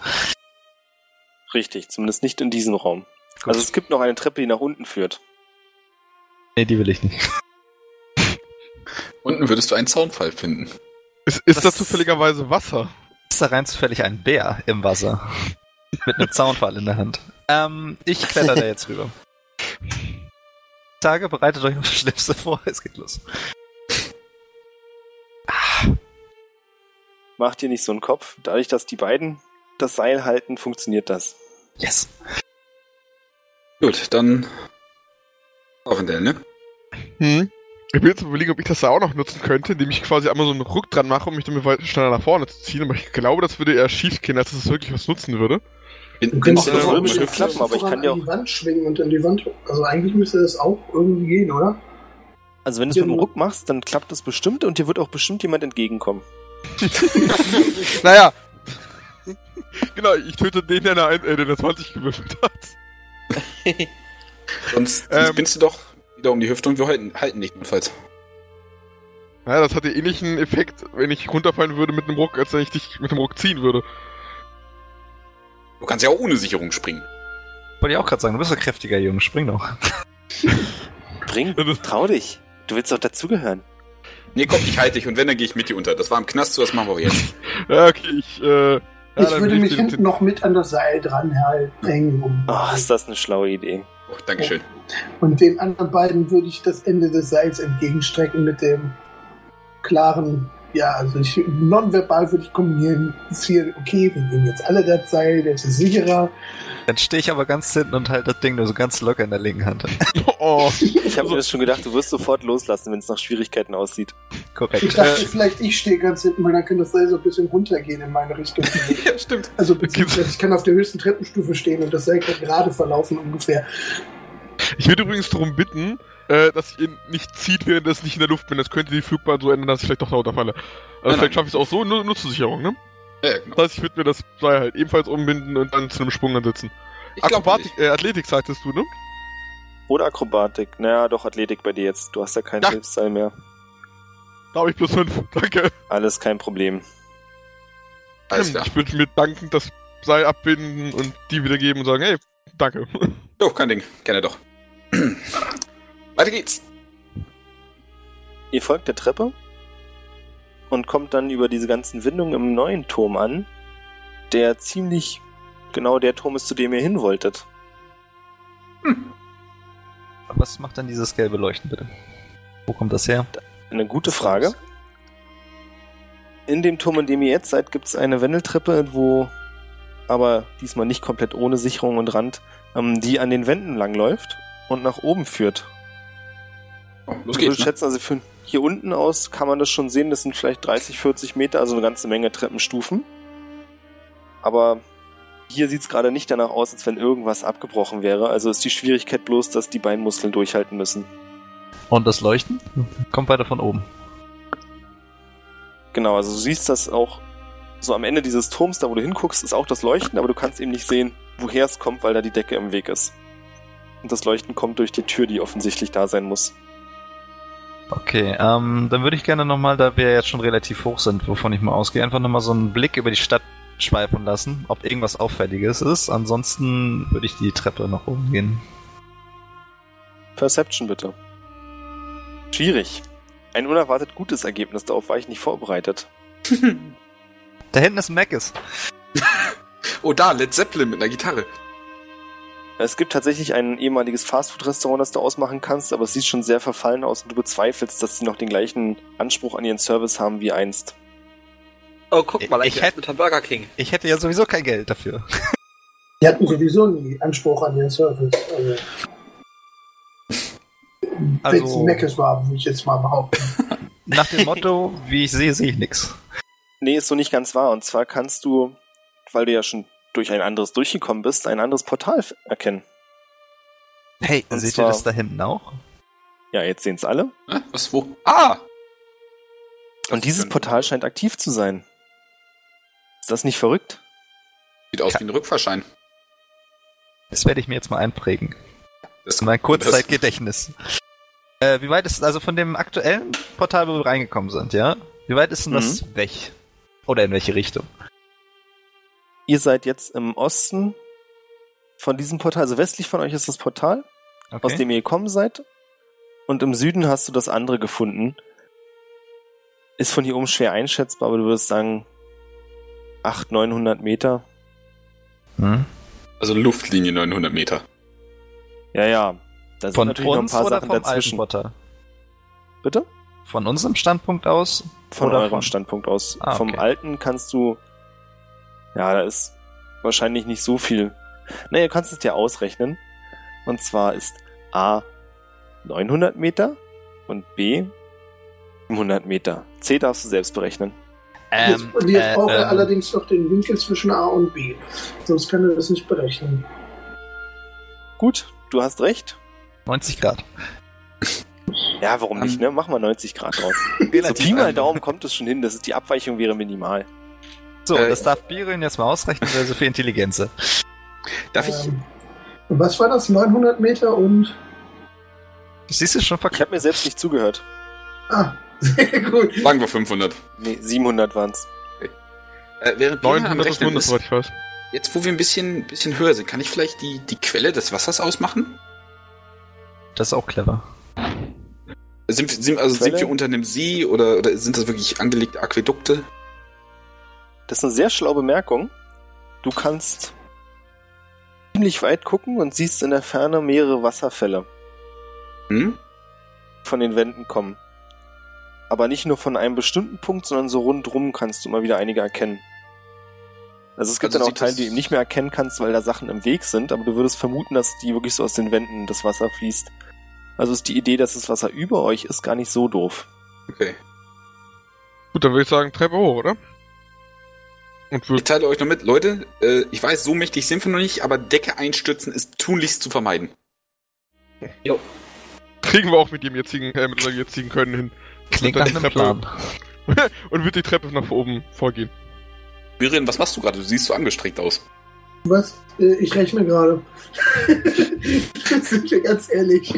S5: Richtig, zumindest nicht in diesem Raum. Also es gibt noch eine Treppe, die nach unten führt.
S1: Nee, die will ich nicht.
S3: Minuten würdest du einen Soundfall finden.
S2: Ist, ist da
S1: Das-
S2: zufälligerweise Wasser?
S1: Ist da rein zufällig ein Bär im Wasser? Mit einem Zaunfall in der Hand. Ähm, ich kletter da jetzt rüber. Tage, bereitet euch auf das Schlimmste vor, es geht los.
S5: Mach dir nicht so einen Kopf. Dadurch, dass die beiden das Seil halten, funktioniert das.
S1: Yes.
S3: Gut, dann. Orendell, ne?
S2: Hm. Ich bin jetzt überlegen, ob ich das da auch noch nutzen könnte, indem ich quasi einmal so einen Ruck dran mache, um mich damit weit schneller nach vorne zu ziehen. Aber ich glaube, das würde eher schief gehen, als dass es wirklich was nutzen würde.
S3: Bin, äh,
S5: kannst
S3: bin-
S5: auch
S3: bin-
S5: römische-
S3: bin-
S5: bestimmt klappen, aber ich kann
S6: voran
S5: dir
S6: an die Wand schwingen und in die Wand. Also eigentlich müsste das auch irgendwie gehen, oder?
S5: Also wenn du es mit dem Ruck machst, dann klappt das bestimmt und dir wird auch bestimmt jemand entgegenkommen.
S2: Naja. genau, ich töte den, der eine, Ein- äh, der eine 20 gewürfelt hat.
S3: sonst, sonst
S2: Ähm.
S3: bindst du doch wieder um die Hüfte und wir halten, halten nicht, jedenfalls.
S2: Naja, das hat den ähnlichen Effekt, wenn ich runterfallen würde mit einem Ruck, als wenn ich dich mit dem Ruck ziehen würde.
S3: Du kannst ja auch ohne Sicherung springen.
S1: Wollte ich auch gerade sagen, du bist ein kräftiger Junge, spring doch.
S5: Bring, trau dich. Du willst doch dazugehören.
S3: Nee, komm, ich halte dich und wenn, dann gehe ich mit dir unter. Das war im Knast, so das machen wir jetzt.
S2: Ja, okay, ich, äh. Ja,
S6: ich würde mich hinten noch mit an das Seil dran halt hängen. Um
S5: Oh, ist das eine schlaue Idee.
S3: Oh, Dankeschön.
S6: Und den anderen beiden würde ich das Ende des Seils entgegenstrecken mit dem klaren, ja, also ich, nonverbal würde ich kommunizieren, okay, wir nehmen jetzt alle das Seil, das ist sicherer.
S1: Dann stehe ich aber ganz hinten und halte das Ding nur so ganz locker in der linken Hand.
S2: [LAUGHS] Oh,
S5: Ich habe mir das schon gedacht, du wirst sofort loslassen, wenn es nach Schwierigkeiten aussieht.
S6: Ich
S1: Korrekt.
S6: dachte,
S1: Äh,
S6: vielleicht ich stehe ganz hinten, weil dann kann das Seil so ein bisschen runtergehen in meine Richtung.
S3: Ja, stimmt.
S6: Also beziehungsweise ich kann auf der höchsten Treppenstufe stehen und das Seil kann gerade verlaufen ungefähr.
S2: ich würde übrigens darum bitten, äh, dass ihr ihn nicht zieht, während es nicht in der Luft bin. Das könnte die Flugbahn so ändern, dass ich vielleicht doch da runterfalle.
S3: Nein,
S2: Also
S3: nein.
S2: vielleicht schaffe ich es auch so, nur, nur zur Sicherung, ne?
S3: Ja, ja, genau.
S2: Das heißt, ich würde mir das Seil halt ebenfalls umbinden und dann zu einem Sprung ansetzen.
S3: Ich glaub an dich.
S2: Akrobatik, äh, Athletik sagtest du, ne?
S5: Oder Akrobatik. Naja, doch Athletik bei dir jetzt. Du hast ja kein
S2: Ja.
S5: Hilfsseil mehr.
S2: Da habe ich plus 5. [LAUGHS] Danke.
S5: Alles kein Problem.
S3: Alles klar.
S2: Ich würde mir dankend das Seil abbinden und die wiedergeben und sagen, hey, danke. [LAUGHS]
S3: Oh, kein Ding. Kenne doch. [CLEARS THROAT] Weiter geht's.
S5: Ihr folgt der Treppe und kommt dann über diese ganzen Windungen im neuen Turm an, der ziemlich genau der Turm ist, zu dem ihr hin wolltet.
S1: was macht denn dieses gelbe Leuchten bitte? Wo kommt das her?
S5: Eine gute Frage. In dem Turm, in dem ihr jetzt seid, gibt es eine Wendeltreppe, wo aber diesmal nicht komplett ohne Sicherung und Rand, ähm, die an den Wänden langläuft und nach oben führt.
S3: Oh, los
S5: ich würde
S3: geht's. Ne?
S5: schätzen, also für, hier unten aus kann man das schon sehen, das sind vielleicht 30, 40 Meter, also eine ganze Menge Treppenstufen. Aber hier sieht es gerade nicht danach aus, als wenn irgendwas abgebrochen wäre. Also ist die Schwierigkeit bloß, dass die Beinmuskeln durchhalten müssen.
S1: Und das Leuchten? Kommt weiter von oben.
S5: Genau, also du siehst das auch so am Ende dieses Turms, da wo du hinguckst, ist auch das Leuchten, aber du kannst eben nicht sehen, woher es kommt, weil da die Decke im Weg ist. Und das Leuchten kommt durch die Tür, die offensichtlich da sein muss.
S1: Okay, ähm, dann würde ich gerne nochmal, da wir jetzt schon relativ hoch sind, wovon ich mal ausgehe, einfach nochmal so einen Blick über die Stadt schweifen lassen, ob irgendwas Auffälliges ist. Ansonsten würde ich die Treppe nach oben gehen.
S5: Perception bitte. Schwierig. Ein unerwartet gutes Ergebnis, darauf war ich nicht vorbereitet.
S1: Da hinten ist ein Macis.
S3: Oh, da, Led Zeppelin mit einer Gitarre.
S5: Es gibt tatsächlich ein ehemaliges Fastfood-Restaurant, das du ausmachen kannst, aber es sieht schon sehr verfallen aus und du bezweifelst, dass sie noch den gleichen Anspruch an ihren Service haben wie einst.
S7: Oh, guck mal, ich
S1: Ich hätt-
S7: hätte mit dem Burger King.
S1: Ich hätte ja sowieso kein Geld dafür.
S6: Die hatten sowieso nie Anspruch an den Service. Also, Wenn es
S1: Also,
S6: ein Meckes war, würde ich jetzt mal behaupten.
S1: nach dem Motto, wie ich sehe, sehe ich nichts.
S5: Nee, ist so nicht ganz wahr. Und zwar kannst du, weil du ja schon durch ein anderes durchgekommen bist, ein anderes Portal f- erkennen.
S1: Hey,
S5: Und
S1: seht ihr
S5: zwar-
S1: das da hinten auch?
S5: Ja, jetzt sehen's alle.
S3: Hä? Was, wo? Ah!
S5: Und dieses
S3: könnte-
S5: Portal scheint aktiv zu sein. Ist das nicht verrückt?
S3: Sieht aus wie ein Rückfahrschein.
S1: Das werde ich mir jetzt mal einprägen.
S3: Das
S1: Mein
S3: das-
S1: Kurzzeitgedächtnis. Äh, wie weit ist, also von dem aktuellen Portal, wo wir reingekommen sind, ja? Wie weit ist denn
S5: Mhm.
S1: das weg? Oder in welche Richtung?
S5: Ihr seid jetzt im Osten von diesem Portal, also westlich von euch ist das Portal, aus dem ihr gekommen seid. Und im Süden hast du das andere gefunden. Ist von hier oben schwer einschätzbar, aber du würdest sagen 800, 900 Meter.
S1: Hm?
S3: Also Luftlinie 900 Meter.
S5: Ja, ja. Da sind
S1: Von
S5: natürlich noch ein
S1: uns
S5: paar
S1: oder
S5: Sachen
S1: vom
S5: dazwischen.
S1: Eisbotter?
S5: Bitte?
S1: Von unserem Standpunkt aus?
S5: Von
S1: Oder
S5: eurem
S1: von-
S5: Standpunkt aus.
S1: Ah,
S5: Vom
S1: okay.
S5: alten kannst du. Ja, da ist wahrscheinlich nicht so viel. Naja, du kannst es dir ausrechnen. Und zwar ist A 900 Meter und B 700 Meter. C darfst du selbst berechnen.
S6: Jetzt, und jetzt
S1: äh,
S6: braucht er
S1: ähm,
S6: allerdings noch den Winkel zwischen A und B. Sonst kann er das nicht berechnen.
S5: Gut, du hast recht.
S1: 90 Grad.
S5: Ja, warum
S3: Ähm.
S5: nicht, ne? Mach mal 90
S1: [LAUGHS]
S5: Grad draus. so Pi mal Daumen kommt es schon hin. Das ist, die Abweichung wäre minimal.
S1: So,
S3: Äh,
S1: das darf Birin jetzt mal ausrechnen, weil er so viel Intelligenz hat.
S3: Darf ich?
S6: Ähm, und was war das? 900 Meter und.
S1: Siehst du schon
S5: Ich
S1: verkehrt?
S5: habe mir selbst nicht zugehört.
S6: Ah, [LAUGHS] sehr gut.
S3: Äh, Sagen wir 500.
S5: Nee, 700 waren's.
S3: Äh, während Björn am
S2: 900 ist
S3: Rechnen
S2: Wunder,
S3: ist,
S2: soweit ich weiß.
S3: jetzt wo wir ein bisschen, bisschen höher sind, kann ich vielleicht die, die Quelle des Wassers ausmachen?
S1: Das ist auch clever.
S3: Sind, wir- sind, also sind
S5: Quelle?
S3: wir unter einem See oder, oder sind das wirklich angelegte Aquädukte?
S5: Das ist eine sehr schlaue Bemerkung. Du kannst ziemlich weit gucken und siehst in der Ferne mehrere Wasserfälle
S3: Hm?
S5: von den Wänden kommen. Aber nicht nur von einem bestimmten Punkt, sondern so rundrum kannst du immer wieder einige erkennen. Also es gibt
S3: Also
S5: dann auch
S3: sieht
S5: Teile,
S3: das-
S5: die du eben nicht mehr erkennen kannst, weil da Sachen im Weg sind, aber du würdest vermuten, dass die wirklich so aus den Wänden das Wasser fließt. Also ist die Idee, dass das Wasser über euch ist, gar nicht
S3: [LAUGHS]
S5: so doof.
S3: Okay.
S2: Gut, dann würde ich sagen, Treppe hoch, oder? Und
S3: Ich
S2: würde
S3: teile euch noch mit, Leute, äh, ich weiß, so mächtig sind wir noch nicht, aber Decke einstürzen ist tunlichst zu vermeiden.
S2: kriegen wir auch mit dem jetzigen, äh, mit unserem jetzigen Können hin.
S1: Klingt
S2: Und
S1: nach
S2: dann
S1: einem
S2: die Treppe-
S1: Plan.
S2: Und wird die Treppe nach oben vorgehen.
S3: Miriam, was machst du gerade? Du siehst so angestrengt aus.
S6: Was? Äh, ich rechne gerade. [LAUGHS] Sind wir ganz ehrlich.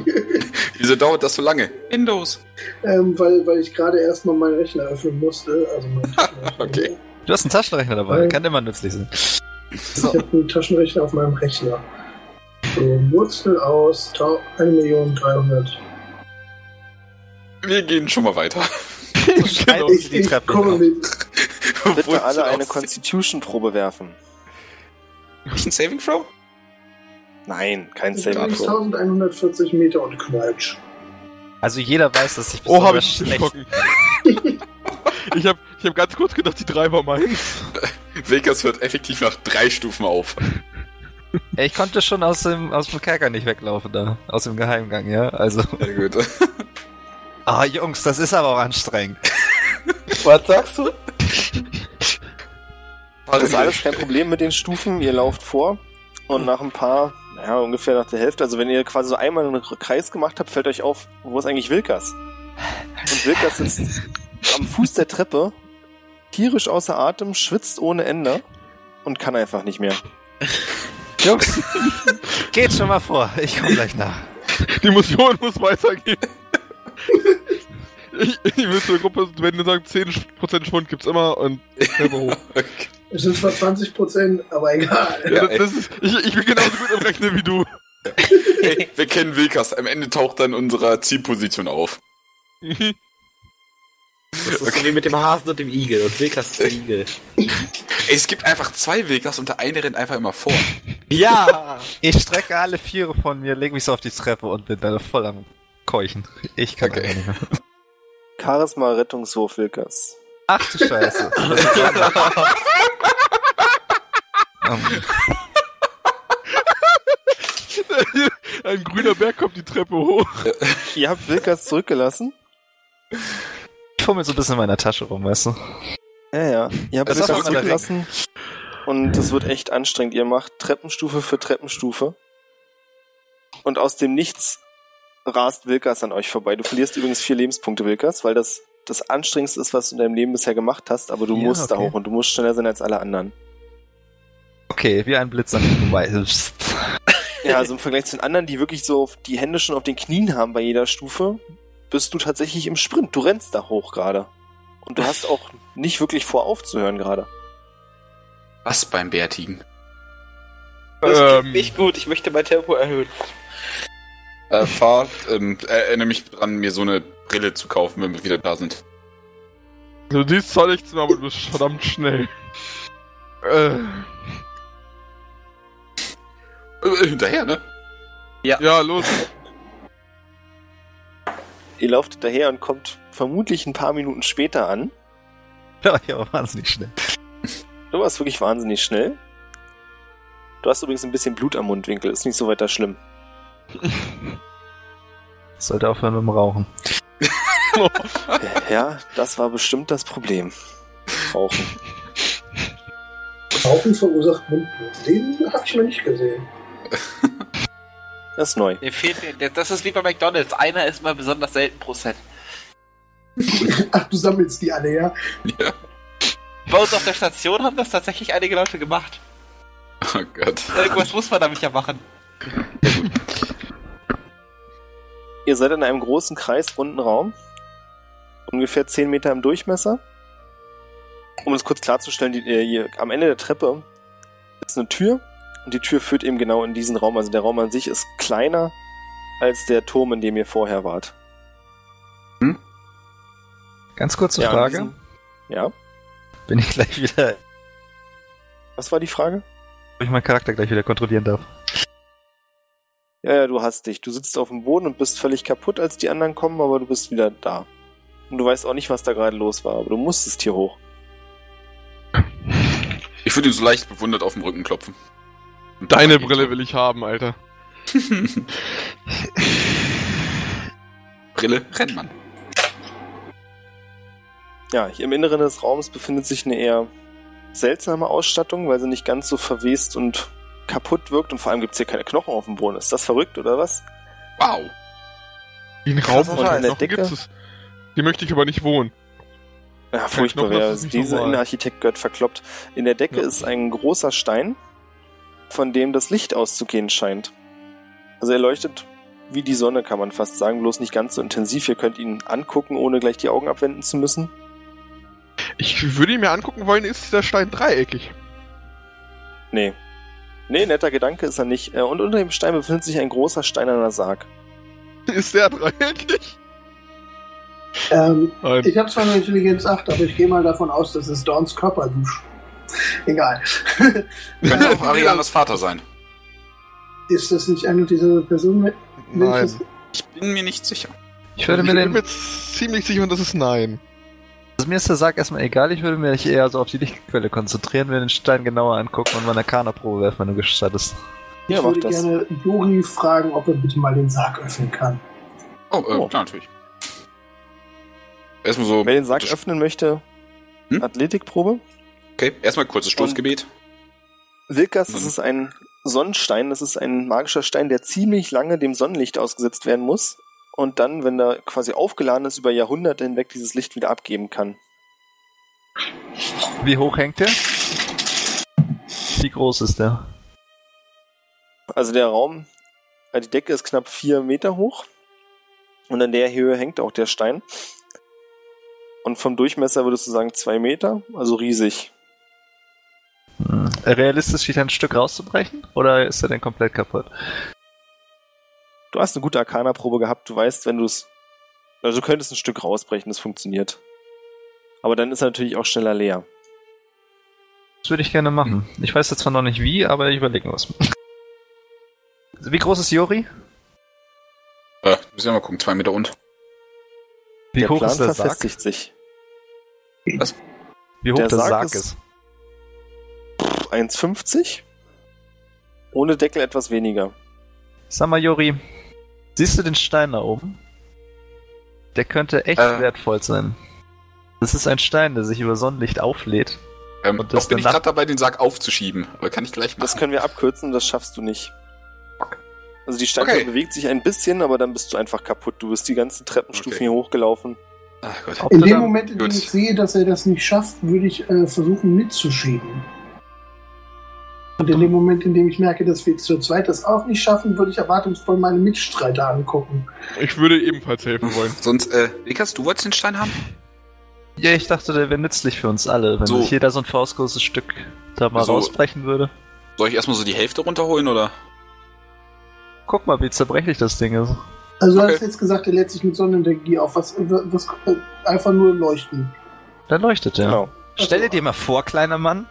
S3: Wieso dauert das so lange? Windows.
S6: Ähm, weil, weil ich gerade erstmal meinen Rechner öffnen musste. Also meinen Taschenrechner.
S3: Okay.
S1: Du hast einen Taschenrechner dabei,
S6: Ähm.
S1: kann immer nützlich sein.
S6: Also Ich habe einen Taschenrechner auf meinem Rechner. So, Wurzel aus tau- 1.300.
S3: Wir gehen schon mal weiter.
S1: Genau.
S6: Ich, ich komme mit.
S5: [LAUGHS] Bitte alle eine
S3: Konstitution.
S5: Constitution-Probe werfen.
S3: Saving Throw?
S5: Nein, kein
S6: mit
S5: Saving Throw.
S6: 1140 Meter und [LAUGHS] Knatsch.
S1: Also jeder weiß, dass ich
S2: [LAUGHS] Oh, habe
S1: besonders
S2: ich mich erschrocken. ich habe ich hab ganz kurz gedacht, die drei war meins.
S3: Vegas hört effektiv nach drei Stufen
S5: [LAUGHS]
S3: auf.
S1: Ey, Ich konnte schon aus dem, aus dem Kerker nicht weglaufen da. Aus dem Geheimgang, ja? Also.
S3: Sehr gut.
S1: Ah, Jungs, das ist aber auch anstrengend.
S4: Was sagst du?
S5: Das Also ist alles kein Problem mit den Stufen. Ihr lauft vor und nach ein paar, naja, ungefähr nach der Hälfte, also wenn ihr quasi so einmal einen Kreis gemacht habt, fällt euch auf, wo ist eigentlich Wilkas? Und Wilkas sitzt am Fuß der Treppe, tierisch außer Atem, schwitzt ohne Ende und kann einfach nicht mehr.
S1: Jungs, geht schon mal vor. Ich komme gleich nach.
S2: [LAUGHS] Die Mission muss weitergehen. ich, ich will zur Gruppe, wenn wir sagen, 10% Schwund gibt's immer und Treppe hoch.
S6: Es sind zwar 20 Prozent, aber egal.
S3: Ja,
S2: das, das ist, ich, ich bin genauso gut im Rechnen wie du. [LAUGHS]
S3: Wir kennen Wilkas. Am Ende taucht dann unsere Zielposition auf.
S7: Das ist so wie mit dem Hasen und dem Igel und Wilkas ist der Igel.
S3: Ey, es gibt einfach zwei Wilkas und der eine rennt einfach immer vor.
S7: Ja!
S1: Ich strecke alle Viere von mir, lege mich so auf die Treppe und bin dann voll am Keuchen. Ich kann
S3: Okay.
S1: einfach nicht mehr.
S5: Charisma-Rettungswurf Wilkas.
S1: Ach du Scheiße. Das ist Ähm,
S2: Ein grüner Berg kommt die Treppe hoch.
S5: Ihr habt Wilkas zurückgelassen?
S1: Ich fummel so ein bisschen in meiner Tasche rum, weißt du?
S5: Ja, ja. Ihr habt
S1: Das
S5: Wilkas
S1: ist auch immer der
S5: zurückgelassen und das wird echt anstrengend. Ihr macht Treppenstufe für Treppenstufe und aus dem Nichts rast Wilkas an euch vorbei. Du verlierst übrigens vier Lebenspunkte, Wilkas, weil das das anstrengendste ist, was du in deinem Leben bisher gemacht hast, aber du
S1: Ja,
S5: musst da
S1: okay.
S5: hoch und du musst schneller sein als alle anderen.
S1: Okay, wie ein [LAUGHS] Blitz an mir vorbei.
S5: Ja, also im Vergleich zu den anderen, die wirklich so auf- die Hände schon auf den Knien haben bei jeder Stufe, bist du tatsächlich im Sprint. Du rennst da hoch gerade. Und du hast auch nicht wirklich vor, aufzuhören gerade.
S3: Was beim Bärtigen?
S4: Das
S2: Ähm.
S4: geht nicht gut, ich möchte mein Tempo erhöhen.
S3: Äh, fahrt, ähm, erinnere mich dran, mir so eine Brille zu kaufen, wenn wir wieder da sind.
S2: Du siehst zwar nichts mehr, aber du bist verdammt schnell. Äh,
S3: Äh, Hinterher, ne? [LAUGHS]
S2: ja, los.
S5: Ihr lauft hinterher und kommt vermutlich ein paar Minuten später an.
S1: Da war ich aber wahnsinnig schnell.
S5: Du warst wirklich wahnsinnig schnell. Du hast übrigens ein bisschen Blut am Mundwinkel, ist nicht so weiter schlimm.
S1: Sollte aufhören mit dem Rauchen.
S5: Äh, Ja, das war bestimmt das Problem. Rauchen.
S6: Rauchen verursacht Mundblut. Den habe ich noch nicht gesehen.
S5: Das ist neu.
S7: Mir fehlt, mir- das ist wie bei McDonalds. Einer ist mal besonders selten pro Set.
S6: Ach, du sammelst die alle, ja?
S7: Bei uns auf der Station haben das tatsächlich einige Leute gemacht.
S3: Oh Gott.
S7: Irgendwas muss man damit ja machen.
S5: Ihr seid in einem großen kreisrunden Raum. Ungefähr 10 Meter im Durchmesser. Um es kurz klarzustellen, die, äh, hier, am Ende der Treppe ist eine Tür. Und die Tür führt eben genau in diesen Raum. Also der Raum an sich ist kleiner als der Turm, in dem ihr vorher wart.
S1: Ganz kurze
S5: Ja, in
S1: Frage.
S5: diesem- Ja,
S1: Bin ich gleich wieder, ob
S5: was war die Frage?
S1: ich meinen Charakter gleich wieder kontrollieren darf.
S5: Ja, ja, du hast dich. Du sitzt auf dem Boden und bist völlig kaputt, als die anderen kommen, aber du bist wieder da. Und du weißt auch nicht, was da gerade los war, aber du musstest hier hoch.
S3: Ich würde ihm so leicht bewundert auf den Rücken klopfen.
S2: Deine Brille will ich haben, Alter.
S3: [LAUGHS] Brille, Rennmann.
S5: Ja, hier im Inneren des Raums befindet sich eine eher seltsame Ausstattung, weil sie nicht ganz so verwest und kaputt wirkt und vor allem gibt's hier keine Knochen auf dem Boden. Ist das verrückt oder was?
S3: Wow.
S2: Den Raum und
S5: Krasser Scheiß.
S2: noch
S5: Der Dicke.
S2: gibt es. Hier möchte ich aber nicht wohnen.
S5: Ja, furchtbar,
S2: Knochen, das
S5: wer
S2: ist nicht
S5: diese
S2: normal.
S5: Innenarchitekt gehört verkloppt. In der Decke
S2: Ja.
S5: ist ein großer Stein, von dem das Licht auszugehen scheint. Also er leuchtet wie die Sonne, kann man fast sagen, bloß nicht ganz so intensiv. Ihr könnt ihn angucken, ohne gleich die Augen abwenden zu müssen.
S2: Ich würde ihn mir angucken wollen, ist dieser Stein dreieckig? [LAUGHS]
S5: Nee. Nee, netter Gedanke ist er nicht. Äh, Und unter dem Stein befindet sich ein großer steinerner Sarg.
S2: Ist der dreieckig?
S6: Ähm,
S2: Nein.
S6: ich habe zwar noch Intelligenz 8, aber ich gehe mal davon aus, dass es Dawns Körperdusch. Egal. [LAUGHS]
S3: Könnte
S5: [LAUGHS]
S3: auch Arianas Vater sein.
S6: Ist das nicht eine dieser Personen? mit- welches-
S3: Ich bin mir nicht sicher.
S1: Ich
S2: Ich
S1: würde mir
S2: bin
S1: den,
S2: mir jetzt ziemlich sicher, das ist nein.
S1: also mir ist der Sarg erstmal egal, ich würde mich eher so auf die Lichtquelle konzentrieren, mir den Stein genauer angucken und meine Kana-Probe werfen, wenn du gestattet ist.
S5: Ja,
S6: ich
S5: macht
S6: würde
S5: das.
S6: gerne Jori fragen, ob er bitte mal den Sarg öffnen kann.
S3: Oh, äh,
S5: Oh.
S3: klar, natürlich. Erstmal so.
S5: Wer den Sarg öffnen möchte,
S3: Hm?
S5: Athletikprobe.
S3: Okay, erstmal kurzes Stoßgebet.
S5: Wilkas, das
S3: Mhm.
S5: ist ein Sonnenstein, das ist ein magischer Stein, der ziemlich lange dem Sonnenlicht ausgesetzt werden muss und dann, wenn er quasi aufgeladen ist, über Jahrhunderte hinweg dieses Licht wieder abgeben kann.
S1: Wie hoch hängt der? Wie groß ist der?
S5: Also der Raum, äh, die Decke ist knapp vier Meter hoch und an der Höhe hängt auch der Stein. Und vom Durchmesser würdest du sagen zwei Meter, also riesig.
S1: Hm. Realistisch, sich ein Stück rauszubrechen? Oder ist er denn komplett kaputt?
S5: Du hast eine gute Arcana-Probe gehabt, du weißt, wenn du es. Also du könntest ein Stück rausbrechen, das funktioniert. Aber dann ist er natürlich auch schneller leer.
S1: Das würde ich gerne machen. Ich weiß jetzt zwar noch nicht wie, aber ich überlege mir was. Wie groß ist Jori?
S3: Äh, müssen wir mal gucken, zwei Meter und.
S1: Wie
S5: der
S1: hoch
S5: Plan
S1: ist der Sarg?
S5: verfestigt sich.
S1: Wie hoch
S5: Der
S1: der,
S5: Sarg
S1: Sarg
S5: ist-
S1: ist?
S5: 1,50? Ohne Deckel etwas weniger.
S1: Sag mal, Jori, siehst du den Stein da oben? Der könnte echt
S3: Äh.
S1: wertvoll sein. Das ist ein Stein, der sich über Sonnenlicht auflädt.
S3: Ähm,
S1: Und das
S3: noch bin ich
S1: danach-
S3: gerade dabei, den Sarg aufzuschieben. Aber kann ich gleich
S5: Das
S3: machen.
S5: können wir abkürzen, das schaffst du nicht. Also die Stange
S3: Okay.
S5: bewegt sich ein bisschen, aber dann bist du einfach kaputt. Du bist die ganzen Treppenstufen
S3: Okay.
S5: hier hochgelaufen.
S3: Ach Gott.
S1: Ob
S6: In
S1: du
S6: dem
S1: da-
S6: Moment, in dem
S3: Gut.
S6: ich sehe, dass er das nicht schafft, würde ich äh, versuchen mitzuschieben. Und in dem Moment, in dem ich merke, dass wir zu zweit das auch nicht schaffen, würde ich erwartungsvoll meine Mitstreiter angucken.
S2: Ich würde ebenfalls helfen wollen.
S3: Sonst, äh, Vikas, du wolltest den Stein haben?
S1: Ja, ich dachte, der wäre nützlich für uns alle, wenn
S3: So.
S1: sich jeder so ein faustgroßes Stück da mal
S3: So.
S1: rausbrechen würde.
S3: Soll ich erstmal so die Hälfte runterholen oder?
S1: Guck mal, wie zerbrechlich das Ding ist.
S6: Also du
S3: Okay.
S6: äh, hast jetzt gesagt, er lädt sich mit Sonnenenergie auf. Was, was, was einfach nur leuchten.
S1: Dann leuchtet er.
S5: Genau.
S1: Stelle dir mal vor, kleiner Mann,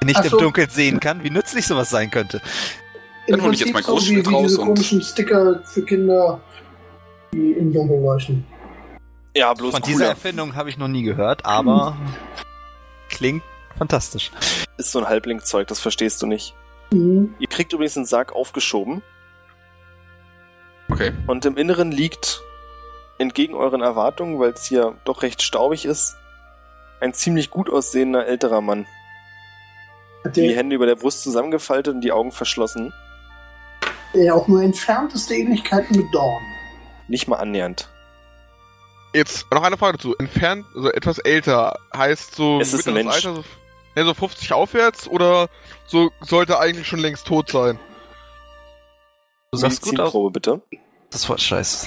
S1: der nicht
S6: Ach so.
S1: im Dunkeln sehen kann, wie nützlich sowas sein könnte.
S3: Dann hol ich jetzt
S6: Prinzip
S3: mein
S6: so wie,
S3: Großschild
S6: wie
S3: raus
S6: diese
S3: und-
S6: komischen Sticker für Kinder, die im Dunkeln leuchten.
S5: Ja, bloß
S1: Von dieser
S5: cooler.
S1: Erfindung habe ich noch nie gehört, aber
S6: [CLEARS THROAT]
S1: klingt fantastisch.
S5: Ist so ein Halblingzeug, das verstehst du nicht.
S6: Mhm.
S5: Ihr kriegt übrigens den Sarg aufgeschoben
S3: Okay.
S5: und im Inneren liegt, entgegen euren Erwartungen, weil es hier doch recht staubig ist, ein ziemlich gut aussehender älterer Mann.
S6: Hat
S5: Die
S6: der,
S5: Hände über der Brust zusammengefaltet und die Augen verschlossen.
S6: der ja auch nur entfernteste Ähnlichkeiten mit Dorn.
S5: Nicht mal annähernd.
S2: Jetzt noch eine Frage dazu. Entfernt, also etwas älter, heißt so
S5: Es ist ein
S2: mittleres
S5: Mensch.
S2: Alter, so, ne, so 50 aufwärts oder so sollte eigentlich schon längst tot sein?
S1: Du sahst gut aus.
S5: Medizinprobe, bitte.
S1: Das war scheiße.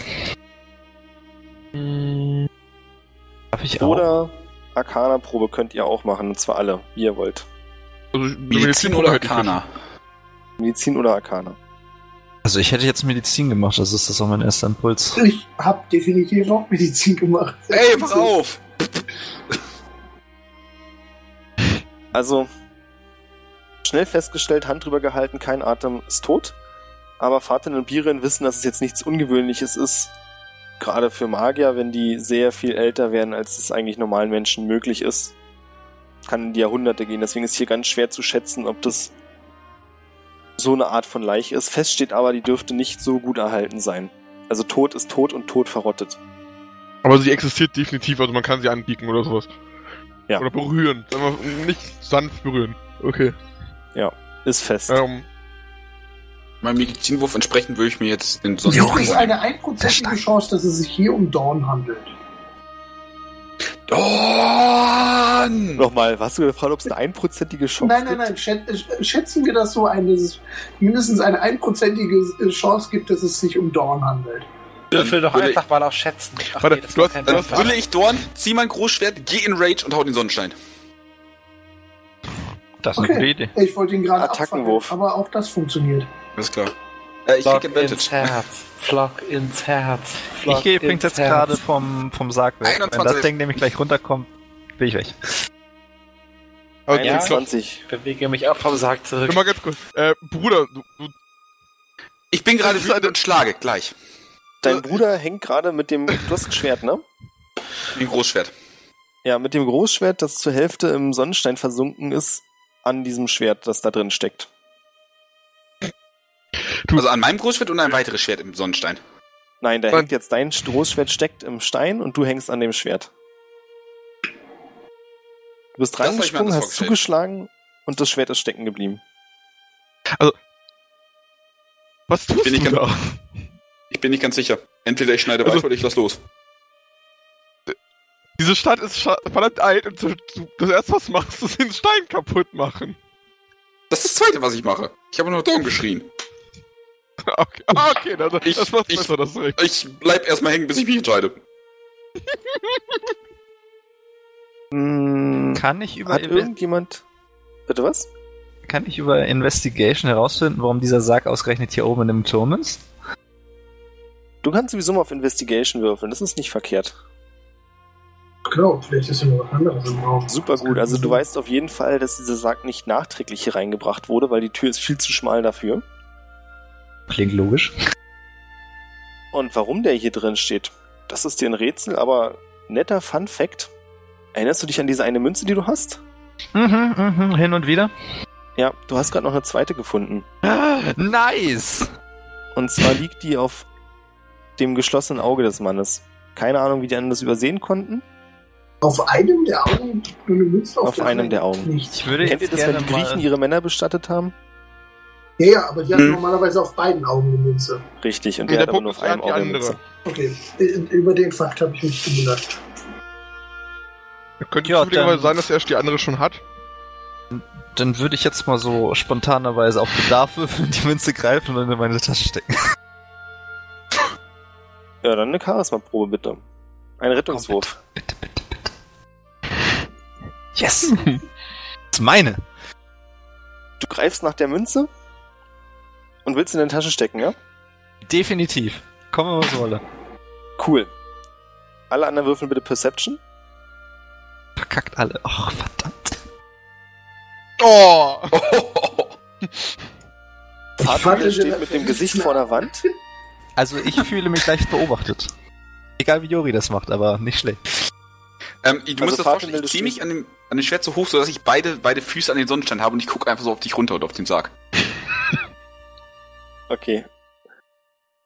S1: Darf ich auch?
S5: Oder Arcana-Probe könnt ihr auch machen, und zwar alle, wie ihr wollt.
S2: Also, eine
S3: Medizin oder Arcana?
S5: Medizin oder Arcana.
S1: Also ich hätte jetzt Medizin gemacht, also ist das auch mein erster Impuls.
S6: Ich habe definitiv auch Medizin gemacht.
S3: Ey, pass auf!
S5: Also, schnell festgestellt, Hand drüber gehalten, kein Atem, ist tot. Aber Vater und Biren wissen, dass es jetzt nichts Ungewöhnliches ist. Gerade für Magier, wenn die sehr viel älter werden, als es eigentlich normalen Menschen möglich ist. Kann in die Jahrhunderte gehen. Deswegen ist hier ganz schwer zu schätzen, ob das so eine Art von Leiche ist. Fest steht aber, die dürfte nicht so gut erhalten sein. Also tot ist tot und tot verrottet.
S2: Aber sie existiert definitiv, also man kann sie anbieten oder sowas.
S5: Ja.
S2: Oder berühren. Sagen wir, nicht sanft berühren. Okay.
S5: Ist fest.
S2: Ähm,
S3: Mein Medizinwurf entsprechend würde ich mir jetzt den sonst
S6: Es ist eine einprozentige Chance, dass es sich hier um Dorn handelt.
S3: Dorn!
S5: Nochmal, hast du gefragt, ob es eine einprozentige Chance
S6: Nein, nein,
S5: gibt?
S6: nein. Schät, äh, schätzen wir das so ein, dass es mindestens eine einprozentige äh, Chance gibt, dass es sich um Dorn handelt.
S4: Würfel doch
S3: würde-
S4: einfach mal auf Schätzen. Ach
S2: Warte,
S4: das
S2: du
S4: war
S2: hast-
S4: kein
S2: du hast-
S4: Würfel.
S3: Brille ich Dorn, zieh mein Großschwert, geh in Rage und hau den Sonnenstein.
S1: Das
S6: Okay.
S1: Idee.
S6: Ich wollte ihn gerade
S5: Attackenwurf.
S6: abfackeln, aber auch das funktioniert.
S3: Alles klar. Äh, ich krieg
S4: Flock ins
S3: Advantage.
S4: Herz. Flock ins Herz. Flock
S1: Ich gehe übrigens
S4: ins
S1: jetzt
S4: Herz.
S1: gerade vom, vom Sarg weg. Wenn
S3: 21.
S1: das Ding nämlich gleich runterkommt, bin ich weg.
S2: also, ich
S4: Ja.
S2: glaub,
S5: 21.
S4: Bewege mich auch vom Sarg zurück.
S2: immer ganz kurz. Äh, Bruder, du, du
S3: Ich bin gerade
S2: Das ist
S3: wütend
S2: eine-
S3: und schlage gleich. äh,
S5: Dein Bruder hängt gerade mit dem, du hast ein Schwert, ne?
S3: Ein Großschwert.
S5: Ja, mit dem Großschwert, das zur Hälfte im Sonnenstein versunken ist, an diesem Schwert, das da drin steckt.
S3: Also an meinem Großschwert und ein weiteres Schwert im Sonnenstein.
S5: Nein, da
S2: Mann.
S5: hängt jetzt dein Großschwert steckt im Stein und du hängst an dem Schwert. Du bist
S3: Das hab ich mir
S5: reingesprungen,
S3: anders
S5: hast
S3: vorgestellt.
S5: zugeschlagen und das Schwert ist stecken geblieben.
S2: was tust
S3: Bin ich
S2: du
S3: ganz-
S2: da?
S3: Ich bin nicht ganz sicher. Entweder ich schneide weiter
S2: Also-
S3: oder ich lass los.
S2: Diese Stadt ist scha- verdammt alt und du, du, das erste, was machst, ist den Stein kaputt machen. [LAUGHS]
S3: Das ist das Zweite, was ich mache. Ich habe nur Dorn geschrien.
S2: Okay, ah, okay das,
S3: Ich-
S2: das macht
S3: ich-
S2: besser, das recht.
S3: Ich bleib erstmal hängen, bis ich mich entscheide.
S5: Hm,
S1: Kann ich über,
S5: hat irgendjemand. Bitte was?
S1: kann ich über Investigation herausfinden, warum dieser Sarg ausgerechnet hier oben in dem Turm ist?
S5: Du kannst sowieso mal auf Investigation würfeln, das ist nicht verkehrt.
S6: Genau, vielleicht ist ja noch was anderes im Raum.
S5: Super gut. Also
S6: Mhm.
S5: du weißt auf jeden Fall, dass dieser Sarg nicht nachträglich hier reingebracht wurde, weil die Tür ist viel zu schmal dafür.
S1: Klingt logisch.
S5: Und warum der hier drin steht, das ist dir ein Rätsel, aber netter Fun Fact. Erinnerst du dich an diese eine Münze, die du hast?
S1: Mhm, mhm, hin und wieder.
S5: Ja, du hast gerade noch eine zweite gefunden.
S1: Nice!
S5: Und zwar liegt die auf dem geschlossenen Auge des Mannes. Keine Ahnung, wie die anderen das übersehen konnten.
S6: Auf einem der Augen nur eine Münze auf,
S5: Auf einem der Augen.
S6: Nichts.
S1: Ich würde
S5: Kennt ihr
S1: jetzt
S5: das, wenn
S1: gerne
S5: die Griechen
S1: mal...
S5: ihre Männer bestattet haben?
S6: Ja, ja, aber die haben
S3: Hm.
S6: normalerweise auf beiden Augen eine Münze.
S5: Richtig, und
S2: Nee,
S5: der,
S2: der
S5: hat
S2: Punkt
S5: aber nur auf
S2: ist, er hat
S5: einem
S2: die
S5: Auge eine
S2: andere.
S5: Münze.
S6: Okay, äh, über den Fakt habe ich mich gewundert.
S2: Könnte
S1: Ja,
S2: zufälligerweise
S1: dann-
S2: sein, dass er erst die andere schon hat.
S1: Dann würde ich jetzt mal so spontanerweise [LAUGHS] auf Bedarf würfeln, die Münze greifen und in meine Tasche stecken.
S5: Ja, dann eine Charisma-Probe bitte. Ein Rettungswurf.
S1: Bitte, bitte, bitte. [LAUGHS] Yes! das ist meine!
S5: Du greifst nach der Münze und willst sie in deine Tasche stecken, ja?
S1: Definitiv. Komme, was wolle.
S5: Cool. Alle anderen würfeln bitte Perception.
S1: verkackt alle. Och, verdammt.
S2: Oh!
S5: Vater
S6: warte,
S5: steht
S6: wir-
S5: mit dem Gesicht vor der Wand.
S1: Also ich fühle mich leicht beobachtet. Egal wie Jori das macht, aber nicht schlecht.
S3: Ähm, ich, du musst das
S5: Also
S3: vorstellen,
S5: Fahrtenwelt
S3: ich
S5: ist
S3: ziehe
S5: nicht-
S3: mich an dem, an dem Schwert so hoch, sodass ich beide, beide Füße an den Sonnenstein habe und ich gucke einfach so auf dich runter oder auf den Sarg.
S5: Okay.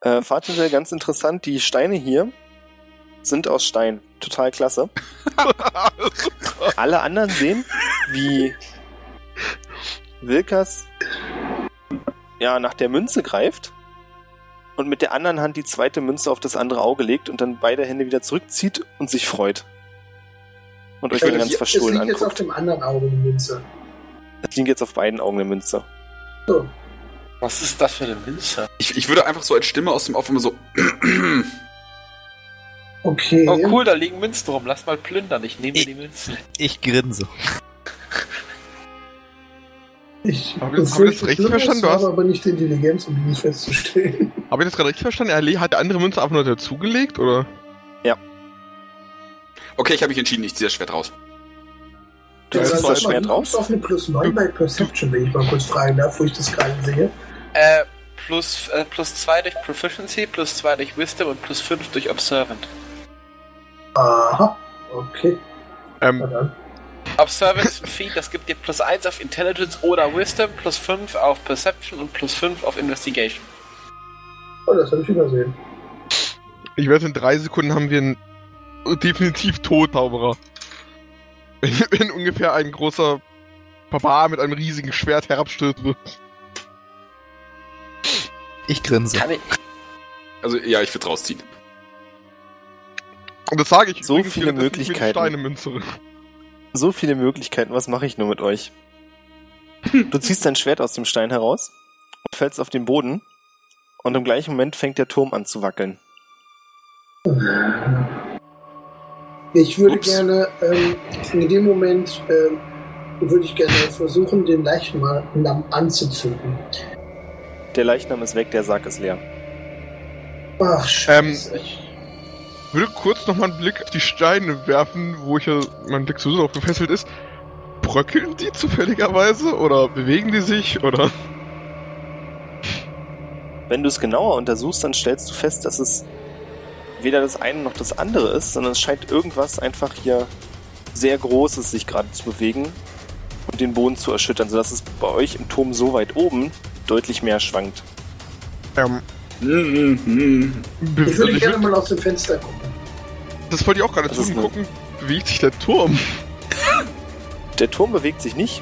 S5: Äh, Fahrtenwelt, ganz interessant, die Steine hier sind aus Stein. Total
S6: [LAUGHS]
S5: klasse. Alle anderen sehen, wie Wilkas ja, nach der Münze greift und mit der anderen Hand die zweite Münze auf das andere Auge legt und dann beide Hände wieder zurückzieht und sich freut. Und euch
S6: Also
S5: dann ganz
S6: hier- Es
S5: verstohlen
S6: liegt jetzt auf
S5: anguckt.
S6: dem anderen Auge die Münze.
S5: Das liegt jetzt auf beiden Augen eine Münze.
S6: So.
S4: Was ist das für eine Münze?
S3: Ich, ich würde einfach so als Stimme aus dem Off immer so. [CLEARS THROAT]
S6: Okay.
S4: Oh cool, da liegen Münzen rum. Lass mal plündern. Ich nehme mir die Münzen.
S1: Ich grinse.
S6: Ich
S2: Haben wir- haben wir das
S6: befürchte,
S2: richtig
S6: Plünders
S2: verstanden? Du
S6: habe
S2: hast-
S6: aber nicht die Intelligenz, um dies festzustellen.
S2: Habe ich das gerade richtig verstanden? Er le- hat die andere Münze einfach nur dazugelegt, oder?
S3: Okay, ich habe mich entschieden, ich ziehe das Schwert raus.
S5: Du
S2: Ja,
S5: ziehst
S2: das
S5: das
S2: ist
S5: Schwert
S6: du
S5: raus.
S6: auf eine plus 9 bei Perception, wenn ich mal kurz fragen darf, wo ich das gerade sehe.
S4: Äh, plus, äh, plus 2 durch Proficiency, plus 2 durch Wisdom und plus 5 durch Observant.
S6: Aha. Okay. Na
S2: Ähm,
S6: dann.
S4: Observance ist ein [LAUGHS] Feed, das gibt dir plus 1 auf Intelligence oder Wisdom, plus 5 auf Perception und plus 5 auf Investigation.
S6: Oh, das habe ich übersehen.
S2: ich werde in drei Sekunden haben wir einen definitiv [LAUGHS] Todzauberer. Wenn, wenn ungefähr ein großer Papa mit einem riesigen Schwert herabstürzt wird.
S1: Ich grinse.
S4: Kann ich,
S3: Also, ja, ich würde rausziehen.
S2: Und das sage ich
S5: So
S2: übrigens
S5: viele
S2: wieder, deswegen mir die
S5: Möglichkeiten.
S2: Steinemünze.
S5: So viele Möglichkeiten, was mache ich nur mit euch? Du ziehst dein Schwert aus dem Stein heraus und fällst auf den Boden und im gleichen Moment fängt der Turm an zu wackeln.
S6: Ich würde
S3: Ups.
S6: gerne, ähm, in dem Moment ähm, würde ich gerne versuchen, den Leichnam anzuzünden.
S5: Der Leichnam ist weg, der Sarg ist leer.
S2: Ähm,
S6: Ach, scheiße.
S2: würde kurz nochmal einen Blick auf die Steine werfen, wo ich ja mein Blick sowieso drauf gefesselt ist. Bröckeln die zufälligerweise oder bewegen die sich oder?
S5: Wenn du es genauer untersuchst, dann stellst du fest, dass es weder das eine noch das andere ist, sondern es scheint irgendwas einfach hier sehr Großes sich gerade zu bewegen und den Boden zu erschüttern, sodass es bei euch im Turm so weit oben deutlich mehr schwankt.
S2: Ähm,
S3: Mhm, mhm.
S2: be-
S6: ich würde
S2: also ich
S6: gerne
S2: würd,
S6: mal aus dem Fenster gucken.
S2: das wollte ich auch gerade
S5: Das ist
S2: tun,
S5: eine-
S2: gucken, bewegt sich der Turm.
S5: Der Turm bewegt sich nicht,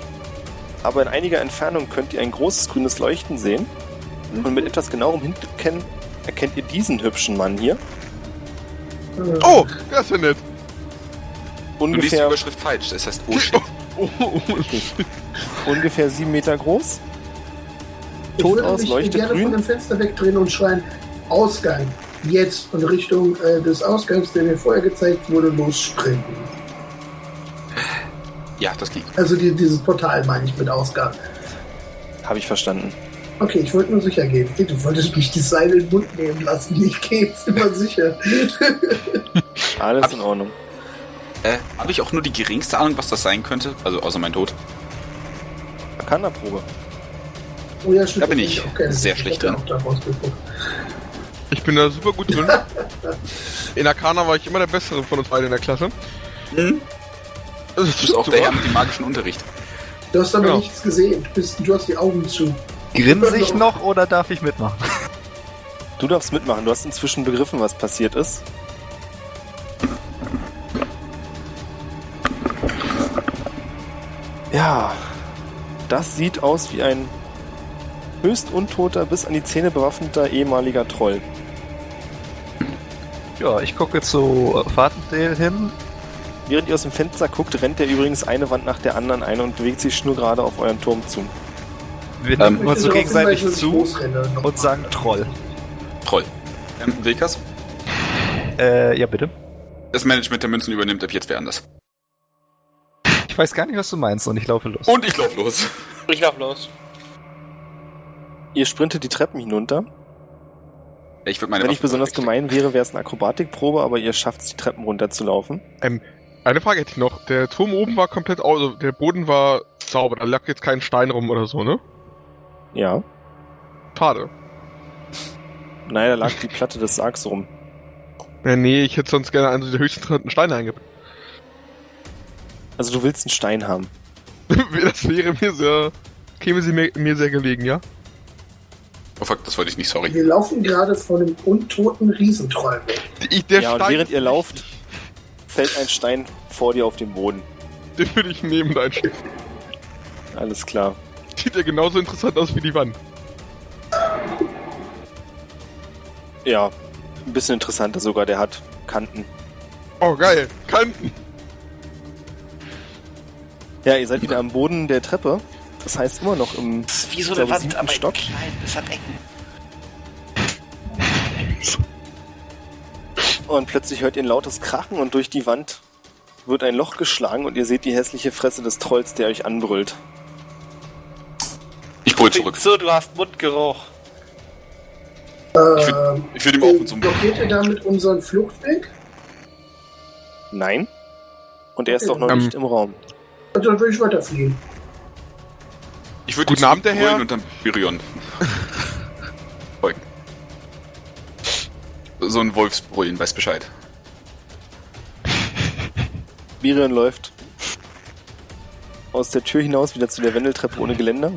S5: aber in einiger Entfernung könnt ihr ein großes grünes Leuchten sehen. Und mit etwas genauerem Hinkennen erkennt ihr diesen hübschen Mann hier.
S6: Äh,
S2: Oh, das ist ja nett.
S3: Du liest die
S5: Ungefähr,
S3: Überschrift falsch, das heißt, oh shit.
S2: Oh, [LAUGHS] oh, oh.
S5: ungefähr sieben Meter groß.
S6: ich
S5: Ton
S6: würde
S5: aus,
S6: mich
S5: leuchtet
S6: gerne
S5: grün.
S6: von dem Fenster wegdrehen und schreien, Ausgang. Jetzt in Richtung äh, des Ausgangs, der mir vorher gezeigt wurde, lossprinten.
S3: Ja, das klingt.
S6: Also die, dieses Portal meine ich mit Ausgang.
S5: Habe ich verstanden.
S6: Okay, ich wollte nur sicher gehen. Hey, du wolltest mich die Seile in den Mund nehmen lassen. Ich gehe jetzt immer sicher.
S5: Alles
S3: Hab
S5: in Ordnung.
S3: Äh, habe ich auch nur die geringste Ahnung, was das sein könnte? Also, außer mein Tod.
S5: Arcana-Probe.
S6: Oh ja, stimmt,
S3: Da bin ich
S6: auch gerne.
S3: sehr schlecht
S6: Ich hab
S3: drin.
S6: auch da rausgeguckt.
S2: Ich bin da super gut drin. In Arcana war ich immer der Bessere von uns beiden in der Klasse.
S3: Mhm.
S2: Das
S3: Du bist auch der Herr mit dem magischen Unterricht.
S6: Du hast aber
S2: Genau.
S6: nichts gesehen. Du, bist, du hast die Augen zu.
S1: Grinse ich noch oder darf ich mitmachen?
S5: Du darfst mitmachen. Du hast inzwischen begriffen, was passiert ist. Ja, das sieht aus wie ein höchst untoter, bis an die Zähne bewaffneter ehemaliger Troll.
S1: Ja, ich gucke zu Fahrtendale hin.
S5: Während ihr aus dem Fenster guckt, rennt er übrigens eine Wand nach der anderen ein und bewegt sich schnurgerade auf euren Turm zu.
S1: Wir
S3: Ähm,
S1: nicken uns so
S6: darauf
S1: gegenseitig
S6: hinweisen, dass ich
S1: zu
S6: losrenne.
S1: und sagen Troll.
S3: Troll. Ähm, Wilkas,
S1: Äh, ja bitte.
S3: das Management der Münzen übernimmt ab jetzt wer anders.
S1: Ich weiß gar nicht, was du meinst und ich laufe los.
S3: Und ich lauf los.
S4: ich lauf los.
S5: Ihr sprintet die Treppen hinunter.
S3: Ich würde meine
S5: Wenn
S3: Waffe
S5: ich besonders
S3: wegstecken.
S5: gemein wäre, wäre es eine Akrobatikprobe, aber ihr schafft es, die Treppen runterzulaufen.
S2: Eine Frage hätte ich noch. Der Turm oben war komplett au, also der Boden war sauber. Da lag jetzt kein Stein rum oder so, ne?
S5: Ja.
S2: Schade.
S5: Nein, da lag die Platte des Sargs rum.
S2: Ja, nee, ich hätte sonst gerne einen der höchsten interessanten Steine eingebaut.
S5: Also du willst einen Stein haben.
S2: [LAUGHS] das wäre mir sehr. käme sie mir, mir sehr gelegen, ja?
S3: Oh fuck, das wollte ich nicht, sorry.
S6: Wir laufen gerade vor einem untoten Riesentroll weg.
S2: Ich, der
S5: ja, und
S2: Stein,
S5: während ihr lauft, fällt ein Stein vor dir auf den Boden.
S2: den würde ich neben dein Schiff.
S5: Alles klar.
S2: Sieht ja genauso interessant aus wie die Wand.
S5: Ja, ein bisschen interessanter sogar, der hat Kanten.
S2: Oh, geil. Kanten.
S5: Ja, ihr seid wieder am Boden der Treppe. Das heißt immer noch im
S7: Das ist wie so
S5: Ich
S7: eine
S5: glaube,
S7: Wand,
S5: siebten
S7: aber
S5: Stock.
S7: klein. Es hat Ecken.
S5: und plötzlich hört ihr ein lautes Krachen und durch die Wand wird ein Loch geschlagen und ihr seht die hässliche Fresse des Trolls, der euch anbrüllt.
S3: Ich brüll zurück.
S4: So, du hast Mundgeruch.
S6: Ähm,
S3: Ich würde ihm auch mit so einem
S6: blockiert ihr damit unseren Fluchtweg?
S5: Nein. Und er ist doch noch
S2: Ähm.
S5: nicht im Raum.
S6: Und dann würde ich weiterfliehen.
S3: Ich würde
S2: Guten
S3: ihn
S2: Abend, der
S3: zurückholen
S2: Herr.
S3: Und dann Birion. Folgen. So ein Wolfsbrüllen, weiß Bescheid.
S5: Mirion läuft aus der Tür hinaus wieder zu der Wendeltreppe ohne Geländer.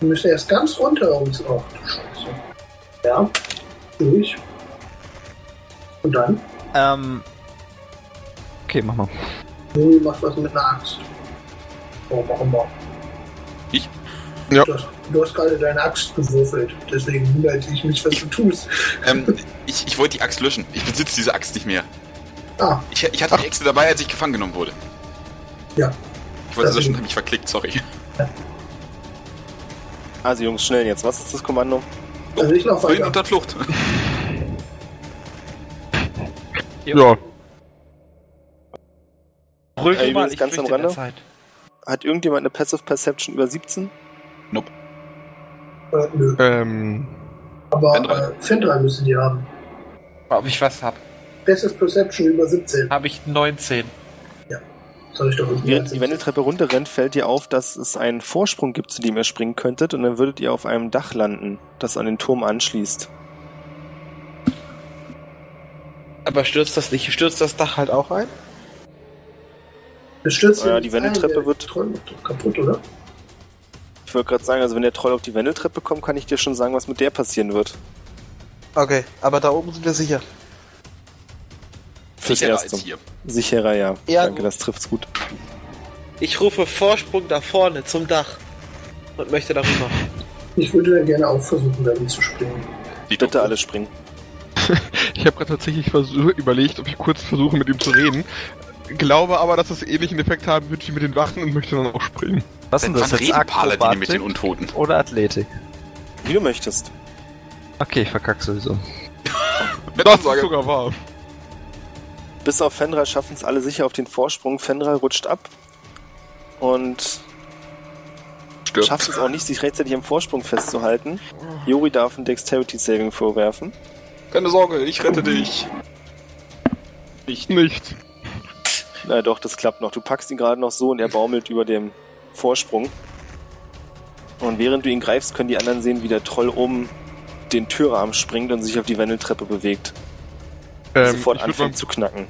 S6: Wir müssen erst ganz runter uns auf. Scheiße. Ja, durch. Und dann?
S1: Ähm. Okay, mach mal.
S6: Moni macht was mit einer Axt. Oh, warum auch?
S3: Ich?
S2: Ja.
S6: Du hast, du hast gerade deine Axt gewürfelt. Deswegen wundert ich mich, was du tust.
S3: Ähm, ich, ich wollte die Axt löschen. Ich besitze diese Axt nicht mehr.
S6: Ah,
S3: Ich, ich hatte die Äxte dabei, als ich gefangen genommen wurde.
S6: Ja.
S3: Ich wollte
S6: Das
S3: löschen,
S6: ist-
S3: habe mich verklickt, sorry.
S5: Also Jungs, schnell jetzt. Was ist das Kommando?
S6: also ich laufe
S3: Brüllen
S6: weiter.
S3: unter Flucht.
S2: Ja.
S7: Brüll
S5: Ey,
S7: du mal,
S5: übrigens
S7: ich
S5: ganz
S7: flüchte
S5: am
S7: in der
S5: Rande.
S7: Zeit.
S5: Hat irgendjemand eine Passive Perception über 17?
S6: Äh, nö.
S2: Ähm.
S6: Aber
S3: Fendral.
S6: äh, Fendral müssen die haben.
S7: Ob ich was hab.
S6: Passive Perception über 17.
S7: Habe ich 19.
S6: Soll ich doch irgendwie
S5: Während die
S6: 17.
S5: Wendeltreppe runterrennt, fällt ihr auf, dass es einen Vorsprung gibt, zu dem ihr springen könntet und dann würdet ihr auf einem Dach landen, das an den Turm anschließt.
S7: Aber stürzt das nicht? Stürzt das Dach halt auch ein?
S6: Das stürzt
S5: Ja,
S6: ja
S5: die
S6: nicht ein,
S5: Wendeltreppe
S6: der
S5: wird-
S6: Troll macht doch kaputt, oder?
S5: Ich wollte gerade sagen, also wenn der Troll auf die Wendeltreppe kommt, kann ich dir schon sagen, was mit der passieren wird.
S7: Okay, aber da oben sind wir sicher.
S5: Fürs
S3: Sicherer
S5: Erste.
S3: als hier.
S5: Sicherer, ja.
S7: Ja,
S5: Danke,
S7: gut.
S5: das trifft's gut.
S4: Ich rufe Vorsprung da vorne zum Dach und möchte darüber.
S6: Ich würde dann gerne auch versuchen, dahin zu springen.
S3: Die
S5: Bitte
S3: Dok-
S5: alle springen.
S2: Ich habe gerade tatsächlich versuch, überlegt, ob ich kurz versuche, mit ihm zu reden. Glaube aber, dass das ähnlichen Effekt haben wird wie mit den Wachen und möchte dann auch springen.
S1: Was
S3: Seit
S1: denn
S3: wann
S1: das jetzt?
S3: reden Paladine mit den
S1: Akrobatik
S3: Untoten?
S1: oder Athletik?
S5: Wie du möchtest.
S1: Okay, ich verkack sowieso.
S2: Das ist sogar wahr.
S5: Bis auf Fenral schaffen es alle sicher auf den Vorsprung. Fenral rutscht ab und
S3: Stirbt.
S5: schafft es auch nicht, sich rechtzeitig am Vorsprung festzuhalten. Jori darf ein Dexterity Saving vorwerfen.
S3: Keine Sorge, ich rette dich.
S2: Ich nicht.
S5: Na doch, das klappt noch. Du packst ihn gerade noch so und er baumelt über dem Vorsprung. Und während du ihn greifst, können die anderen sehen, wie der Troll oben den Türrahmen springt und sich auf die Wendeltreppe bewegt.
S2: Ähm, ich
S5: sofort
S2: würde
S5: anfängt
S2: meinem,
S5: zu knacken.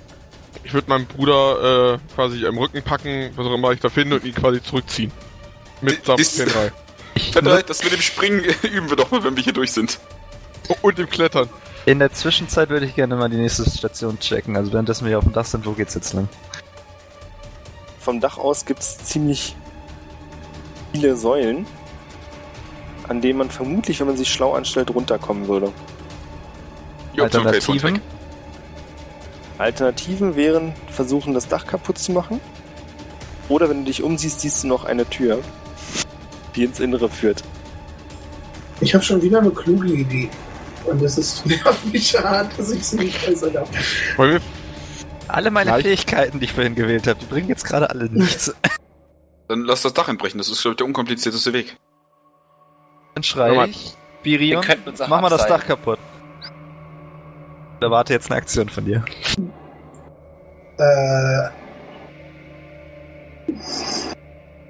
S2: ich würd meinen Bruder äh, quasi am Rücken packen, was auch immer ich da finde, und ihn quasi zurückziehen. Mit
S3: Di- dis-
S2: Samtfenrei.
S3: Verdammt, Das mit dem Springen [LAUGHS] üben wir doch mal, wenn wir hier durch sind.
S2: Und dem Klettern.
S1: In der Zwischenzeit würde ich gerne mal die nächste Station checken. Also währenddessen wir hier auf dem Dach sind, wo geht's jetzt lang?
S5: Vom Dach aus gibt's ziemlich viele Säulen, an denen man vermutlich, wenn man sich schlau anstellt, runterkommen würde.
S3: Die Option fällt von uns weg.
S1: Alternativen?
S5: Alternativen wären versuchen, das Dach kaputt zu machen. Oder wenn du dich umsiehst, siehst du noch eine Tür, die ins Innere führt.
S6: Ich habe schon wieder eine kluge Idee. Und das ist [LAUGHS] nervig hart, dass ich sie nicht äußern darf.
S2: Wollen wir
S1: Alle meine
S2: Leicht-
S1: Fähigkeiten, die ich vorhin gewählt habe, die bringen jetzt gerade
S2: [LAUGHS]
S1: alle nichts.
S3: Dann lass das Dach entbrechen, das ist, glaube ich, der unkomplizierteste Weg.
S1: Dann
S2: Hör
S1: schreie
S2: mal.
S1: ich, Birion,
S7: könnten uns auch
S1: mach mal das
S7: abseilen.
S1: Dach kaputt. Da warte jetzt eine Aktion von dir.
S6: Äh,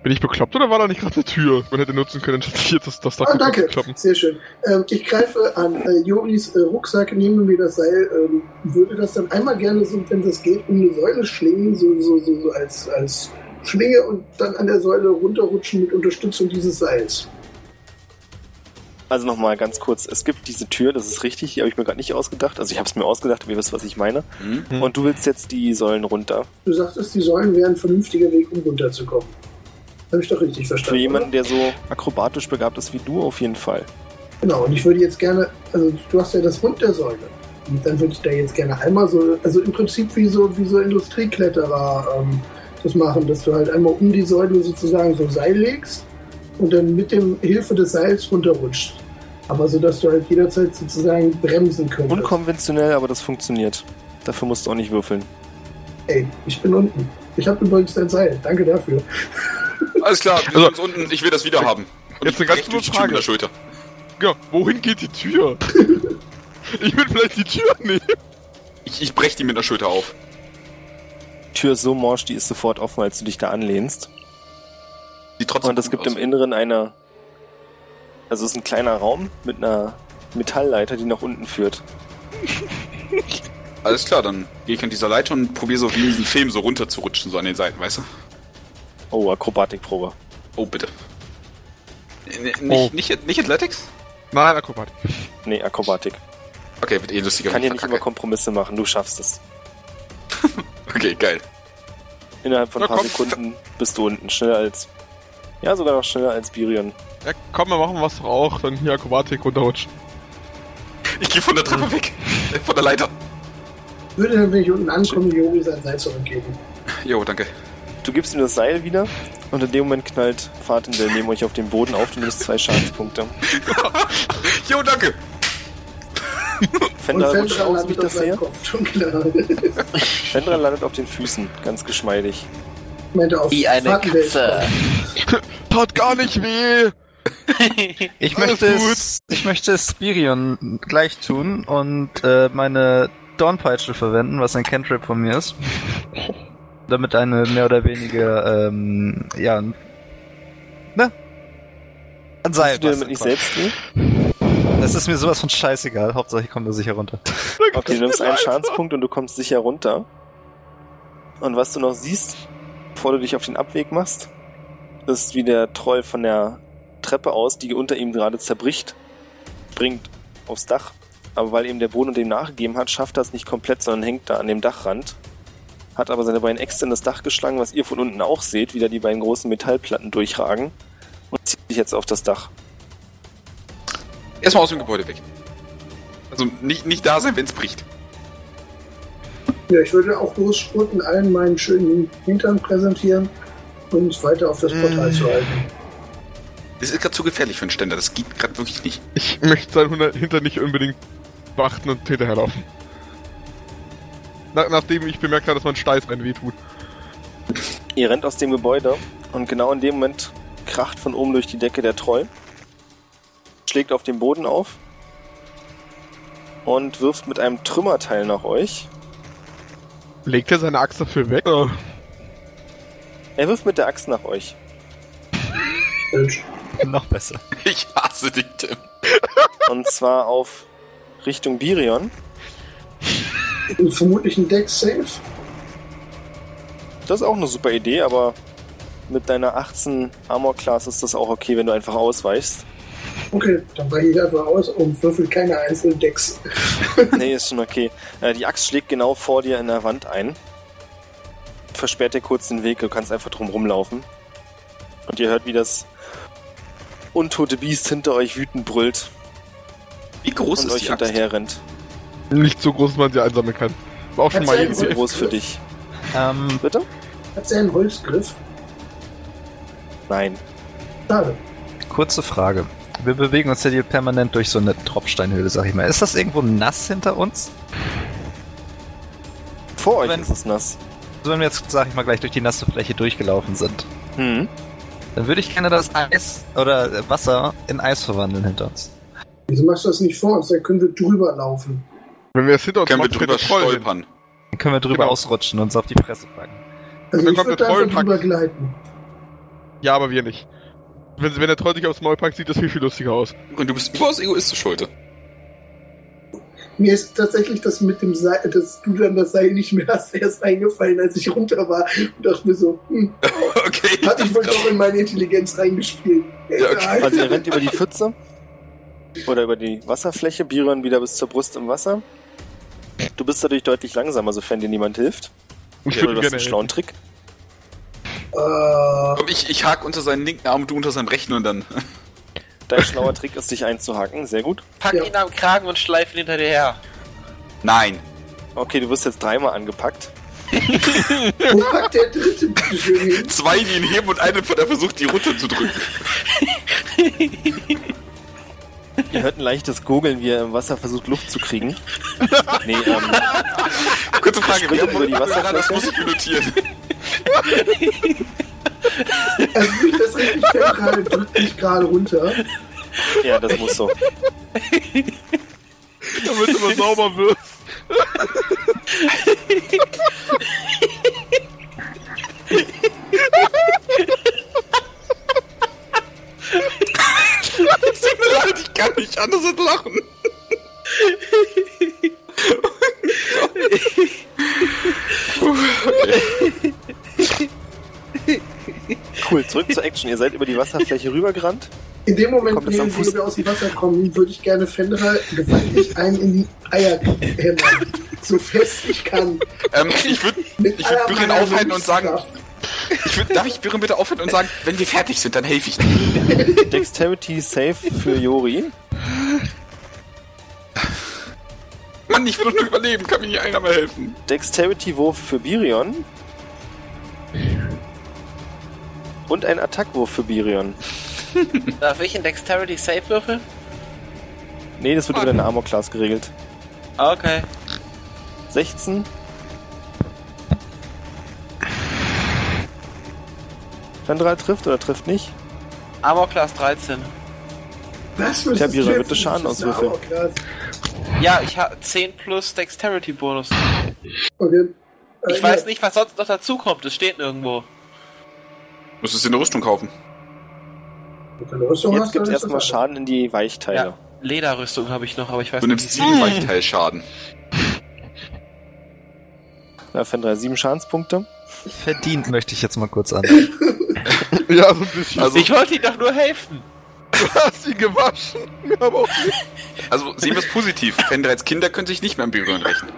S2: Bin ich bekloppt oder war da nicht gerade eine Tür? Man hätte nutzen können, statt hier das, das da
S6: ah,
S2: kaputt
S6: danke.
S2: zu kloppen.
S6: Sehr schön. Ähm, ich greife an äh, Joris äh, Rucksack, nehme mir das Seil, ähm, würde das dann einmal gerne so, wenn das geht, um eine Säule schlingen, so, so, so, so als, als Schlinge und dann an der Säule runterrutschen mit Unterstützung dieses Seils.
S5: Also nochmal ganz kurz. Es gibt diese Tür, das ist richtig, die habe ich mir gerade nicht ausgedacht. Also ich habe es mir ausgedacht, aber ihr wisst, was ich meine.
S3: Hm?
S2: Hm.
S5: Und du willst jetzt die Säulen runter.
S6: Du sagtest, die Säulen wären ein vernünftiger Weg, um runterzukommen. Habe ich doch richtig
S5: Für
S6: verstanden.
S5: jemanden, der so akrobatisch begabt ist wie du auf jeden Fall.
S6: oder? Genau, und ich würde jetzt gerne, also du hast ja das Rund der Säule. Und dann würde ich da jetzt gerne einmal so, also im Prinzip wie so, wie so Industriekletterer ähm, das machen, dass du halt einmal um die Säule sozusagen so ein Seil legst und dann mit dem Hilfe des Seils runterrutscht. Aber so, dass du halt jederzeit sozusagen bremsen könntest.
S5: Unkonventionell, aber das funktioniert. Dafür musst du auch nicht würfeln.
S6: Ey, ich bin unten. Ich habe übrigens ein Seil. Danke dafür.
S3: Alles klar, wir
S2: Also-
S3: sehen uns unten, ich will das wieder haben. Und
S2: Jetzt
S3: ich
S2: eine ganz
S3: brech durch die
S2: dumme Frage.
S3: Tür mit der Schulter.
S2: Ja, wohin geht die Tür?
S6: [LAUGHS]
S2: ich will vielleicht die Tür nehmen.
S3: Ich, ich brech die mit der Schulter auf.
S5: Die Tür ist so morsch, die ist sofort offen, als du dich da anlehnst.
S3: Die trotzdem
S5: Und es
S3: gut
S5: gibt
S3: aus.
S5: im Inneren eine. Also es ist ein kleiner Raum mit einer Metallleiter, die nach unten führt.
S3: Alles klar, dann gehe ich an dieser Leiter und probiere so wie in diesem Film so runterzurutschen, so an den Seiten, weißt du?
S5: Oh, Akrobatikprobe.
S3: Oh, bitte. N- Nicht,
S2: Oh.
S3: nicht, nicht Athletics?
S2: Nein, Akrobat.
S5: Nee, Akrobatik.
S3: Okay, wird eh lustiger.
S5: Ich
S3: wenn
S5: kann hier
S3: ich
S5: nicht immer
S3: verkacke.
S5: Kompromisse machen, du schaffst es.
S3: Okay, geil.
S5: Innerhalb von
S2: Na
S5: ein paar
S2: komm.
S5: Sekunden bist du unten. Schneller als. Ja, sogar noch schneller als Birion.
S2: Ja, komm, wir machen was doch auch. Dann hier Akrobatik runterrutschen.
S3: Ich gehe von der
S5: Hm.
S3: Treppe weg. Äh, Von der Leiter.
S6: Würde dann, wenn ich unten ankomme, Jogi sein Seil zurückgeben.
S3: Jo, danke.
S5: Du gibst ihm das Seil wieder und in dem Moment knallt Fatin der neben euch auf den Boden auf, du nimmst zwei Schadenspunkte.
S3: Jo, danke.
S5: Fender
S6: Fendra
S5: rutscht aus, wie ich
S6: landet auf
S5: das
S6: seinem
S5: sehe.
S6: Kopf, [LAUGHS] schon klar.
S5: Fendra landet auf den Füßen, ganz geschmeidig.
S6: Ich meinte auf
S7: Wie eine
S6: Fahrten-
S7: Katze.
S2: Tat gar nicht weh.
S1: Ich
S2: Alles
S1: möchte,
S2: gut.
S1: es, ich möchte es Spirion gleich tun und äh, meine Dornpeitsche verwenden, was ein Cantrip von mir
S5: [LAUGHS]
S1: ist. Damit eine mehr oder weniger, ähm, ja, ein- ne? Ein Seil.
S5: Kannst du dir
S1: basteln
S5: damit nicht
S1: quasi.
S5: selbst gehen?
S1: Das ist mir sowas von scheißegal. Hauptsache, ich komme da sicher
S5: [LAUGHS]
S1: runter.
S5: Okay, du nimmst einen Schadenspunkt und du kommst sicher runter. Und was du noch siehst, bevor du dich auf den Abweg machst, ist, wie der Troll von der Treppe aus, die unter ihm gerade zerbricht, springt aufs Dach. Aber weil ihm der Boden dem nachgegeben hat, schafft er es nicht komplett, sondern hängt da an dem Dachrand. Hat aber seine beiden Äxte in das Dach geschlagen, was ihr von unten auch seht, wie da die beiden großen Metallplatten durchragen. Und zieht sich jetzt auf das Dach.
S3: Erstmal aus dem Gebäude weg. Also nicht, nicht da sein, wenn es bricht.
S6: Ja, ich würde auch losspurten, allen meinen schönen Hintern präsentieren und uns weiter auf das
S7: Mm.
S6: Portal zu halten.
S3: Das ist gerade zu gefährlich für einen Ständer. Das geht gerade wirklich nicht. [LAUGHS]
S2: Ich möchte seinen Hunter- Hintern nicht unbedingt beachten und hinterherlaufen. Na, nachdem ich bemerkt habe, dass man Steiß einen wehtut.
S5: Ihr rennt aus dem Gebäude und genau in dem Moment kracht von oben durch die Decke der Troll, schlägt auf den Boden auf und wirft mit einem Trümmerteil nach euch.
S2: Legt er seine Axt dafür weg? Oder?
S5: Er wirft mit der Axt nach euch.
S6: Mensch,
S1: Noch besser.
S3: Ich hasse dich, Tim.
S5: Und zwar auf Richtung Birion.
S6: Und vermutlich ein Deck safe.
S5: Das ist auch eine super Idee, aber mit deiner 18 Armor Class ist das auch okay, wenn du einfach ausweichst.
S6: Okay, dann weiche ich einfach aus und würfel keine einzelnen Decks.
S5: nee, ist schon okay. Äh, die Axt schlägt genau vor dir in der Wand ein. Versperrt dir kurz den Weg, du kannst einfach drum rumlaufen. Und ihr hört, wie das untote Biest hinter euch wütend brüllt
S3: Wie groß
S5: und
S3: ist
S5: euch
S3: die Axt?
S5: hinterher rennt.
S2: Nicht so groß, dass man sie einsammeln kann. War auch schon mal
S6: Erzähl
S5: Sehr
S6: Holzgriff.
S5: groß für dich.
S1: Ähm,
S5: Bitte?
S6: Hat sie einen Holzgriff?
S5: Nein.
S6: Schade.
S1: kurze Frage. Wir bewegen uns ja hier permanent durch so eine Tropfsteinhöhle, sag ich mal. Ist das irgendwo nass hinter uns?
S5: Vor euch
S1: Wenn-
S5: ist es nass.
S1: Also wenn wir jetzt, sag ich mal, gleich durch die nasse Fläche durchgelaufen sind.
S5: Hm.
S1: Dann würde ich gerne das Eis oder äh, Wasser in Eis verwandeln hinter uns.
S6: Wieso machst du das nicht vor uns? Dann können wir drüber laufen.
S2: Wenn wir es hinter uns
S3: Können wir
S2: machen,
S3: drüber
S2: fällt der Troll hin.
S3: stolpern?
S1: Dann können wir drüber
S2: Genau.
S1: ausrutschen und uns auf die Fresse packen.
S6: Also
S2: Dann
S6: ich
S2: kommt der
S6: würde da einfach
S2: Trollenpack.
S6: drüber gleiten.
S2: Ja, aber wir nicht. Wenn, wenn der Troll sich aufs Maul packt, sieht das viel, viel lustiger aus.
S3: Und du bist überaus egoistisch heute. [LAUGHS]
S6: Mir ist tatsächlich das mit dem Seil, dass du dann das Seil nicht mehr hast, [LAUGHS] erst eingefallen, als ich runter war und dachte mir so, hm,
S3: Okay.
S5: Halt,
S6: hatte ich wohl doch in meine Intelligenz reingespielt.
S3: Ja, okay.
S5: Also ihr rennt über die Pfütze oder über die Wasserfläche, Biron wieder bis zur Brust im Wasser. Du bist dadurch deutlich langsamer, sofern dir niemand hilft.
S2: Ich
S5: Oder
S2: würde
S5: du hast
S2: gerne
S5: einen
S2: helfen.
S5: schlauen Trick.
S6: Äh,
S3: [LAUGHS] Komm, ich, ich hake unter seinen linken Arm und du unter seinen rechten und dann. [LAUGHS]
S5: Dein schlauer Trick ist, dich einzuhaken. Sehr gut.
S4: Pack
S6: Ja.
S4: ihn am Kragen und schleif ihn hinter dir her.
S3: Nein.
S5: Okay, du wirst jetzt dreimal angepackt.
S6: äh, wo packt der dritte bitte schön hin?
S3: Zwei, die ihn heben und einer von der versucht, die runterzudrücken. [LAUGHS]
S5: Ihr hört ein leichtes Gurgeln, wie er im Wasser versucht, Luft zu kriegen. Nee, ähm,
S3: Kurze Frage,
S5: Sprintet über die Wasserfläche.
S3: Das muss ich mir notieren.
S6: Also wie ich das richtig fett gerade drückt mich gerade runter.
S5: ja, das muss so.
S2: Damit [LAUGHS] du mal sauber wirst.
S3: Ich kann nicht anders als lachen.
S5: Cool, zurück zur Action. Ihr seid über die Wasserfläche rübergerannt.
S6: In dem Moment,
S5: Kommt jetzt am
S6: in
S5: Fuß.
S6: dem wir aus dem Wasser kommen, würde ich gerne Fenderer gewaltig einen in die Eier hämmern. So fest ich kann.
S3: Ähm, ich würde,
S6: Mit
S3: Ich würd
S6: aller
S3: Büren
S6: meiner
S3: aufhalten und sagen-
S6: Willenskraft.
S3: ich würd, darf ich Birin bitte aufhören und sagen, wenn wir fertig sind, dann helfe ich dir.
S5: Dexterity Save für Jori.
S3: Mann, ich will doch nur überleben, kann mir nicht einer mal helfen.
S5: Dexterity-Wurf für Birion. Und ein Attackwurf für Birion.
S4: Darf ich in Dexterity Save würfeln?
S5: Nee, das wird über deine Armor-Class geregelt.
S4: Okay.
S5: 16. Chandra trifft oder trifft nicht?
S4: Armor Class 13.
S6: Was müsstest
S5: Tja, Büren,
S6: du jetzt
S5: bitte Schaden
S6: das ist eine
S5: auswürfeln.
S6: Armor-Class.
S4: Ja, ich habe 10 plus Dexterity Bonus.
S6: Okay. Äh,
S4: Ich
S6: ja,
S4: weiß nicht, was sonst noch dazukommt. Es steht nirgendwo.
S3: Müsstest du eine Rüstung kaufen.
S6: wenn du Rüstung
S5: Jetzt
S6: hast,
S5: gibt's
S6: dann ist das
S5: erstmal
S6: alles.
S5: Schaden in die Weichteile.
S4: Lederrüstung habe ich noch, aber ich weiß
S3: Du nimmst
S4: nicht. wie-
S3: sieben Weichteilschaden.
S5: Da fällt drei sieben Schadenspunkte.
S1: Verdient möchte ich jetzt mal kurz an.
S2: Ja, so ein bisschen.
S3: Also,
S4: Ich wollte ihm doch nur helfen.
S2: Du hast ihn gewaschen. Aber auch nicht.
S3: also sehen wir es positiv. Fender als Kinder können sich nicht mehr an Birin rechnen.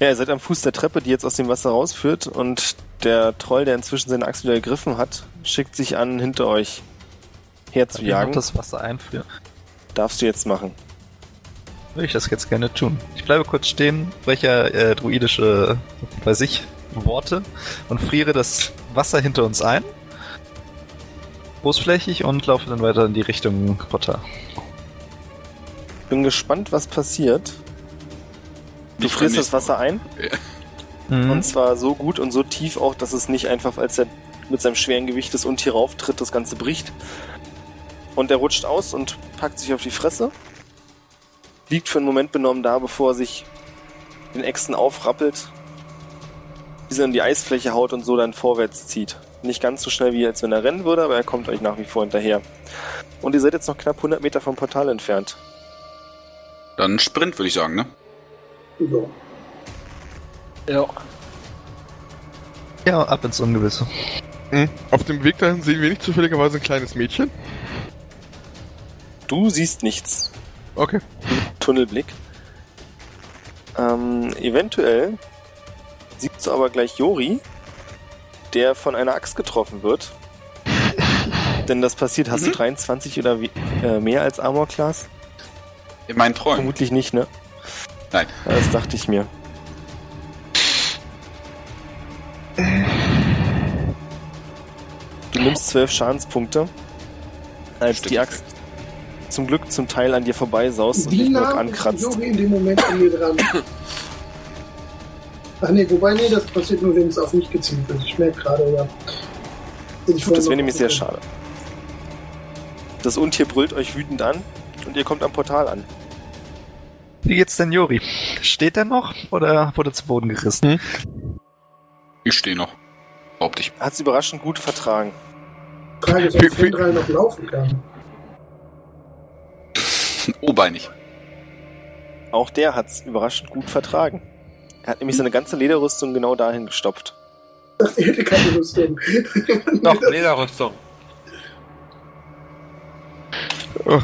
S5: Ja, ihr seid am Fuß der Treppe, die jetzt aus dem Wasser rausführt und der Troll, der inzwischen seine Axt wieder ergriffen hat, schickt sich an, hinter euch herzujagen. Das
S1: das Wasser einfrieren.
S5: darfst du jetzt machen.
S1: Würde ich das jetzt gerne tun. Ich bleibe kurz stehen, breche äh, druidische, weiß ich, Worte und friere das Wasser hinter uns ein. Großflächig und laufe dann weiter in die Richtung Potter.
S5: Bin gespannt, was passiert. Du
S3: Nicht
S5: frierst
S3: beim
S5: das Wasser ein und
S1: Und
S5: zwar so gut und so tief auch, dass es nicht einfach, als er mit seinem schweren Gewicht das Untier rauftritt, das Ganze bricht. Und er rutscht aus und packt sich auf die Fresse. Liegt für einen Moment benommen da, bevor er sich den Äxten aufrappelt, diese in die Eisfläche haut und so dann vorwärts zieht. Nicht ganz so schnell, wie als wenn er rennen würde, aber er kommt euch nach wie vor hinterher. Und ihr seid jetzt noch knapp 100 Meter vom Portal entfernt.
S3: Dann Sprint, würde ich sagen, ne?
S6: So.
S4: Ja.
S1: ja, ab ins Ungewisse.
S5: Hm?
S2: Auf dem Weg dahin sehen wir nicht zufälligerweise ein kleines Mädchen.
S5: Du siehst nichts.
S2: Okay.
S5: Tunnelblick. Ähm, eventuell siehst du aber gleich Jori, der von einer Axt getroffen wird. Denn das passiert, hast du 23 oder wie, äh, mehr als Armor Class?
S3: In meinen Träumen.
S5: Vermutlich nicht, ne?
S3: Nein.
S5: Ja, Das dachte ich mir. Du nimmst zwölf Schadenspunkte, als
S3: Stimmt.
S5: die Axt zum Glück zum Teil an dir vorbeisaust und
S6: Wie
S5: dich nur noch
S6: nah ist
S5: ankratzt.
S6: Juri in dem Moment an mir dran? Ach nee, wobei, nee, das passiert nur, wenn es auf mich gezielt wird. Ich merke gerade, ja. Bin ich vorher
S5: Das
S6: noch
S5: wäre nämlich sehr
S6: aufgekommen.
S5: schade. Das Untier brüllt euch wütend an und ihr kommt am Portal an.
S1: Wie geht's denn Jori? Steht er noch oder wurde zu Boden gerissen?
S3: Ich stehe noch. Haupt ich.
S5: Hat's überraschend gut vertragen.
S6: Frage ist,
S2: Wie-
S6: ob
S2: wie-
S6: Fendral noch laufen kann.
S3: Obeinig.
S5: Auch der hat's überraschend gut vertragen. Er hat nämlich seine ganze Lederrüstung genau dahin gestopft.
S6: Er [LAUGHS] hätte keine Rüstung.
S7: Noch Lederrüstung.
S2: Oh Gott.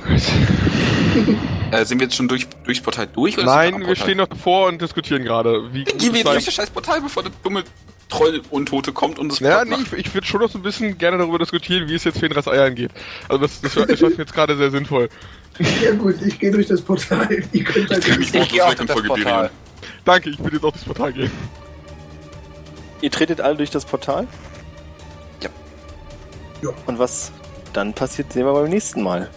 S3: Äh, sind wir jetzt schon durch, durchs Portal durch? oder sind
S2: Nein,
S3: am
S2: wir
S3: Portal?
S2: stehen noch davor und diskutieren gerade. Wie
S3: halt. Gehen wir jetzt
S2: Nein.
S3: durch das scheiß Portal, bevor der dumme Troll Untote kommt und das
S2: Ja,
S3: platt
S2: nee,
S3: macht.
S2: ich, ich würde schon noch so ein bisschen gerne darüber diskutieren, wie es jetzt Fenras Eiern geht. Also das, das, war- das war jetzt gerade sehr sinnvoll.
S6: [LAUGHS] ja gut, ich gehe durch das Portal. Ihr könnt halt
S3: Mich um, braucht
S4: gehe auch
S3: weg in
S4: durch das
S3: Folge
S4: Portal.
S3: Derian.
S2: Danke, ich würde jetzt auf das Portal gehen.
S5: Ihr tretet alle durch das Portal?
S3: Ja.
S5: Und was dann passiert, sehen wir beim nächsten Mal.